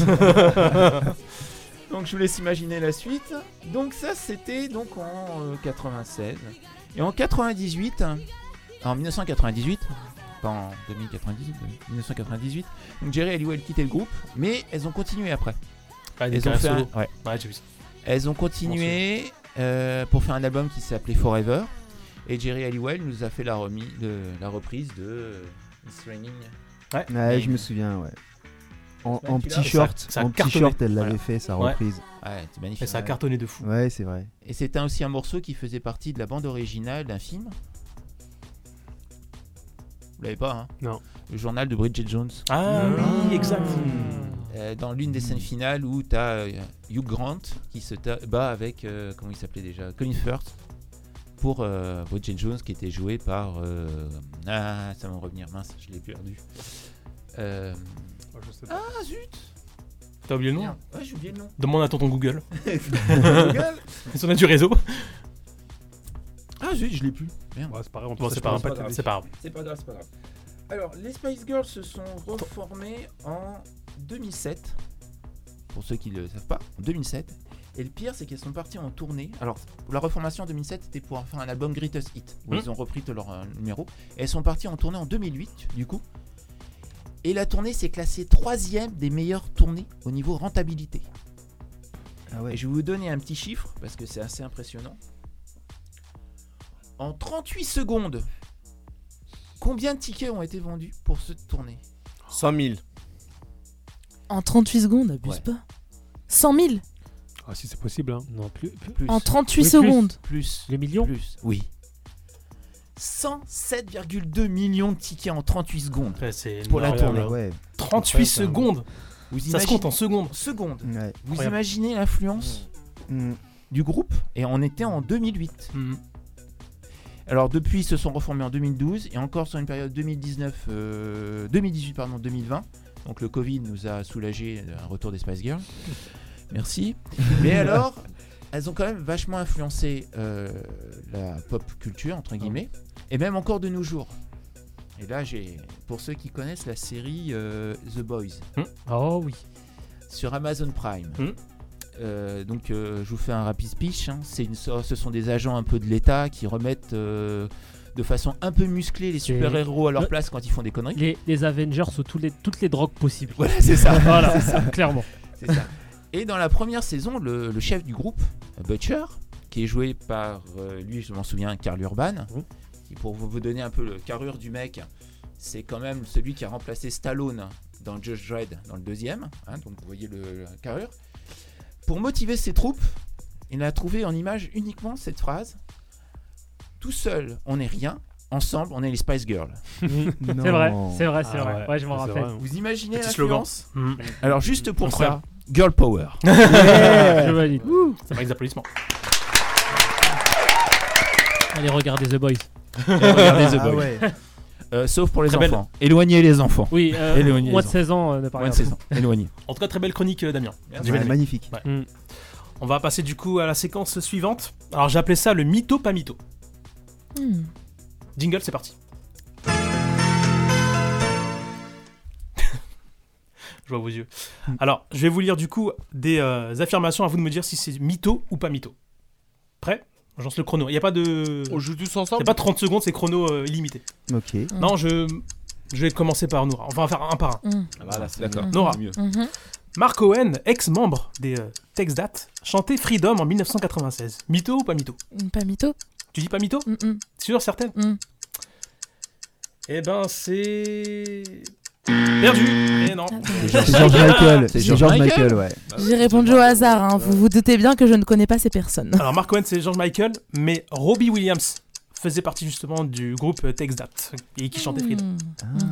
C: <laughs>
J: <laughs> Donc je vous laisse imaginer la suite. Donc ça c'était donc en euh, 96 et en 98 en 1998 pas en 2098 1998 donc Jerry et Halliwell quittaient le groupe mais elles ont continué après.
B: Ah, des
J: elles ont
B: carrières
J: fait un-
B: solo.
J: ouais.
B: Ouais, j'ai vu ça.
J: Elles ont continué euh, pour faire un album qui s'appelait Forever. Et Jerry Halliwell nous a fait la, remis, le- la reprise de euh, It's Raining.
B: Ouais,
L: je me souviens, ouais. En,
J: Bah,
L: en
J: tu l'as-
L: petit short,
J: ça a
L: en petit
J: cartonné.
L: short, elle l'avait
J: Voilà.
L: fait sa
J: Ouais.
L: reprise.
J: Ouais, c'est magnifique.
B: Et ça a cartonné de fou.
L: Ouais, c'est vrai.
J: Et c'était aussi un morceau qui faisait partie de la bande originale d'un film. Vous l'avez pas, hein
I: Non.
J: Le journal de Bridget Jones.
B: Ah oui, exact.
J: Euh, dans l'une des scènes finales où tu as Hugh Grant qui se ta- bat avec, euh, comment il s'appelait déjà Colin Firth pour euh, Bridget Jones qui était joué par. euh, ah, ça va me revenir, mince, je l'ai perdu. Euh,
I: Oh,
J: Ah zut
B: T'as oublié le nom
J: Merde. Mmh. Ouais, j'ai oublié le nom.
B: Demande à tonton Google.
J: <laughs>
B: <laughs>
J: Google
B: Si on a du réseau.
J: Ah zut, je l'ai plus. Merde.
I: Ouais, c'est pas grave, on
B: Bon,
I: peut-
B: c'est pas grave,
I: pas grave.
B: c'est pas grave.
J: C'est pas grave, c'est pas grave. Alors, les Spice Girls se sont reformés en 2007. Pour ceux qui ne le savent pas, en 2007. Et le pire, c'est qu'elles sont parties en tournée. Alors, la reformation en 2007, c'était pour faire un album Greatest Hit, où
B: Mhm.
J: ils ont repris tous leurs euh, numéros. Et elles sont parties en tournée en 2008, du coup. Et la tournée s'est classée troisième des meilleures tournées au niveau rentabilité. Et je vais vous donner un petit chiffre, parce que c'est assez impressionnant. En 38 secondes, combien de tickets ont été vendus pour cette tournée
L: 100 000.
A: En 38 secondes, abuse
J: Ouais.
A: pas. 100 000
I: Ah, si c'est possible. Hein.
C: Non, plus. plus-
J: Plus.
A: En 38
C: Oui, plus.
A: secondes.
J: Plus.
C: Le million
J: Plus. Oui. 107,2 millions de tickets en 38 secondes.
B: Ouais, c'est
J: pour la
B: énorme.
J: tournée.
L: Ouais.
B: 38
J: Ouais, c'est un-
B: secondes.
J: Vous
B: ça se
J: imaginez-
B: compte en secondes.
J: Secondes.
L: Ouais.
J: Vous
B: Incroyable.
J: imaginez l'influence du groupe Et on était en 2008. Alors depuis, ils se sont reformés en 2012 et encore sur une période 2019, euh, 2018 pardon, 2020. Donc le Covid nous a soulagé un retour des Spice Girls. Merci. Mais alors, elles ont quand même vachement influencé euh, la pop culture entre guillemets et même encore de nos jours. Et là, j'ai pour ceux qui connaissent la série euh, The Boys.
C: Oh oui. Hmm.
J: Sur Amazon Prime. Euh, donc, euh, je vous fais un rapide speech. hein. C'est une, sorte- ce sont des agents un peu de l'État qui remettent euh, de façon un peu musclée les super-héros à leur
C: Le-
J: place quand ils font des conneries.
C: Les, les Avengers sous tous les, toutes les drogues possibles.
J: Voilà, c'est ça.
C: <laughs> voilà,
J: <laughs> C'est ça.
C: clairement.
J: C'est ça. Et dans la première saison, le, le chef du groupe, Butcher, qui est joué par, euh, lui, je m'en souviens, Carl Urban, qui, pour vous vous donner un peu le carrure du mec, c'est quand même celui qui a remplacé Stallone dans Judge Dredd, dans le deuxième. hein, donc vous voyez le, le carrure. Pour motiver ses troupes, il a trouvé en image uniquement cette phrase Tout seul, on n'est rien. Ensemble, on est les Spice Girls.
C: <laughs> C'est vrai, c'est vrai, c'est vrai. Mm. Ah Ouais, je m'en
J: Ah C'est
C: rappelle.
J: vrai. Vous imaginez
C: Petit
J: l'influence
C: slogan. Mm.
J: Alors juste pour
C: Incroyable.
J: ça, girl power.
C: <laughs>
J: <laughs>
C: Ouais, je valide.
B: <laughs> Ça va les applaudissements.
C: Allez, regardez The Boys.
J: Regardez The Boys. Euh, sauf pour les
B: Très belle.
J: enfants. Éloignez les enfants.
C: Oui, euh,
J: Éloignez
C: moins
J: les
C: de 16 ans, euh, ne pas
J: Moins de
C: regarder.
J: 16 ans. Éloignez.
B: <laughs> En tout cas, très belle chronique, euh, Damien.
J: Merci.
B: J'ai bien
J: Ouais,
B: aimé.
L: magnifique.
B: Ouais.
C: Mm.
B: On va passer du coup à la séquence suivante. Alors, j'ai appelé ça le mytho pas mytho.
A: Hmm.
B: Jingle, c'est parti. <laughs> je vois vos yeux.
H: Hmm.
B: Alors, je vais vous lire du coup des euh, affirmations à vous de me dire si c'est mytho ou pas mytho. Prêt J'ance le chrono. Il n'y a pas de.
H: On joue tous ensemble Hmm.
B: Il n'y a pas 30 secondes, c'est chrono euh, illimité.
L: Ok.
B: Non, je. Je vais commencer par Nora. On va en faire un par un.
A: Mm.
H: Ah bah là, c'est d'accord.
B: Nora.
H: C'est mieux.
A: Mhm.
B: Mark Owen, ex-membre des euh, Texdat, chantait Freedom en 1996. Mytho ou pas mytho
A: Pas mytho.
B: Tu dis pas mytho Sûr, certaine
H: Mm.
B: Eh ben, c'est. Perdu Eh non Bah
L: C'est George- c'est
A: <laughs>
L: George Michael. C'est George Michael, ouais.
A: J'ai répondu au hasard, hein. vous vous doutez bien que je ne connais pas ces personnes.
B: Alors, Mark Owen, c'est George Michael, mais Robbie Williams faisait partie justement du groupe Texdat et qui chantait Freedom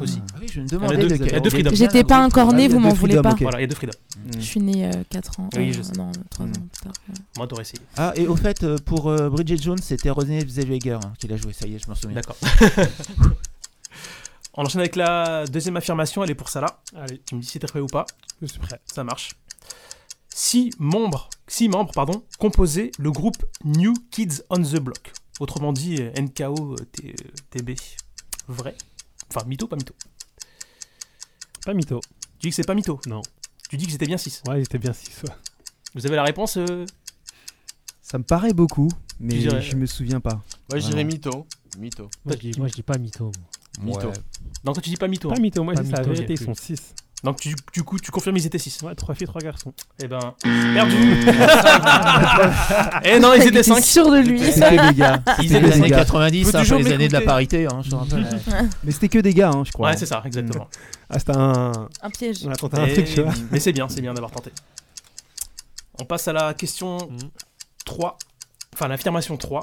B: aussi.
J: oui, je me
B: Il y
J: demandais
B: en a deux,
J: lequel.
B: il y a deux Freedom.
A: J'étais pas encore
B: Ah, il
A: née,
B: y a
A: vous
B: deux
A: m'en voulez
B: Freedom,
A: pas.
B: ok. Voilà, il y a deux Freedom.
A: Je suis euh, née 4 ans.
B: Oui,
A: euh,
B: je sais.
A: Non, 3 ans plus tard. ouais.
B: Moi, t'aurais essayé.
J: Ah, et au fait, euh, pour euh, Bridget Jones, c'était René Zellweger hein, qui l'a joué, ça y est, je m'en souviens.
B: D'accord. <laughs> On enchaîne avec la deuxième affirmation, elle est pour Salah. Allez. Tu me dis si t'es prêt ou pas. Je suis prêt. Ça marche. Six membres, six membres pardon, composaient le groupe New Kids on the Block. Autrement dit, euh, NKO euh, T- euh, TB. Vrai Enfin, mytho, pas mytho Pas mytho. Tu dis que c'est pas mytho Non. Tu dis que c'était bien 6 Ouais, c'était bien 6. Vous avez la réponse euh,
L: Ça me paraît beaucoup,
B: Tu
L: mais
B: dirais-
L: je me souviens pas.
H: Moi, je dirais
L: Vraiment.
H: mytho. Mytho.
C: Ah Moi, je dis, moi, je dis pas mytho. moi.
H: Mytho.
B: Donc toi, tu dis pas mytho.
I: Pas
B: hein.
I: mytho, moi,
B: Pas
I: c'est la
B: mytho,
I: vérité,
B: ok.
I: ils sont 6.
B: Donc tu, du coup, tu confirmes ils étaient 6
I: Ouais, 3 filles, 3 garçons.
B: Eh ben, c'est <laughs> perdu Eh non, ils
A: Il
B: étaient
A: était
B: 5
A: sûr de lui. C'était les gars.
B: Ils
J: C'était
B: étaient
J: les années
B: cinq.
J: 90,
B: Faut
J: hein,
B: toujours
J: pas les années de la
B: m'écouter.
J: parité, hein, je te <laughs> rappelle. Ouais.
L: Mais c'était que des gars, hein, je crois.
B: Ouais, c'est ça, exactement.
I: Ah, c'était un.
A: Un piège.
I: On a tenté un
B: Et-
I: truc, tu vois.
B: Mais c'est bien, c'est bien d'avoir tenté. On passe à la question 3. Enfin, l'affirmation 3.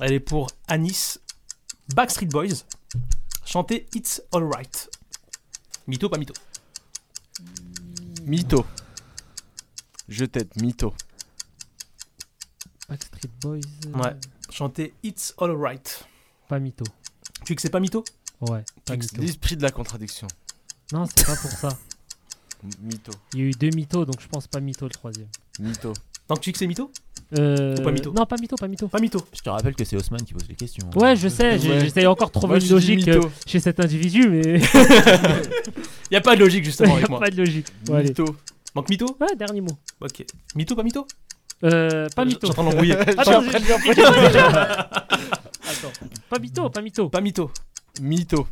B: Elle est pour Anis. Backstreet Boys. Chanter It's Alright. Mytho, pas mytho
H: Mytho. Je tête, mytho.
C: Backstreet Boys. euh,
B: Ouais. Chanter It's Alright.
C: Pas mytho.
B: Tu dis que c'est pas mytho
C: Ouais, pas
H: Ex-
C: mytho.
H: L'esprit de la contradiction.
C: Non, c'est pas pour ça.
H: Mytho.
C: Il y a eu deux mythos, donc je pense pas mytho le troisième.
H: Mytho.
B: Donc tu dis que c'est mytho
C: Euh,
B: Ou pas mytho
C: Non, pas mytho, pas mytho.
B: Pas mytho.
J: Je te rappelle que c'est Haussmann qui pose les questions. hein.
C: Ouais, je sais, j'ai-
J: Ouais.
C: j'essaye encore de
J: Moi,
C: trouver
J: je
C: une
J: dis
C: logique
J: mytho.
C: euh, chez cet individu,
J: <laughs>
C: mais.
B: Il n'y a pas de logique justement
C: <laughs> Il y
B: avec
C: a
B: moi.
C: pas de logique. Bon, allez.
B: Mytho. Donc mytho
C: Ouais, dernier mot.
B: Ok. Mytho, pas mytho
C: Euh, pas mytho.
B: J'entends train d'embrouiller.
C: <laughs> Attends,
B: Je suis en train de
C: j'ai- j'ai-
B: l'embrouiller.
L: <laughs>
C: j'ai- Attends. Pas mytho, pas mytho.
B: Pas mytho.
H: Mytho.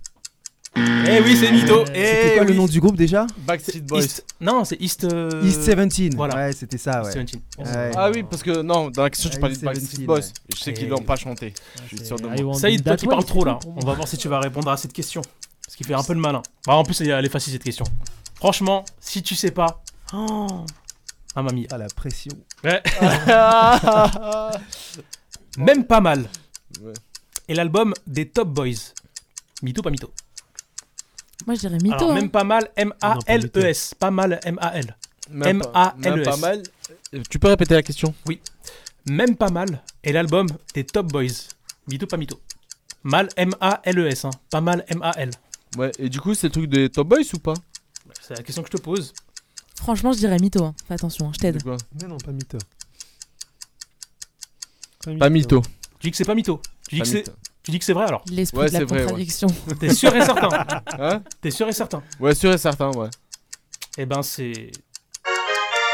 B: Eh oui, c'est mytho.
L: Euh, C'était
B: Eh
L: quoi le
B: oui.
L: nom du groupe déjà
H: Backstreet Boys.
B: East- Non, c'est East. euh,
L: East 17.
B: Voilà.
L: Ouais, c'était ça, ouais.
B: East 17.
L: Ouais.
H: Ah oui, parce que non, dans la question, tu
L: Ah,
H: parlais
L: il
H: de
L: s'est
H: Backstreet
L: ventilé,
H: Boys.
L: ouais.
H: Je sais qu'ils
B: Et-
H: l'ont pas chanté. Je suis sûr de
C: I
H: moi.
C: want
B: Saïd,
C: it
B: toi
C: that
B: qui
C: way,
B: parles trop
C: c'est
B: là.
C: tout pour
B: On
C: moi.
B: va voir si tu vas répondre à cette question. Parce qu'il fait un peu le malin. Bah, en plus, elle est facile cette question. Franchement, si tu sais pas. Oh. Ah, mamie.
L: Ah, la pression.
B: Ouais. Même pas mal.
H: Ouais.
B: Et l'album des Top Boys. Mytho, pas mytho.
A: Moi, je dirais mytho.
B: Alors,
A: hein.
B: même pas mal, M-A-L-E-S. E Pas mal, M-A-L. M-A-L-E-S.
H: Pas mal. Euh, Tu peux répéter la question
B: E Oui. Même pas mal est l'album des Top Boys. Mytho, pas mytho. Mal, M-A-L-E-S. hein. Pas mal, M-A-L.
H: Ouais, et du coup, c'est le truc des Top Boys ou pas
B: C'est la question que je te pose.
A: Franchement, je dirais mytho. hein. Fais attention, hein, je t'aide.
H: C'est quoi
I: Non, non, pas mytho.
H: Pas mytho.
B: Tu dis que c'est pas mytho. Tu dis
H: Pas
B: que c'est.
H: mytho.
B: Tu dis que c'est vrai alors
A: L'esprit
H: Ouais,
A: de la
H: c'est vrai, ouais.
A: contradiction.
B: T'es sûr et certain
H: Hein
B: T'es sûr et certain
H: Ouais, sûr et certain, ouais.
B: Eh ben c'est.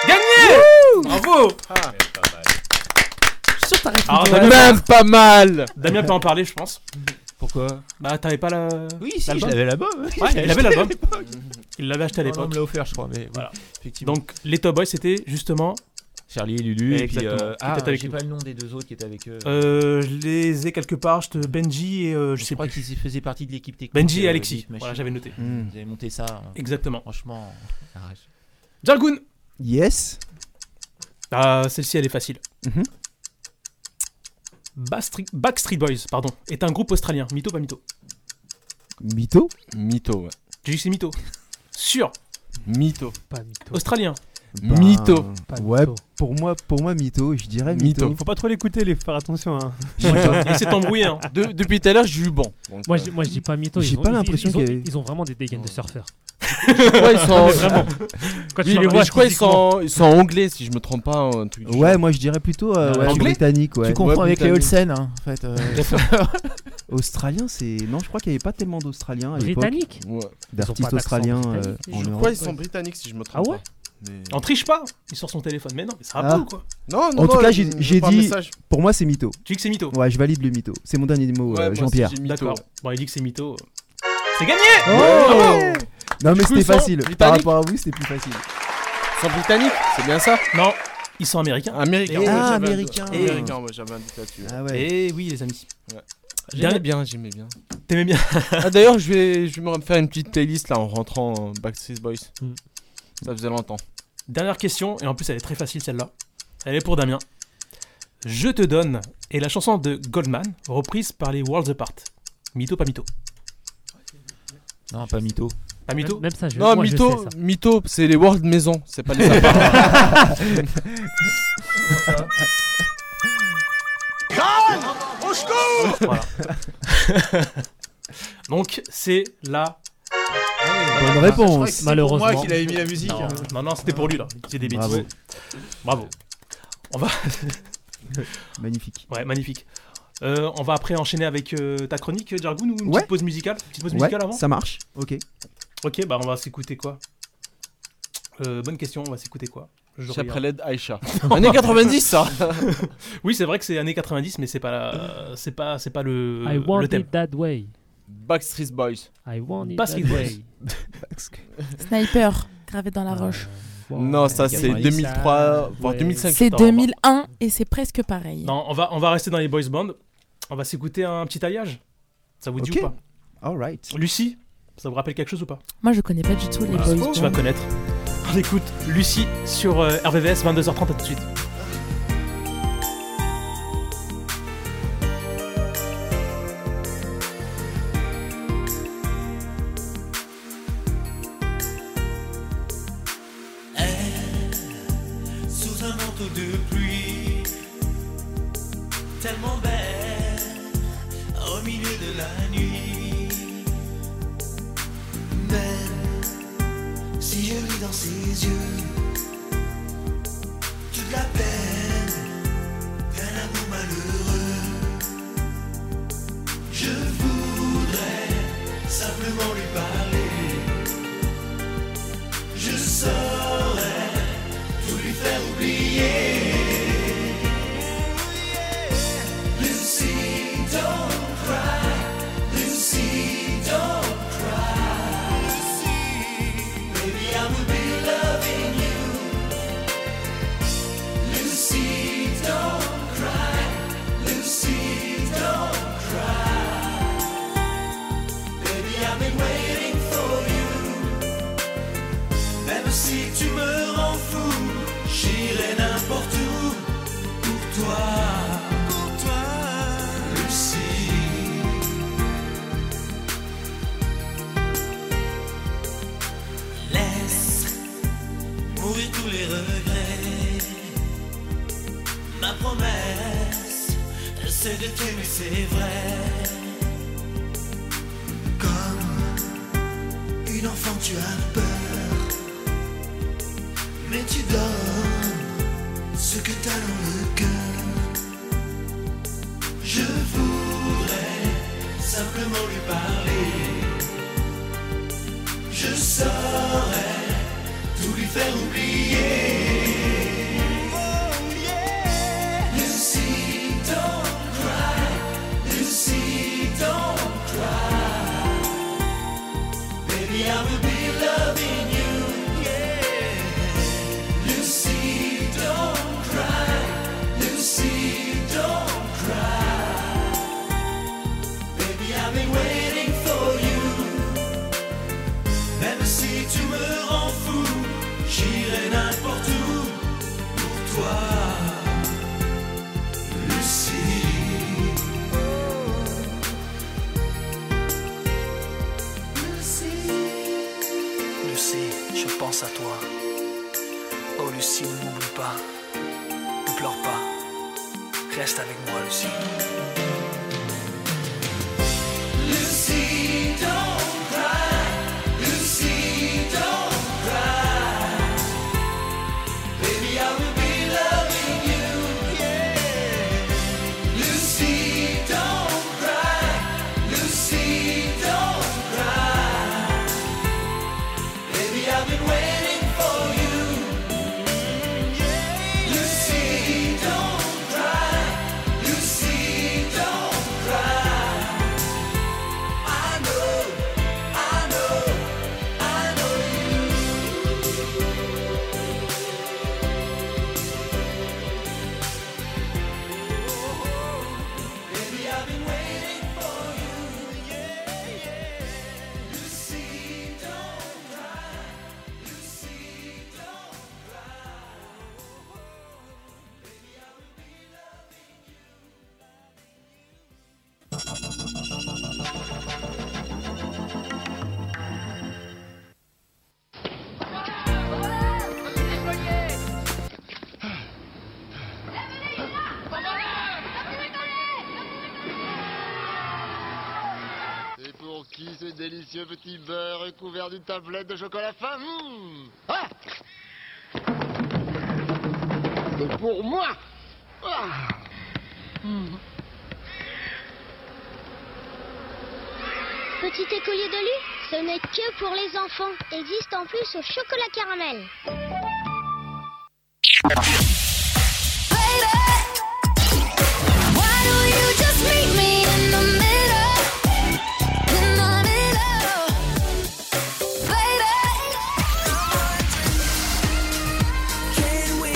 B: Gagné Bravo
A: Je suis sûre que t'arrêtes
B: Alors,
A: mytho.
B: Ah, Damien,
H: Même pas mal
B: Damien peut en parler, je pense.
J: Pourquoi
B: Bah, t'avais pas la.
J: Oui, si,
B: l'album
J: je l'avais là-bas.
B: Ouais,
J: Je l'ai
B: il avait
J: <laughs> acheté à
B: l'album.
J: l'époque.
B: Il l'avait acheté à
J: Non, non,
B: l'époque.
J: on me l'a offert, je crois, mais
B: voilà.
J: effectivement.
B: Donc, les Top Boys, c'était justement.
J: Charlie et Lulu, et puis,
B: Exactement.
J: euh,
B: Qui
J: ah,
B: était avec
J: j'ai
B: nous.
J: pas le nom des deux autres qui étaient avec eux.
B: Euh, je les ai quelque part, je te Benji et euh, je, sais
J: crois
B: plus.
J: qu'ils faisaient partie de l'équipe technique.
B: Benji et
J: euh,
B: Alexis.
J: Beat Machine.
B: Voilà, j'avais noté.
J: Vous avez monté ça. hein.
B: Exactement.
J: Franchement, arrache.
B: Jargoon
L: Yes.
B: Ah, celle-ci, elle est facile.
H: Mhm.
B: Backstreet, Backstreet Boys, pardon, est un groupe australien. Mytho, pas mytho
L: Mytho
H: Mytho, ouais.
B: J'ai dit que c'est mytho. Sûr
H: Mytho.
B: Pas mytho. Australien.
L: Ben,
H: Mytho.
B: Bah, Pas
L: Ouais,
B: mytho.
L: pour moi, pour moi, mytho, je dirais mytho.
I: Mytho. Faut pas trop l'écouter, les faut faire attention. Hein. <laughs>
B: Il s'est embrouillé. Hein.
H: De- depuis tout à l'heure, j'ai eu bon.
C: Moi, je, moi, je dis pas mytho.
L: J'ai
C: ils ont-
L: pas
C: ils-
L: l'impression
C: ils ont-
L: qu'il y avait-
C: Ils ont vraiment des dégaines de surfeurs.
H: Ouais, ils <laughs> sont.
C: Mais vraiment. Quand tu
H: Ils-
C: les vois,
H: je crois ils
C: physiquement-
H: sont, ils sont anglais, si je me trompe pas. un truc du
L: Ouais,
H: genre.
L: moi je dirais plutôt euh,
H: Non,
L: ouais,
H: anglais
L: britannique. Ouais.
H: Tu confonds Ouais, avec les britannique. Olsen,
J: hein, en fait, euh.
L: <laughs> Australien, c'est. Non, je crois qu'il n'y avait pas tellement d'Australiens à l'époque.
C: Britannique
H: Ouais.
C: Ils ont
L: D'artistes
C: pas d'accent
L: australiens.
C: britannique.
L: euh,
H: Je
L: en
H: crois
L: Europe.
H: ils sont britanniques, si je me trompe
C: Ah ouais
H: pas. Mais-
B: On triche pas. Il sort son téléphone. Mais non, mais ça va
L: Ah.
B: pas ou quoi
H: Non, non,
L: en
H: non,
L: tout cas,
H: je-
L: j'ai
H: je
L: j'ai
H: prends un
L: dit.
H: message.
L: Pour moi, c'est mytho.
B: Tu dis que c'est mytho
L: Ouais, je valide le mytho. C'est mon dernier mot,
H: Ouais,
L: euh,
H: moi aussi,
L: Jean-Pierre.
H: j'ai mytho,
B: D'accord.
H: ouais.
B: Bon, il dit que c'est mytho. C'est gagné
I: Oh
C: Oh
L: Ouais.
B: Bravo
L: Non, mais
B: Du coup,
L: c'était
B: ils sont
L: facile. Par
B: britanniques
L: rapport à vous, c'était plus facile.
H: Ils sont britanniques, c'est bien ça
B: Non, ils sont américains.
H: Américains.
B: Et-
H: ouais, euh, j'avais un-
L: Ah, américains.
H: Américains, ouais, j'avais un doute là-dessus.
L: Ah ouais.
B: Et Eh oui, les amis.
H: Ouais.
B: Dernier-
H: J'aimais bien, j'aimais bien.
B: T'aimais bien
H: Ah, D'ailleurs, je vais, je vais me faire une petite playlist là en rentrant euh, Backstreet Boys.
C: Mm.
H: Ça faisait longtemps.
B: Dernière question, et en plus elle est très facile celle-là. Elle est pour Damien. Je te donne est la chanson de Goldman, reprise par les Worlds Apart. Mytho, pas mytho
J: Non, pas mytho.
B: Pas mytho
C: Même ça, je
H: non,
C: moi, je
H: Mytho,
C: sais, ça.
H: Mytho, c'est les World Maison, c'est pas les
C: <laughs>
H: apparts.
F: Au secours
B: <laughs> Voilà.
F: <laughs>
B: Donc c'est la.
L: Bonne réponse.
B: Malheureusement.
J: moi qu'il avait mis la musique.
B: Non, non, non, c'était pour lui là. C'est des bêtises.
L: Bravo.
B: Bravo. On va.
L: <laughs> Magnifique.
B: Ouais, magnifique. Euh, on va après enchaîner avec euh, ta chronique, Jargoon, ou une
L: Ouais.
B: petite pause musicale Petite pause
L: Ouais,
B: musicale avant
L: ça marche. Ok.
B: Ok, bah on va s'écouter quoi Euh, Bonne question, on va s'écouter quoi Je
H: J'ai après
B: regarde.
H: l'aide
B: <laughs>
H: Aïcha. Années 90, ça
B: Oui, c'est vrai que c'est années 90, mais c'est pas, la- c'est pas, c'est pas le,
C: I want
B: le thème.
C: it that way.
H: Backstreet Boys.
C: I want it that
B: Backstreet Boys.
C: way.
A: Sniper,
I: Ah.
A: gravé dans la roche.
H: non, ça c'est 2003, voire
C: ouais.
H: 2005.
A: C'est
B: Non, on va-
A: 2001 et c'est presque pareil.
B: Non, on va, on va rester dans les boys band. On va s'écouter un petit alliage. Ça vous dit
L: Ok.
B: ou pas
L: Alright.
B: Lucie, ça vous rappelle quelque chose ou pas
A: Moi, je connais pas du tout les
B: Ah,
A: boys.
B: Tu
A: bands.
B: vas connaître. On écoute Lucie sur euh, RVVS 22h30 à tout de suite.
F: sous un manteau de pluie, tellement belle au milieu de la nuit. Même si je lis dans ses yeux toute la peine d'un amour malheureux, je voudrais simplement lui parler. Je saurais tout lui faire oublier. Lucy, don't cry. Lucy, don't cry. Maybe I will be loving you. Lucy, don't cry. Lucy, don't cry. Baby, I've been waiting for you. Même si tu me rends fou, j'irai n'importe où pour toi, pour toi, Lucie. Laisse mourir tous les regrets. Ma promesse, c'est de t'aimer, c'est vrai. Comme une enfant, tu as peur. Mais tu donnes ce que t'as dans le cœur. Je voudrais simplement lui parler. Je saurais tout lui faire oublier. Lucy, don't cry. Lucy, don't
R: pense à toi. Oh Lucie, ne m'oublie pas, ne pleure pas, reste avec moi Lucie.
F: Lucy, don't cry. Lucy, don't cry. Baby, I will be loving you. Yeah. Lucy, don't cry. Lucy, don't cry. Baby, I've been waiting for you. Lucy, don't cry. Lucy, don't cry. I know, I know, I know you. Baby, I've been waiting for you. Yeah, yeah. Lucy, don't cry. Lucy, don't cry. Baby, I will be loving you.
G: C'est pour qui ce délicieux petit beurre recouvert d'une tablette de chocolat fin Mmh. Ah C'est pour moi Ah Mmh.
S: Petit écolier de lu, ce n'est que pour les enfants. Existe en plus au chocolat caramel.
F: Why do you just meet me in the middle? In the middle, baby. Can we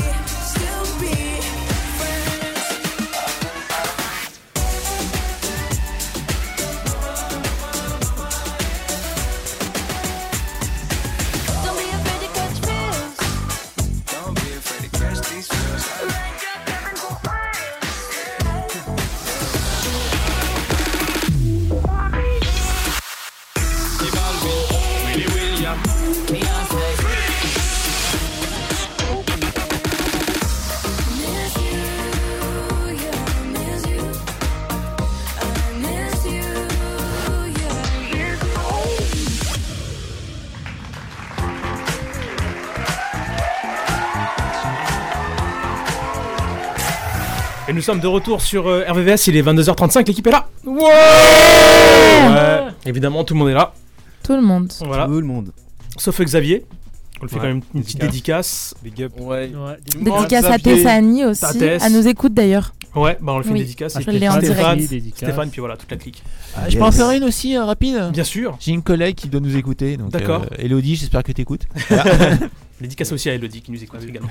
F: still be friends? Don't be afraid to catch feels. Don't be afraid to catch these feels. Like a chemical
B: Et nous sommes de retour sur euh, RVVS, il est 22h35, l'équipe est là Ouais, Évidemment, tout le monde est là.
A: Tout le monde.
B: Voilà. Tout le monde. Sauf Xavier. On le fait
I: Ouais,
B: quand même une petite dédicace.
I: Big up.
H: Ouais.
A: Dédicace à Tessani aussi.
B: À Tess.
A: Elle nous écoute d'ailleurs.
B: Ouais, bah on le fait
A: Oui.
B: une dédicace.
A: Je
B: et
A: l'ai en
B: Stéphane,
A: direct.
B: Stéphane, puis voilà, toute la clique.
K: Ah, je peux en faire une aussi euh, rapide
B: Bien sûr.
K: J'ai une collègue qui doit nous écouter. donc,
B: D'accord.
K: euh, Elodie, j'espère que
B: <laughs>
K: t'écoutes.
B: Dédicace aussi à Elodie qui nous écoute également.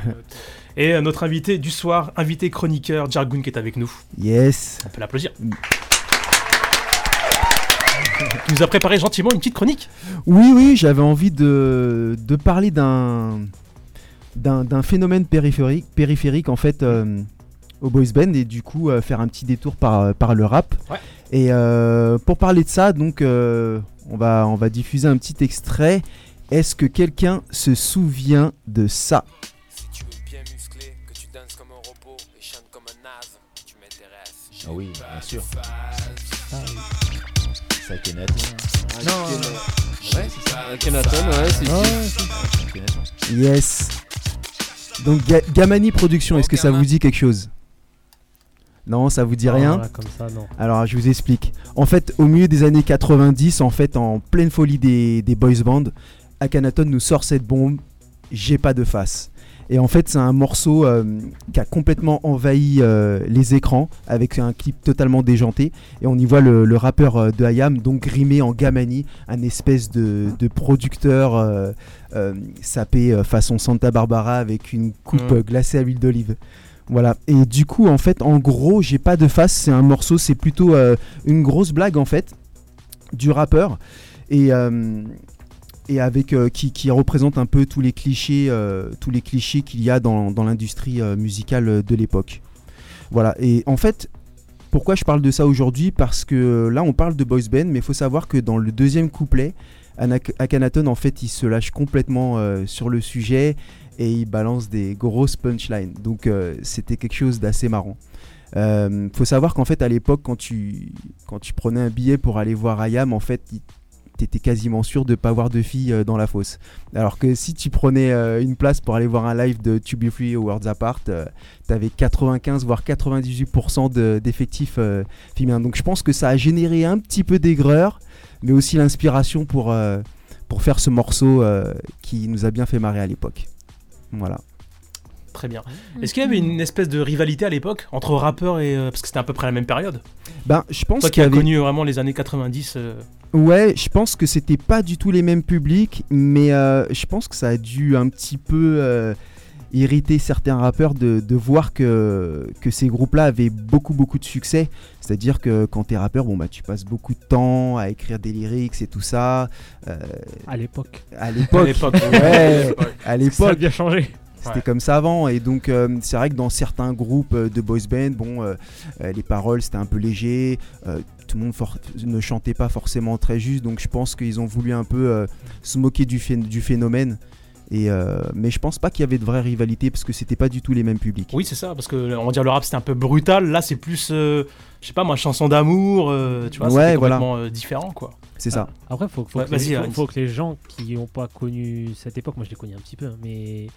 B: Et euh, notre invité du soir, invité chroniqueur, Jargoun qui est avec nous.
L: Yes.
B: On peut l'applaudir. Tu nous as préparé gentiment une petite chronique.
L: Oui, oui, j'avais envie de, de parler d'un, d'un, d'un phénomène périphérique, périphérique en fait euh, au boys band et du coup euh, faire un petit détour par, euh, par le rap. Et euh, pour parler de ça, donc euh, on, va, on va diffuser un petit extrait. Est-ce que quelqu'un se souvient de ça
T: Tu es bien musclé, que tu danses comme un robot et chantes comme un naze, tu m'intéresses.
J: Ah oui, bien sûr.
B: Ah,
J: Ça Ah,
H: Non,
B: euh,
H: ouais, c'est ça. Akhenaton, ouais, c'est
L: Yes. Donc Ga- Gamani Productions, est-ce que ça vous dit quelque chose Non, ça vous dit
C: Oh, Ah,
L: rien.
C: voilà, comme ça, non.
L: Alors je vous explique. En fait, au milieu des années 90, en fait, en pleine folie des, des boys bands, Akhenaton nous sort cette bombe. J'ai pas de face. Et en fait, c'est un morceau euh, qui a complètement envahi euh, les écrans avec un clip totalement déjanté. Et on y voit le, le rappeur euh, de Hayam, donc grimé en Gamani, un espèce de, de producteur euh, euh, sapé euh, façon Santa Barbara avec une coupe
H: Mhm.
L: euh, glacée à l'huile d'olive. Voilà. Et du coup, en fait, en gros, j'ai pas de face. C'est un morceau, c'est plutôt euh, une grosse blague en fait du rappeur. Et euh, et avec euh, qui, qui représente un peu tous les clichés, euh, tous les clichés qu'il y a dans, dans l'industrie euh, musicale de l'époque. Voilà. Et en fait, euh, pourquoi je parle de ça aujourd'hui Parce que là, on parle de boys band, mais il faut savoir que dans le deuxième couplet, Anak- Akhenaton, en fait, il se lâche complètement euh, sur le sujet et il balance des grosses punchlines. Donc, euh, c'était quelque chose d'assez marrant. Euh, faut savoir qu'en fait, à l'époque, quand tu, quand tu prenais un billet pour aller voir Ayam, en fait, il- t'étais quasiment sûr de pas voir de filles euh, dans la fosse. Alors que si tu prenais euh, une place pour aller voir un live de To Be Free ou Worlds Apart, euh, t'avais 95 voire 98% de- d'effectifs euh, féminins. Donc je pense que ça a généré un petit peu d'aigreur, mais aussi l'inspiration pour, euh, pour faire ce morceau euh, qui nous a bien fait marrer à l'époque. Voilà.
B: Très bien.
A: Mm.
B: Est-ce qu'il y avait une espèce de rivalité à l'époque entre rappeurs et. euh, parce que c'était à peu près la même période
L: Ben, je pense
B: Toi qui
L: qu'il y
B: as
L: avait-
B: connu vraiment les années 90. euh,
L: Ouais, je pense que c'était pas du tout les mêmes publics, mais euh, je pense que ça a dû un petit peu euh, irriter certains rappeurs de, de voir que, que ces groupes-là avaient beaucoup beaucoup de succès. C'est-à-dire que quand t'es rappeur, bon bah tu passes beaucoup de temps à écrire des lyrics et tout ça. euh,
C: À l'époque.
L: À l'époque.
C: À
L: <laughs>
C: l'époque.
L: Ouais, à l'époque.
C: Ça a bien changé.
L: C'était
C: Ouais.
L: comme ça avant et donc euh, c'est vrai que dans certains groupes euh, de boys band, bon, euh, euh, les paroles c'était un peu léger, euh, tout le monde for- ne chantait pas forcément très juste, donc je pense qu'ils ont voulu un peu euh, se moquer du, phé- du phénomène. Et euh, mais je pense pas qu'il y avait de vraie rivalité parce que c'était pas du tout les mêmes publics.
B: Oui, c'est ça, parce que on va dire le rap c'était un peu brutal. Là, c'est plus, euh, je sais pas, moi, chanson d'amour, euh, tu vois,
L: Ouais,
B: c'était
L: voilà.
B: complètement euh, différent, quoi.
L: C'est ça.
C: Ah. Après, faut, faut,
B: Ouais,
C: que,
B: vas-y,
C: les, faut-
B: Alex.
C: faut que les gens qui n'ont pas connu cette époque, moi je l'ai connu un petit peu, hein, mais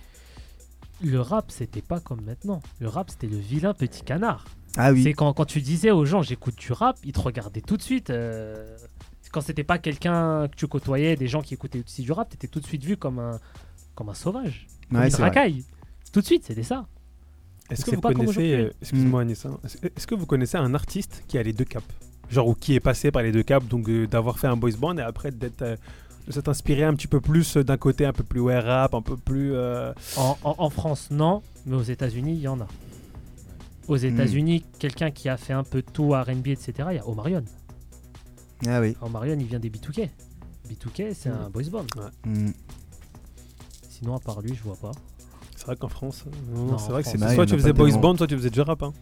C: le rap c'était pas comme maintenant. Le rap c'était le vilain petit canard.
L: Ah oui.
C: C'est quand, quand tu disais aux gens j'écoute du rap, ils te regardaient tout de suite. euh, Quand c'était pas quelqu'un que tu côtoyais, des gens qui écoutaient aussi du rap, t'étais tout de suite vu comme un, comme un sauvage, comme
I: Ouais,
C: une
I: c'est vrai.
C: racaille. Tout de suite, c'était ça.
I: Est-ce
C: Donc,
I: que
C: c'est
I: vous
C: pas comme
I: connaissez,
C: aujourd'hui.
I: euh, excuse-moi
C: Hmm.
I: Anissa, est-ce est-ce que vous connaissez un artiste qui a les deux caps Genre, ou qui est passé par les deux caps, donc euh, d'avoir fait un boys band et après d'être, euh, de s'être inspiré un petit peu plus euh, d'un côté un peu plus ouais, rap, un peu plus. euh,
C: En, en- en France, non, mais aux États-Unis, il y en a.
L: Hmm.
C: Aux États-Unis, quelqu'un qui a fait un peu tout RB, etc., il y a Omarion.
L: Ah oui. Hmm.
C: Omarion, il vient des B2K. B2K, c'est
I: Mm.
C: un boys band.
B: Hmm.
L: Mm.
C: Sinon, à part lui, je vois pas.
I: C'est vrai qu'en France, euh, non,
C: Non, Oh, en
I: c'est vrai que
C: France,
I: c'était
C: non, il y en
I: soit
C: a
I: tu faisais
C: pas
I: boys
C: tellement.
I: band, soit tu faisais du rap. hein.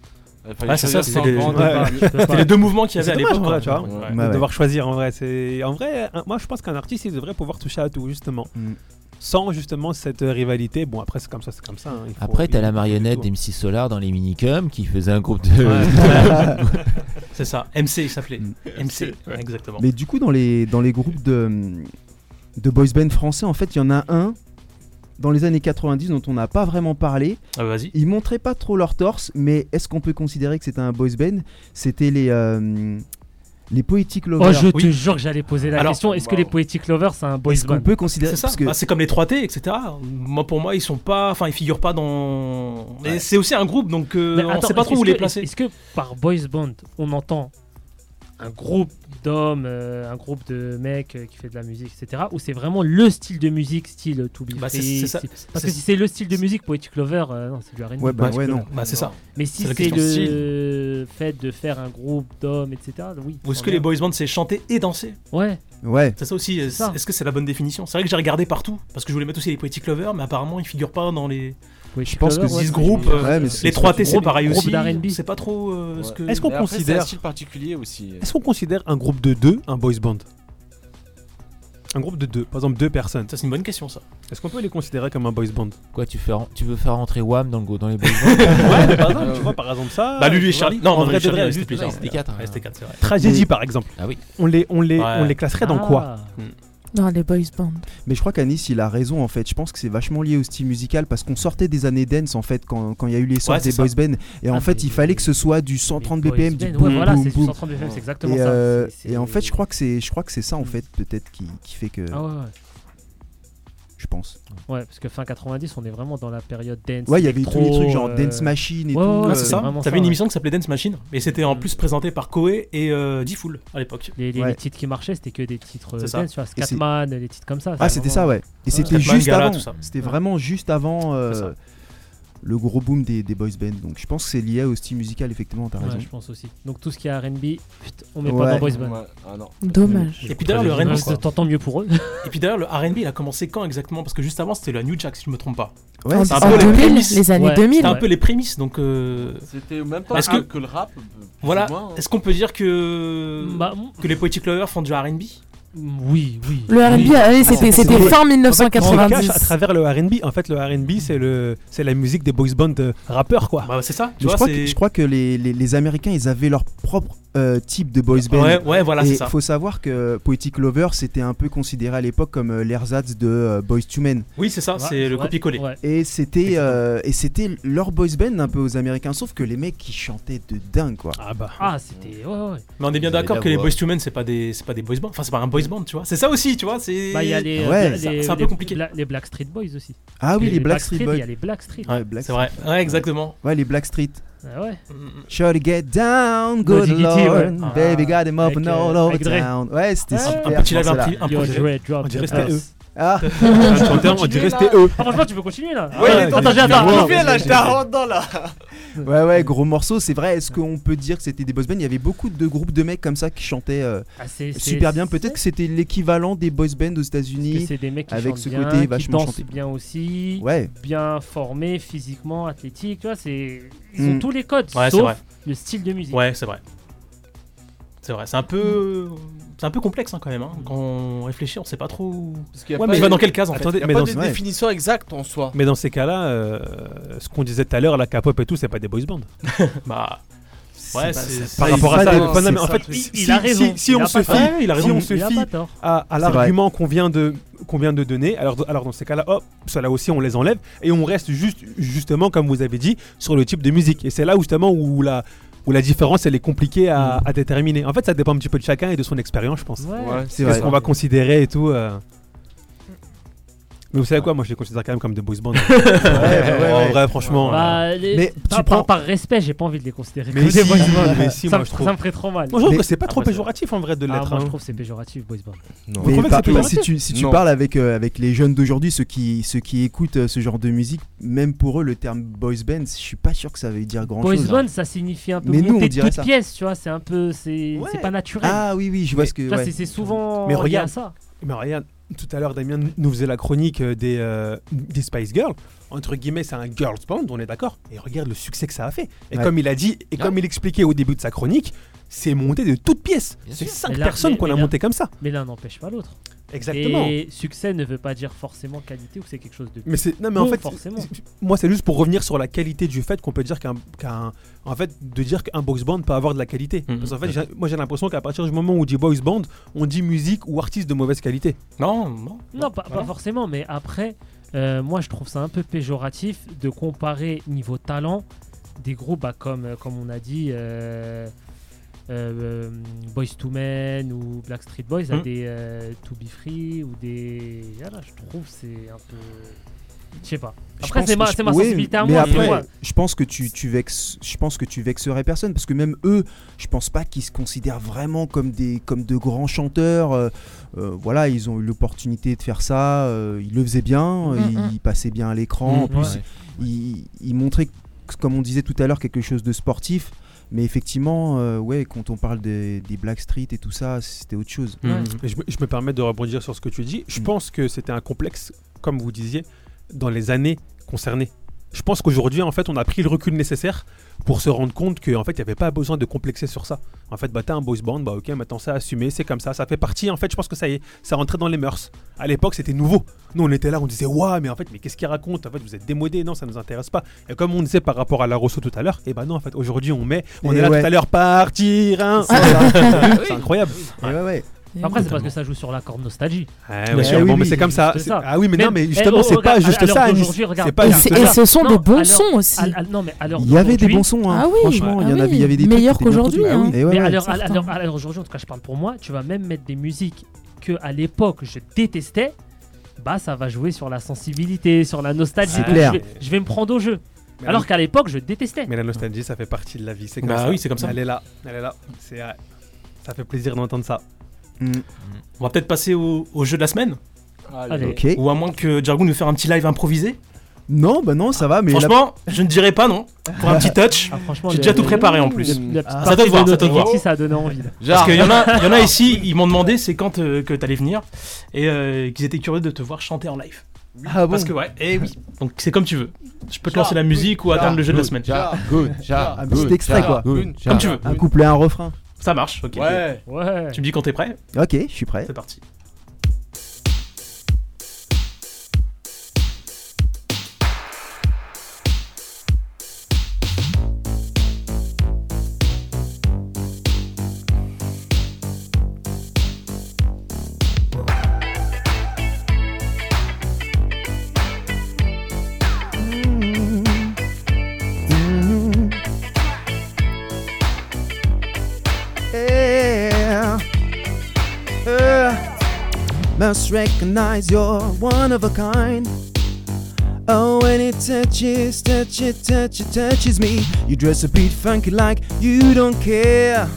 B: fallait Ah, c'est choisir, ça, c'est c'est le- encore un débat.
I: Ouais.
B: Je peux pas.
I: C'est
B: C'est
I: dommage,
B: dommage,
I: en vrai,
B: quoi.
I: tu
C: hein.
I: vois.
B: Ouais.
I: de
B: Ouais, ouais.
I: Devoir choisir en vrai, c'est en vrai, un- moi je pense qu'un artiste il devrait pouvoir toucher à tout justement.
B: Hmm.
I: Sans justement cette euh, rivalité. Bon après c'est comme ça, c'est comme ça. hein. Il faut-
J: Après, t'as
I: il-
J: la marionnette d'MC Solar dans les minicums qui faisait un groupe de.
B: <laughs> c'est ça, MC il s'appelait. MC, exactement.
L: Mm. Mais du coup, dans les, dans les groupes de, de boys band français, en fait, il y en a un dans les années 90 dont on n'a pas vraiment parlé.
B: Ah, vas-y.
L: Ils montraient pas trop leur torse, mais est-ce qu'on peut considérer que c'était un boys band C'était les, euh, les Poetic Lovers.
C: Oh, je te jure que j'allais poser la
B: Alors, bah,
C: question est-ce que
B: wow.
C: les Poetic Lovers, c'est un boys
L: Est-ce
C: band
L: qu'on peut considérer-
B: C'est ça,
L: parce que-
B: Bah, c'est comme les 3T, etc. Moi, pour moi, ils sont pas. Enfin, ils figurent pas dans. Mais c'est aussi un groupe, donc euh,
C: Mais
B: on
C: attends,
B: sait pas
C: est-ce
B: trop où
C: que-
B: les placer.
C: Est-ce que par boys band, on entend un groupe d'hommes, euh, un groupe de mecs euh, qui fait de la musique, etc. Ou c'est vraiment le style de musique, style euh, To Be
B: Bah, c'est-
C: Free,
B: c'est ça.
C: style- Parce que
B: C'est-
C: si c'est le style de musique Poetic Lover, euh, non, c'est du R&B.
L: Ouais, bah, ouais, non.
B: Bah, c'est ça.
C: Mais si
B: C'est la
C: c'est
B: question
C: le fait de faire un groupe d'hommes, etc. Oui.
B: Ou est-ce
C: on
B: que
C: est-
B: les boys band c'est chanter et danser
C: Ouais.
L: Ouais.
B: C'est ça aussi. euh, Est-ce que c'est la bonne définition C'est vrai que j'ai regardé partout parce que je voulais mettre aussi les Poetic Lovers, mais apparemment ils figurent pas dans les.
C: je
L: pense que c'est-
B: 10 groupes.
L: Ouais,
B: euh,
L: mais c'est-
B: les 3T c'est
L: Groupe-
B: pareil
L: groupe
B: aussi.
L: d'R&B.
B: C'est pas trop euh, ce que.
I: Est-ce qu'on
B: Mais après,
I: considère
B: c'est un style
I: particulier aussi Est-ce qu'on considère un groupe de deux un boys band Un groupe de deux, par exemple deux personnes.
B: Ça c'est une bonne question ça.
I: Est-ce qu'on peut les considérer comme un boys band
J: Quoi, tu, fais, ren- tu veux faire rentrer Wham dans, le, go- <laughs> dans les boys
I: Ouais, par exemple, tu vois, par exemple ça.
B: Bah, Lulu et
I: tu vois,
B: Charlie. Non,
I: en
B: non,
I: vrai,
B: Lulu et
I: de vrai,
B: Charlie,
I: juste-
B: c'était plus
I: ouais,
B: tard.
I: c'était quatre,
B: Ouais,
I: hein.
B: c'était quatre, c'est vrai.
I: Tragédie,
B: Mais-
I: par exemple.
J: Ah oui.
I: On les, on les,
B: Ouais.
I: on les classerait dans
B: Ah.
I: quoi
A: Non, les boys band.
L: Mais je crois qu'Anis, il a raison en fait. Je pense que c'est vachement lié au style musical parce qu'on sortait des années dance en fait quand quand il y a eu l'essor
C: Ouais, c'est
L: des
C: ça.
L: boys band. Et en
C: Ah,
L: fait, il fallait que ce soit du 130
C: boys
L: BPM, du
C: band, ouais,
L: boum,
C: voilà,
L: boum,
C: c'est du
L: boum.
C: 130 BPM, c'est exactement
L: et,
C: ça. Mm.
L: euh, et en fait, je crois que c'est, je crois que c'est ça en fait peut-être qui, qui fait que.
C: Ah ouais, ouais.
L: Je pense.
C: Ouais, Ah, parce que fin 90, on est vraiment dans la période dance.
L: Ouais, il y avait tous les
C: électro,
L: trucs genre
C: euh,
L: Dance Machine et
C: ouais,
L: tout,
C: ouais, ouais,
B: Ah,
C: c'est
B: c'est ça.
C: vraiment
B: T'avais une
C: ouais. Mm.
B: émission qui s'appelait Dance Machine, et c'était en plus présenté par Koé et euh, Difool à l'époque.
C: Les, les-
B: Ouais.
C: les titres qui marchaient, c'était que des titres euh,
B: C'est ça.
C: dance, tu vois,
B: Et c'est-
C: Scatman, les titres comme ça.
L: Ah, c'était ça, ouais. Et c'était
B: Scatman,
L: juste
B: Gala,
L: avant.
B: tout ça.
L: C'était
B: Ouais.
L: vraiment juste avant euh, le gros boom des, des boys band. Donc je pense que c'est lié au style musical effectivement. T'as
C: Ouais,
L: raison.
C: je pense aussi. Donc tout ce qui est RB, put, on met pas dans
L: Ouais.
C: Boys Band.
L: Ouais, ah non.
A: Dommage.
B: Et puis d'ailleurs, le R&B,
C: Tant- Tant mieux pour eux.
B: <laughs> Et puis d'ailleurs, le RB, il a commencé quand exactement Parce que juste avant, c'était la New Jack, si je me trompe pas.
A: Ouais,
B: C'est
A: c'est
B: un
A: ça.
B: peu
A: En 2000,
B: prémices.
A: les années Ouais. 2000.
B: C'était un
A: Ouais.
B: peu les prémices, donc. euh,
H: C'était au même temps
B: Est-ce
H: que... que le rap. euh, plus ou
B: Voilà.
H: moins, hein.
B: Est-ce qu'on peut dire que que les Poetic Lovers font du R&B
C: Bah, Oui, oui.
A: Le R&B,
I: Oui.
A: allez, c'était-
I: Ah,
A: c'était fin
I: En fait,
A: 1990.
I: on se cache à travers le R&B. En fait, le R&B, c'est le, c'est la musique des boys band euh, rappeurs, quoi.
B: Bah, c'est ça.
I: Tu
L: Mais
I: vois,
L: je, crois
I: c'est-
L: que, je crois que les, les- les Américains, ils avaient leur propre euh, type de boys band.
B: Ouais, ouais, voilà,
L: Et
B: c'est ça.
L: faut savoir que Poetic Lover, c'était un peu considéré à l'époque comme euh, l'ersatz de euh, Boys to Men.
B: Oui, c'est ça, c'est le copier-coller.
L: Et c'était euh, et c'était leur boys band un peu aux Américains, sauf que les mecs qui chantaient de dingue quoi.
B: Ah bah.
C: Ah, c'était. Ouais, ouais, ouais.
B: Mais on est bien
L: Vous avez
B: d'accord
L: la
B: que les
L: voix.
B: Boys to Men, c'est pas des, c'est pas des boys band. Enfin, c'est pas un boys band, tu vois. C'est ça aussi, tu vois. C'est.
C: Bah, il y a les,
B: Ouais.
C: les-
B: C'est-
C: les-
B: c'est un peu
C: les
B: compliqué.
C: Bla- les Black Street Boys aussi.
L: Ah oui,
C: Et
L: les Black Street Boys.
C: Il y a les Black Street.
L: Ouais, Black
B: C'est vrai.
L: Street.
B: Ouais, exactement.
L: Ouais, les Black Street.
C: Ah ouais.
L: Shorty get down, good
B: Diggity,
L: lord, Ah,
B: ouais.
L: baby got him up
B: Avec,
L: and
B: euh,
L: all over
B: avec Dre. Ah,
L: town. Ouais, c'était
B: Ouais.
L: super.
B: Un petit live
L: ce morceau-là.
B: impri- improvisé. Your dread drop On dirait the c'était bass. eux.
L: Ah.
B: Un chanteur, on dirait c'était eux.
C: Ah, franchement, tu peux continuer là.
L: Ouais, il est temps
C: attends,
L: de-
C: j'ai attends.
L: Wow.
C: reviens, là, je t'arrête.
B: dans là.
L: Ouais, ouais, gros morceau, c'est vrai. Est-ce qu'on peut dire que c'était des boys bands Il y avait beaucoup de groupes de mecs comme ça qui chantaient euh,
C: Ah, c'est- c'est-
L: super bien. Peut-être que c'était l'équivalent des boys bands aux
C: Parce que
L: États-Unis.
C: c'est des mecs qui
L: Avec
C: chantent
L: ce
C: bien,
L: côté
C: qui
L: vachement
C: dansent
L: chanté.
C: bien aussi,
L: Ouais.
C: bien formés physiquement, athlétiques, tu vois, c'est ils ont
L: Hmm.
B: Mm.
C: tous les codes
B: Ouais, c'est
C: sauf
B: vrai.
C: le style de musique.
B: Ouais, c'est vrai. C'est vrai, c'est un peu, c'est un peu complexe hein, quand même. hein. Quand on réfléchit, on sait pas trop. où-
H: qu'il y a
B: ouais,
H: pas
B: mais il va
H: de-
B: dans quelle case en
H: Attendez,
B: fait
H: il y a pas de définition exacte en soi.
I: Mais dans ces cas-là, euh, ce qu'on disait tout à l'heure, la K-pop et tout, c'est pas des boys band.
B: <laughs> bah.
I: Ouais,
B: Ouais,
I: c'est-
B: c'est
I: par rapport à ça,
B: pas
I: pas- non, mais en
B: c'est
I: fait,
B: ça.
I: si-
C: il a
I: si-
C: raison.
I: Si, si
C: Il
I: on
C: a
I: se
C: pas
I: fie,
C: tort. Ouais, il a
I: si
C: raison.
I: on se
C: Il a
I: fie
C: pas tort. Ah.
I: à, à
C: C'est
I: l'argument qu'on vient de qu'on vient de donner, alors, alors dans ces cas-là, hop, cela aussi on les enlève et on reste juste justement comme vous avez dit sur le type de musique. Et c'est là justement où la où la différence elle est compliquée à, à déterminer. En fait, ça dépend un petit peu de chacun et de son expérience, je pense.
C: Ouais.
H: Ouais, c'est
I: Qu'est-ce
H: vrai.
I: qu'on va considérer et tout. euh. Mais vous savez quoi, moi je les considère quand même comme des boys band. en vrai, franchement. euh,
C: Bah, les-
I: Mais tu
C: par,
I: prends-
C: par- par respect, j'ai pas envie de les considérer
I: Mais
C: comme des
I: si,
C: boys bands.
I: mais si, moi,
C: ça, me-
I: je trouve.
C: ça me ferait trop mal.
I: Moi, je trouve Mais- que c'est pas trop Après, c'est- péjoratif, en vrai, de
C: Ah,
I: l'être,
C: moi,
I: hein.
C: je trouve que c'est péjoratif, boys band.
I: Vous
L: Mais
I: trouvez que
L: par-
I: c'est péjoratif
L: si tu, si tu
I: Non.
L: parles avec, euh, avec les jeunes d'aujourd'hui, ceux qui, ceux qui écoutent euh, ce genre de musique, même pour eux, le terme boys band, je suis pas sûr que ça veut dire grand
C: Boys
L: chose. hein.
C: band, ça signifie un peu
L: Mais nous, on
C: monter de
L: dirait
C: toute
L: ça.
C: pièce, tu vois, c'est un peu, c'est c'est pas naturel.
L: Ah oui, oui, je vois
C: Mais-
L: ce que-
C: tu vois,
L: ouais.
C: c'est- C'est souvent
I: Mais
C: relié
I: regarde,
C: à ça.
I: Mais regarde, tout à l'heure Damien nous faisait la chronique euh, des, euh, des Spice Girls. Entre guillemets, c'est un girls band, on est d'accord. Et regarde le succès que ça a fait. Et
H: Ouais.
I: comme il a dit, et comme il expliquait au début de sa chronique, c'est monté de toutes pièces. C'est
C: Mais
I: cinq
C: l'un- mais-
I: personnes qu'on
C: mais
I: a
C: l'un-
I: montées comme ça.
C: Mais l'un n'empêche pas l'autre.
I: Exactement.
C: Et succès ne veut pas dire forcément qualité ou que c'est quelque chose de.
I: Mais c'est non mais en
C: bon,
I: fait
C: forcément.
I: c'est- moi c'est juste pour revenir sur la qualité du fait qu'on peut dire qu'un qu'un en fait de dire qu'un boys band peut avoir de la qualité.
B: Mhm.
I: Parce qu'en fait j'ai- moi j'ai l'impression qu'à partir du moment où on dit boys band, on dit musique ou artiste de mauvaise qualité.
B: Non, non.
C: Non, pas, pas forcément, mais après, euh, moi je trouve ça un peu péjoratif de comparer niveau talent des groupes bah, comme, euh, comme on a dit euh, euh, Boys to Men ou Black Street Boys à
I: Hum.
B: Hmm.
C: des euh, To Be Free ou des. Voilà, je trouve c'est un peu. Je sais pas.
L: Je
C: Après,
L: pense-
C: c'est ma,
L: je-
C: c'est ma
L: oui,
C: sensibilité à
L: mais
C: moi. tu
L: après,
C: vois.
L: je pense que tu, tu vexes, je pense que tu vexerais personne parce que même eux, je pense pas qu'ils se considèrent vraiment comme des comme de grands chanteurs. euh, euh, voilà, ils ont eu l'opportunité de faire ça, euh, ils le faisaient bien, euh,
H: Mm,
L: ils,
H: mm.
L: ils passaient bien à l'écran. en
H: Mm,
L: plus,
H: ouais.
L: ils, ils montraient, que- comme on disait tout à l'heure, quelque chose de sportif. Mais effectivement, euh, ouais, quand on parle des, des Black Street et tout ça, c'était autre chose.
B: Mm.
I: Et Je, me- je me permets de rebondir sur ce que tu dis.
L: Mhm.
I: Je pense que c'était un complexe, comme vous disiez, dans les années concernées. Je pense qu'aujourd'hui, en fait, on a pris le recul nécessaire pour se rendre compte qu'en fait, il n'y avait pas besoin de complexer sur ça. En fait, bah, t'as un boys band, bah ok, maintenant ça assumé, c'est comme ça, ça fait partie. En fait, je pense que ça y est, ça rentrait dans les mœurs. À l'époque, c'était nouveau. Nous, on était là, on disait, waouh, mais en fait, mais qu'est-ce qu'il raconte En fait, vous êtes démodés, non, ça nous intéresse pas. Et comme on disait par rapport à la Rousseau tout à l'heure, et ben non, en fait, aujourd'hui, on met, on
L: Et
I: est là
L: ouais.
I: tout à l'heure, partir, hein.
L: C'est
I: <laughs>
L: ça. <laughs>
I: c'est incroyable.
C: Après, c'est parce que ça joue sur la corde nostalgie.
I: Eh
L: Bah
I: oui, sûrement, mais c'est comme ça.
C: Juste
I: C'est- Ah oui, mais non, mais justement, c'est pas juste
C: à l'heure
I: ça, Anis.
C: d'aujourd'hui,
I: C'est
C: regarde.
I: pas Et juste c'est- et ça. ce sont
C: Non,
I: des
C: à
I: bons
C: l'heure-
I: sons aussi.
C: à- à- non, mais à l'heure
L: Il y avait des
C: d'aujourd'hui-
L: bons sons, hein.
A: Ah oui,
L: franchement, il y en
A: ah
L: avait, il y
A: oui.
L: avait des trucs
A: Meilleurs
L: qui étaient bien
A: qu'aujourd'hui,
L: produits.
A: hein.
L: Ah oui, et ouais,
C: mais
L: ouais,
C: à l'heure- à
L: certain.
C: l'heure à l'heure d'aujourd'hui, en tout cas, je parle pour moi, tu vas même mettre des musiques que à l'époque je détestais. Bah, ça va jouer sur la sensibilité, sur la nostalgie.
I: C'est
C: Donc,
I: clair.
C: Je vais, je vais me prendre au jeu.
I: Mais
C: Alors
I: la-
C: qu'à l'époque, je détestais.
I: Mais la nostalgie, ça fait partie de la vie. C'est comme
B: Bah
I: ça.
B: oui, c'est comme ça.
I: Elle est là. Elle est là. C'est vrai. Ça fait plaisir d'entendre ça.
L: Mm.
B: On va peut-être passer au, au jeu de la semaine.
I: Allez.
L: Ok.
B: Ou à moins que Jargon nous fasse un petit live improvisé.
L: Non, bah non, ça va, mais la-
B: Franchement, je ne dirais pas non. Pour
L: <laughs>
B: un petit touch,
C: Ah, franchement,
B: j'ai
C: le-
B: déjà tout
C: le-
B: préparé en plus.
C: le- la
B: ça
C: petite
L: Ah.
B: doit
C: partie
B: te voir,
C: de
B: ça doit te voir.
C: Nottingham, ça a donné envie, là.
B: Parce qu'il y, en a- il y en a ici, ils m'ont demandé c'est quand euh, que t'allais venir et euh, qu'ils étaient curieux de te voir chanter en live.
L: Ah
B: Parce
L: bon
B: que ouais, et oui. Donc c'est comme tu veux. Je peux te lancer
L: Jar,
B: la musique ou
L: Jar,
B: attendre le jeu de la
L: good,
B: semaine.
L: Jar, good, Jar, Un petit good, extrait, Jar, quoi. good,
B: Comme
L: Jar.
B: tu veux.
L: Un couplet, un refrain.
B: Ça marche, ok.
U: Ouais.
C: Ouais.
B: Tu me dis quand t'es prêt
L: Ok, je suis prêt.
B: C'est parti.
F: Yeah.
L: Uh, must recognize you're one of a kind. Oh, when it touches, touch it, touch it, touches me. You dress a bit funky like you don't care.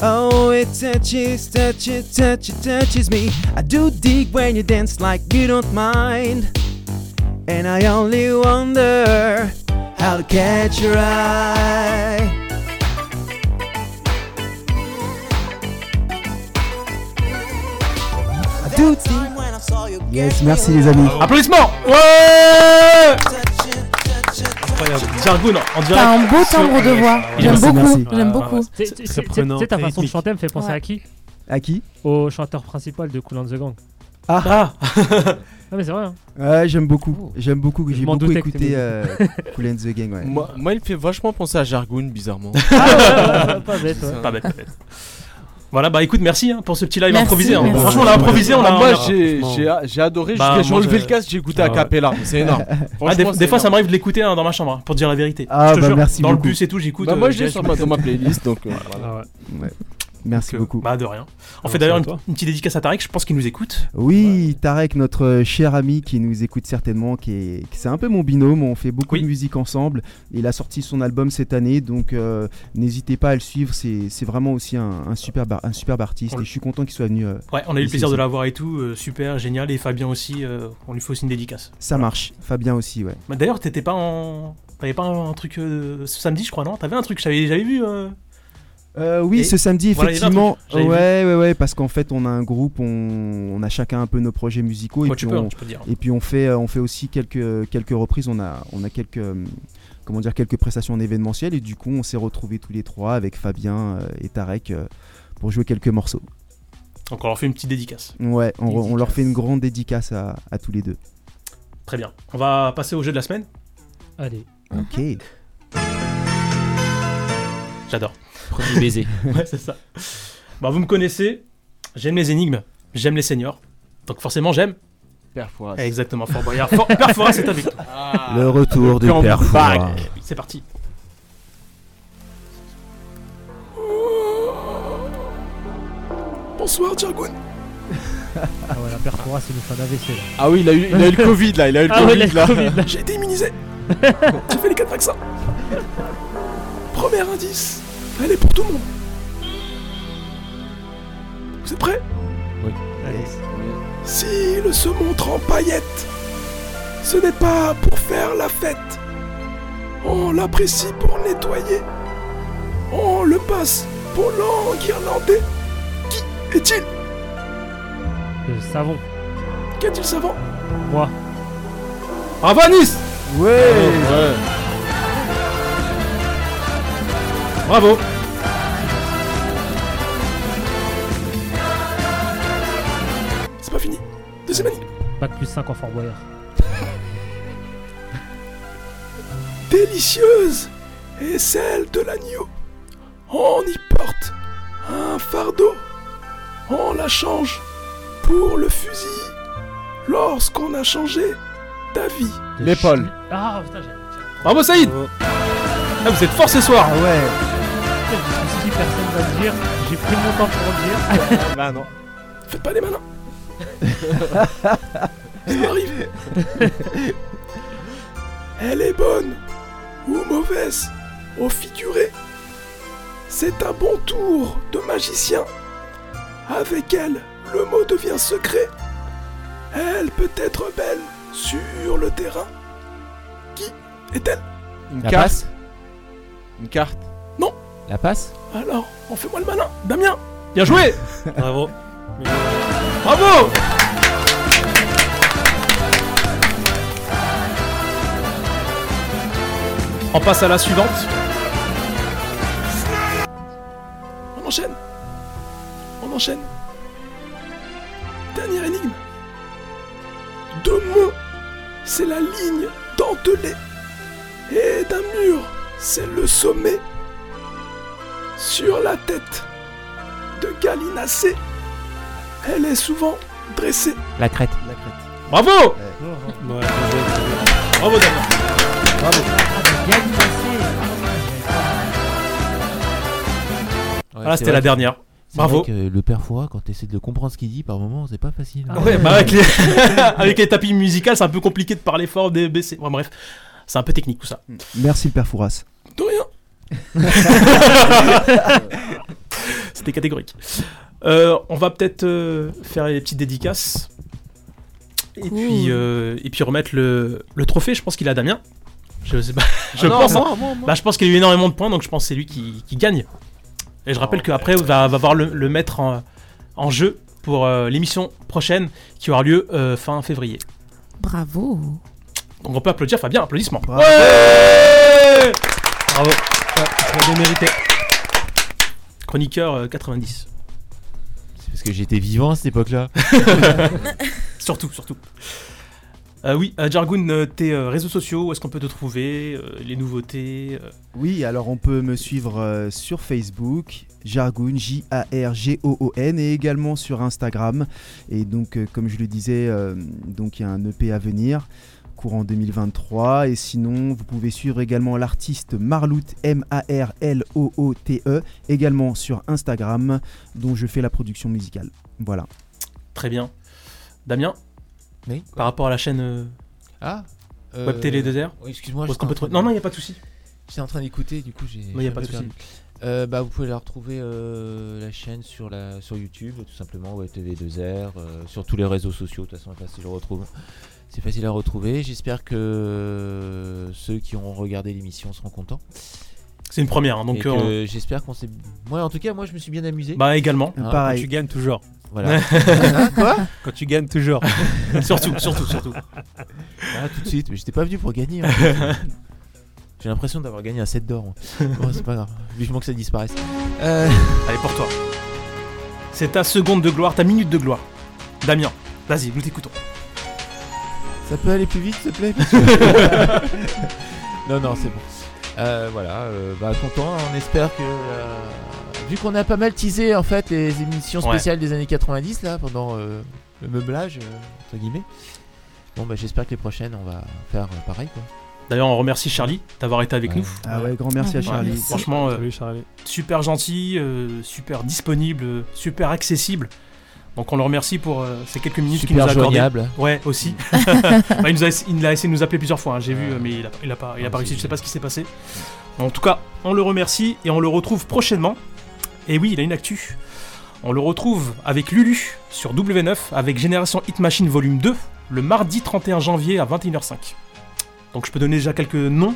L: Oh, it touches, touch it, touch it, touches me. I do dig when you dance like you don't mind. And I only wonder how to catch your eye. Yes, merci les amis.
B: Oh. Applaudissements Ouais Incroyable. Jargon en direct.
A: T'as un beau timbre de voix. J'aime beaucoup, j'aime beaucoup.
C: C'est- c'est- c'est- Tu sais, ta façon de chanter me fait penser
A: Ouais.
C: à qui
L: À qui
C: Au chanteur principal de Cool and the Gang.
L: Ah,
C: <laughs> Non, mais c'est vrai. hein.
L: Ouais, j'aime beaucoup. J'aime beaucoup. J'ai
C: m'en
L: beaucoup
C: doutais que
L: écouté
C: t'aimais
L: euh, Cool and the Gang. Ouais.
U: Moi, moi, il me fait vachement penser à
B: <laughs>
U: Jargoon, bizarrement.
C: pas bête, Ah, ouais.
B: Pas bête, pas bête. Voilà, bah écoute, merci hein, pour ce petit live
U: Merci,
B: improvisé. hein.
U: merci.
B: Franchement, on l'a improvisé, on l'a
U: Moi,
B: on l'a-
U: j'ai-
B: franchement.
U: j'ai- j'ai adoré,
B: Bah,
U: j'ai- j'ai
B: moi,
U: enlevé
B: je-
U: le casque, j'ai écouté à
B: ouais.
U: cappella, c'est énorme. Franchement,
B: Ah, des,
U: c'est
B: des fois,
U: énorme.
B: ça m'arrive de l'écouter hein, dans ma chambre, hein, pour dire la vérité.
L: Ah,
B: Je te
L: bah,
B: jure,
L: merci
B: Dans
L: beaucoup.
B: le bus et tout, j'écoute.
U: Bah, moi,
B: euh,
U: je l'ai
B: j'ai-
U: sur ma- dans ma playlist, donc, euh, voilà. Ah,
L: Ouais. Merci
C: euh,
L: beaucoup.
B: Bah, de rien. On
U: Merci
B: fait
U: à
B: d'ailleurs une,
U: toi.
B: une petite dédicace à Tarek, je pense qu'il nous écoute.
L: Oui, Tarek, notre euh, cher ami qui nous écoute certainement, qui est, qui- c'est un peu mon binôme, on fait beaucoup de musique ensemble. Il a sorti son album cette année, donc euh, n'hésitez pas à le suivre, c'est, c'est vraiment aussi un, un superbe, ar- un superbe artiste
B: On
L: et
B: le-
L: je suis content qu'il soit venu. euh,
B: Ouais, on a eu le
L: ici,
B: plaisir
L: ici.
B: de l'avoir et tout. euh, super, génial. Et Fabien aussi, euh, on lui fait aussi une dédicace.
L: Ça marche, Fabien aussi, ouais.
B: Bah, D'ailleurs, t'étais pas en. T'avais pas un, un truc euh, ce samedi, je crois, non T'avais un truc, j'avais j'avais vu. euh,
L: Euh, oui,
B: Et-
L: ce samedi,
B: Voilà, il y avait un
L: effectivement.
B: truc, j'avais vu.
L: ouais, ouais, ouais, parce qu'en fait, on a un groupe, on, on a chacun un peu nos projets musicaux. et,
B: Ouais, tu
L: puis
B: peux,
L: on,
B: hein, tu peux dire.
L: et puis on fait, euh, on fait aussi quelques, quelques reprises. On a, on a quelques, euh, comment dire, quelques prestations en événementiel. Et du coup, on s'est retrouvés tous les trois avec Fabien euh, et Tarek euh, pour jouer quelques morceaux.
B: Donc, on leur fait une petite dédicace.
L: Ouais, on, re- on leur fait une grande dédicace à, à tous les deux.
B: Très bien. On va passer au jeu de la semaine.
C: Allez.
L: Ok.
B: J'adore.
L: Premier baiser.
B: <laughs> ouais, c'est ça. Bon, vous me connaissez. J'aime les énigmes. J'aime les seniors. Donc forcément, j'aime.
U: Perforas.
B: Exactement, Fort Boyard. For- Perforas, c'est avec toi.
L: Le retour de
U: comeback.
L: Perforas.
B: C'est parti.
U: Bonsoir, Jargoon.
C: Ah ouais, la perfora, c'est une fin d'AVC là.
U: Ah oui, il a eu, il a eu le Covid là, il a eu le
C: Ah ouais,
U: Covid,
C: il a eu le
U: là.
C: Covid, là.
U: <laughs> J'ai été immunisé. J'ai fait les 4 vaccins. Premier indice, elle est pour tout le monde. Vous êtes prêts Oui. Si le se montre en paillettes, ce n'est pas pour faire la fête. On l'apprécie pour nettoyer. On le passe pour l'enguirlander. Qui est-il
C: Le savon.
U: Qu'est-il savant
C: Moi.
B: Bravo à Nice
L: Ouais,
U: Ah,
B: Bravo
U: C'est pas fini. Deuxième indice.
C: Bac plus 5 en Fort Boyard.
U: délicieuse est celle de l'agneau. On y porte un fardeau. On la change pour le fusil lorsqu'on a changé d'avis.
L: L'épaule.
C: Ah putain, j'ai.
B: Bravo Saïd Oh. Ah, Vous êtes fort ce soir
L: Ouais
C: putain, je me suis dit, personne va le dire. J'ai pris mon temps pour le dire.
B: Bah non.
U: Faites pas les malins. Ça arrive. Elle est bonne ou mauvaise au figuré. C'est un bon tour de magicien. Avec elle, le mot devient secret. Elle peut être belle sur le terrain. Qui est-elle
J: Une La carte. passe
U: Une carte Non.
J: La
I: <laughs>
J: passe
U: Alors, on fait moi le malin. Damien Bien
B: joué Bravo Bravo On passe à la suivante.
U: On enchaîne. On enchaîne. Dernière énigme. Deux mots. C'est la ligne dentelée. Et d'un mur, c'est le sommet. Sur la tête de Galinacée, elle est souvent dressée.
J: La crête.
B: Bravo Bravo Damien Voilà, Ah, c'était la dernière. Bravo.
J: Bravo. le père Fouras, quand tu essaies de comprendre ce qu'il dit, par moment, c'est pas facile.
B: Ah ouais, bah avec
J: <laughs>
B: les, avec les tapis musicales, c'est un peu compliqué de parler fort, des baisser. Ouais, bref, c'est un peu technique tout ça.
L: Merci le père Fouras.
U: De rien.
B: <laughs> C'était catégorique. Euh, on va peut-être euh, faire les petites dédicaces. Et puis, euh, et puis remettre le, le trophée, je pense qu'il a Damien. Je sais pas. <laughs> Je
I: Ah non,
B: pense.
I: moi,
B: hein.
I: moi, moi.
B: Bah, je pense qu'il a eu énormément de points, donc je pense que c'est lui qui, qui gagne. Et je rappelle qu'après, on va, va voir le, le mettre en, en jeu pour euh, l'émission prochaine qui aura lieu euh, fin février.
A: Bravo.
B: Donc on peut applaudir Fabien, applaudissements. Ouais Bravo. Ouais, très bien mérité. Chroniqueur euh, 90.
J: C'est parce que j'étais vivant à cette <laughs> époque-là. Bah,
B: surtout, surtout. Euh, oui, euh, Jargoun, euh, tes euh, réseaux sociaux, où est-ce qu'on peut te trouver euh, Les nouveautés euh,
L: Oui, alors on peut me suivre euh, sur Facebook, Jargoon, J-A-R-G-O-O-N, et également sur Instagram. Et donc, euh, comme je le disais, euh, donc il y a un EP à venir courant 2023 et sinon vous pouvez suivre également l'artiste Marloute M A R L O O T E également sur Instagram dont je fais la production musicale. Voilà.
B: Très bien. Damien
J: Oui
B: Par rapport à la chaîne euh,
J: Ah
B: Web Télé 2R
J: oui, Excuse-moi,
B: Où est-ce
J: j'étais
B: qu'on peut te-
J: en train de-
B: Non, non, il n'y a pas de souci.
J: J'étais en train d'écouter, du coup, j'ai.
B: Non, y a
J: j'ai un
B: pas de
J: peu
B: souci.
J: perdu. Euh, bah, vous pouvez la retrouver euh, la chaîne sur, la, sur YouTube, tout simplement, ouais, TV2R, euh, sur tous les réseaux sociaux, de toute façon, c'est facile à retrouver. C'est facile à retrouver. J'espère que euh, ceux qui auront regardé l'émission seront contents.
B: C'est une première, hein, donc,
J: Et que
B: euh,
J: J'espère qu'on s'est. Moi, en tout cas, moi, je me suis bien amusé.
B: Bah, également.
J: Hein,
B: Pareil.
J: quand
I: Tu gagnes toujours.
B: <laughs>
J: Voilà.
I: Hein,
J: quoi
I: Quand tu gagnes toujours.
B: Surtout, surtout, surtout.
J: Ah, tout de suite, mais j'étais pas venu pour
B: <laughs>
J: gagner. en fait. J'ai l'impression d'avoir gagné un set d'or. Bon, c'est pas grave, vivement que ça disparaisse. Euh,
B: <laughs> Allez, pour toi. C'est ta seconde de gloire, ta minute de gloire. Damien, vas-y, nous t'écoutons.
J: Ça peut aller plus vite, s'il te plaît <laughs> parce que- Non, non, c'est bon. Euh, voilà, euh, bah, content. On espère que. euh, vu qu'on a pas mal teasé en fait les émissions
H: Ouais.
J: spéciales des années 90 là pendant euh, le meublage, euh, entre guillemets. Bon, bah, j'espère que les prochaines on va faire euh, pareil quoi.
B: D'ailleurs, on remercie Charlie d'avoir été avec
J: Ouais.
B: nous.
L: Ah ouais, grand merci à Charlie. Merci.
B: Franchement, euh, super gentil, euh, super disponible, euh, super accessible. Donc on le remercie pour euh, ces quelques minutes qu'il nous
J: Super
B: a accordées.
J: joignable.
B: Ouais, aussi.
L: Mm.
B: <laughs> Bah, il, nous a, essa- il a essayé de nous appeler plusieurs fois, hein, j'ai vu, euh, mais il a, il a pas, il a
J: Ouais,
L: Ah,
B: pas réussi,
J: c'est-
B: je sais pas ce qui s'est passé. En tout cas, on le remercie et on le retrouve prochainement. Et oui, il a une actu. On le retrouve avec Lulu sur W9 avec Génération Hit Machine Volume 2 le mardi 31 janvier à 21h05. Donc je peux donner déjà quelques noms.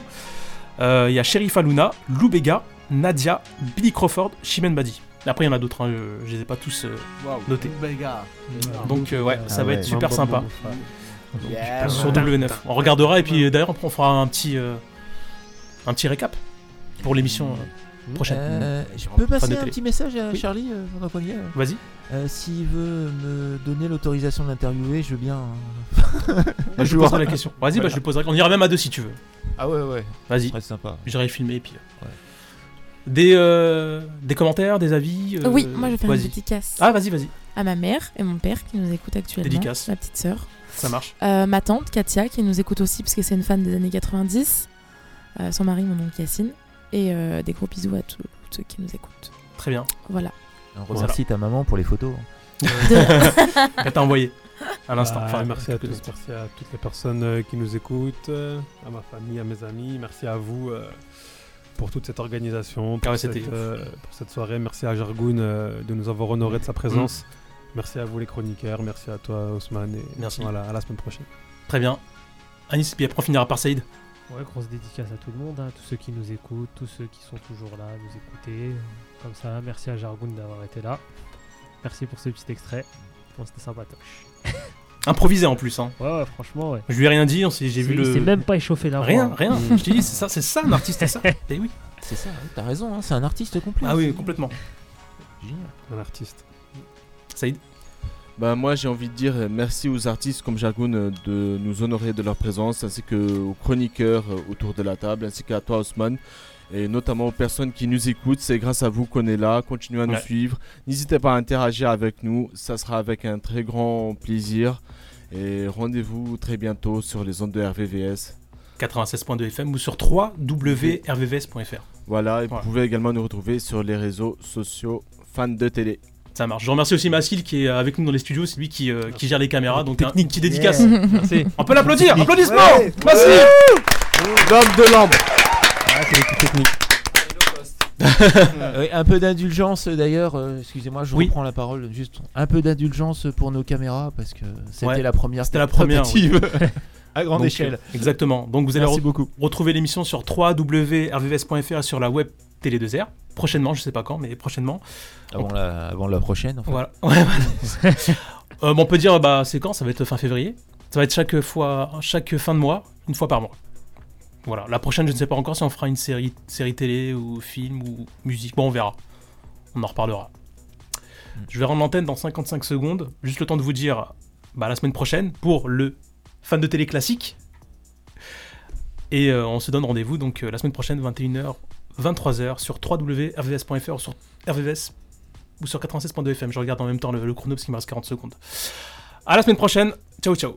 B: Euh, Il y a Sheriff Aluna, Lou Bega, Nadia, Billy Crawford, Shimen Badi. Après, il y en a d'autres, hein, je- je les ai pas tous euh, notés. Donc euh, ouais, ça va
L: Ah ouais.
B: être super
L: Bam, bam,
B: sympa.
L: bam, bam.
B: Donc,
L: Yeah,
B: sur
L: man.
B: W9. On regardera et puis euh, d'ailleurs on fera un petit euh, un petit récap pour l'émission euh, prochaine.
J: Euh, je
B: Fan
J: peux
B: de
J: passer un
B: télé.
J: petit message à
B: Oui.
J: Charlie euh, pendant qu'on y est euh
B: Vas-y.
J: Euh, S'il veut me donner l'autorisation de l'interviewer, je veux bien. hein.
B: Bah, je lui poserai la
J: <laughs>
B: question. Vas-y, bah, je lui poserai. On ira même à deux si tu veux.
J: Ah ouais, ouais.
B: Vas-y.
J: Très sympa.
B: J'irai filmer et puis. euh, Des, euh, des commentaires, des avis euh,
A: oui, moi je vais faire une
B: vas-y.
A: dédicace.
B: Ah, vas-y, vas-y.
A: À ma mère et mon père qui nous écoutent actuellement.
B: Dédicace.
A: Ma petite sœur.
B: Ça marche.
A: Euh, ma tante Katia qui nous écoute aussi parce que c'est une fan des années 90. Euh, son mari, mon oncle Yacine. Et euh, des gros bisous à tous ceux qui nous écoutent.
B: Très bien.
A: Voilà.
J: On remercie ta maman pour les photos. hein.
B: <laughs>
J: Euh,
B: Elle t'a envoyé à l'instant.
I: Bah,
B: Enfin,
I: merci à tous, merci à toutes les personnes euh, qui nous écoutent, euh, à ma famille, à mes amis, merci à vous euh, pour toute cette organisation, pour,
B: Ah ouais,
I: cette,
B: c'était-
I: euh, pour cette soirée, merci à Jargoun euh, de nous avoir honoré de sa présence, merci à vous les chroniqueurs, merci à toi Ousmane et
B: Mm. Merci.
I: voilà, à la semaine prochaine.
B: Très bien. Anis, puis après on finira par Saïd.
C: Ouais, grosse dédicace à tout le monde, hein, tous ceux qui nous écoutent, tous ceux qui sont toujours là, à nous écouter. euh, Comme ça, merci à Jargoun d'avoir été là. Merci pour ce petit extrait. Bon, c'était sympatoche.
B: Improvisé en plus. Hein.
C: Ouais, ouais, franchement, ouais.
B: Je lui ai rien dit, on s'est- j'ai
C: C'est-
B: vu le.
C: il s'est même pas échauffé la voix,
B: Rien,
C: hein.
B: rien. Je t'ai dit,
C: <laughs>
B: c'est ça, c'est ça un artiste, c'est ça. Et oui.
J: C'est ça, oui, t'as raison, hein, c'est un artiste complet.
B: Ah oui, complètement.
J: Génial.
I: Un artiste.
B: Saïd
H: bah, moi j'ai envie de dire euh, merci aux artistes comme Jargon euh, de nous honorer de leur présence ainsi que aux chroniqueurs euh, autour de la table ainsi qu'à toi Osman et notamment aux personnes qui nous écoutent. C'est grâce à vous qu'on est là. Continuez à nous
B: Ouais.
H: suivre. N'hésitez pas à interagir avec nous. Ça sera avec un très grand plaisir. Et rendez-vous très bientôt sur les ondes de RVVS.
B: 96.2 FM ou sur 3wrvvs.fr.
H: Voilà, et vous pouvez également nous retrouver sur les réseaux sociaux fans de télé.
B: Ça marche. Je remercie aussi Massil qui est euh, avec nous dans les studios, c'est lui qui, euh, qui gère les caméras, donc un- une petite dédicace.
H: Yeah. Merci.
B: On peut l'applaudir,
H: Technique.
B: applaudissements
H: Ouais.
B: Massil
H: L'homme de l'ombre
I: Ah,
J: c'est l'équipe technique. Euh, oui, un peu d'indulgence euh, d'ailleurs, euh, excusez-moi, je
B: Oui.
J: reprends la parole. Juste un peu d'indulgence pour nos caméras parce que c'était
B: Ouais.
J: la première.
B: C'était la première. oui.
J: tentative
B: <laughs>
J: à grande
B: Donc,
J: échelle.
B: euh, Exactement. Donc vous allez
J: Merci
B: re-
J: beaucoup.
B: retrouver l'émission sur www.rvvs.fr et sur la web télé 2 r prochainement, je sais pas quand, mais prochainement.
J: Avant la, avant la prochaine. en fait.
B: Voilà. <laughs> Ouais,
J: <laughs>
B: voilà. Euh, bon, on peut dire bah c'est quand Ça va être fin février. Ça va être chaque fois, chaque fin de mois, une fois par mois. Voilà. La prochaine, je ne sais pas encore si on fera une série, série télé ou film ou musique. Bon, on verra. On en reparlera.
J: Hmm.
B: Je vais rendre l'antenne dans 55 secondes. Juste le temps de vous dire bah, à la semaine prochaine pour le fan de télé classique. Et euh, on se donne rendez-vous donc euh, la semaine prochaine 21h 23h sur www.rvvs.fr ou sur rvvs ou sur 96.2 FM. Je regarde en même temps le, le chrono parce qu'il me reste 40 secondes. À la semaine prochaine. Ciao ciao.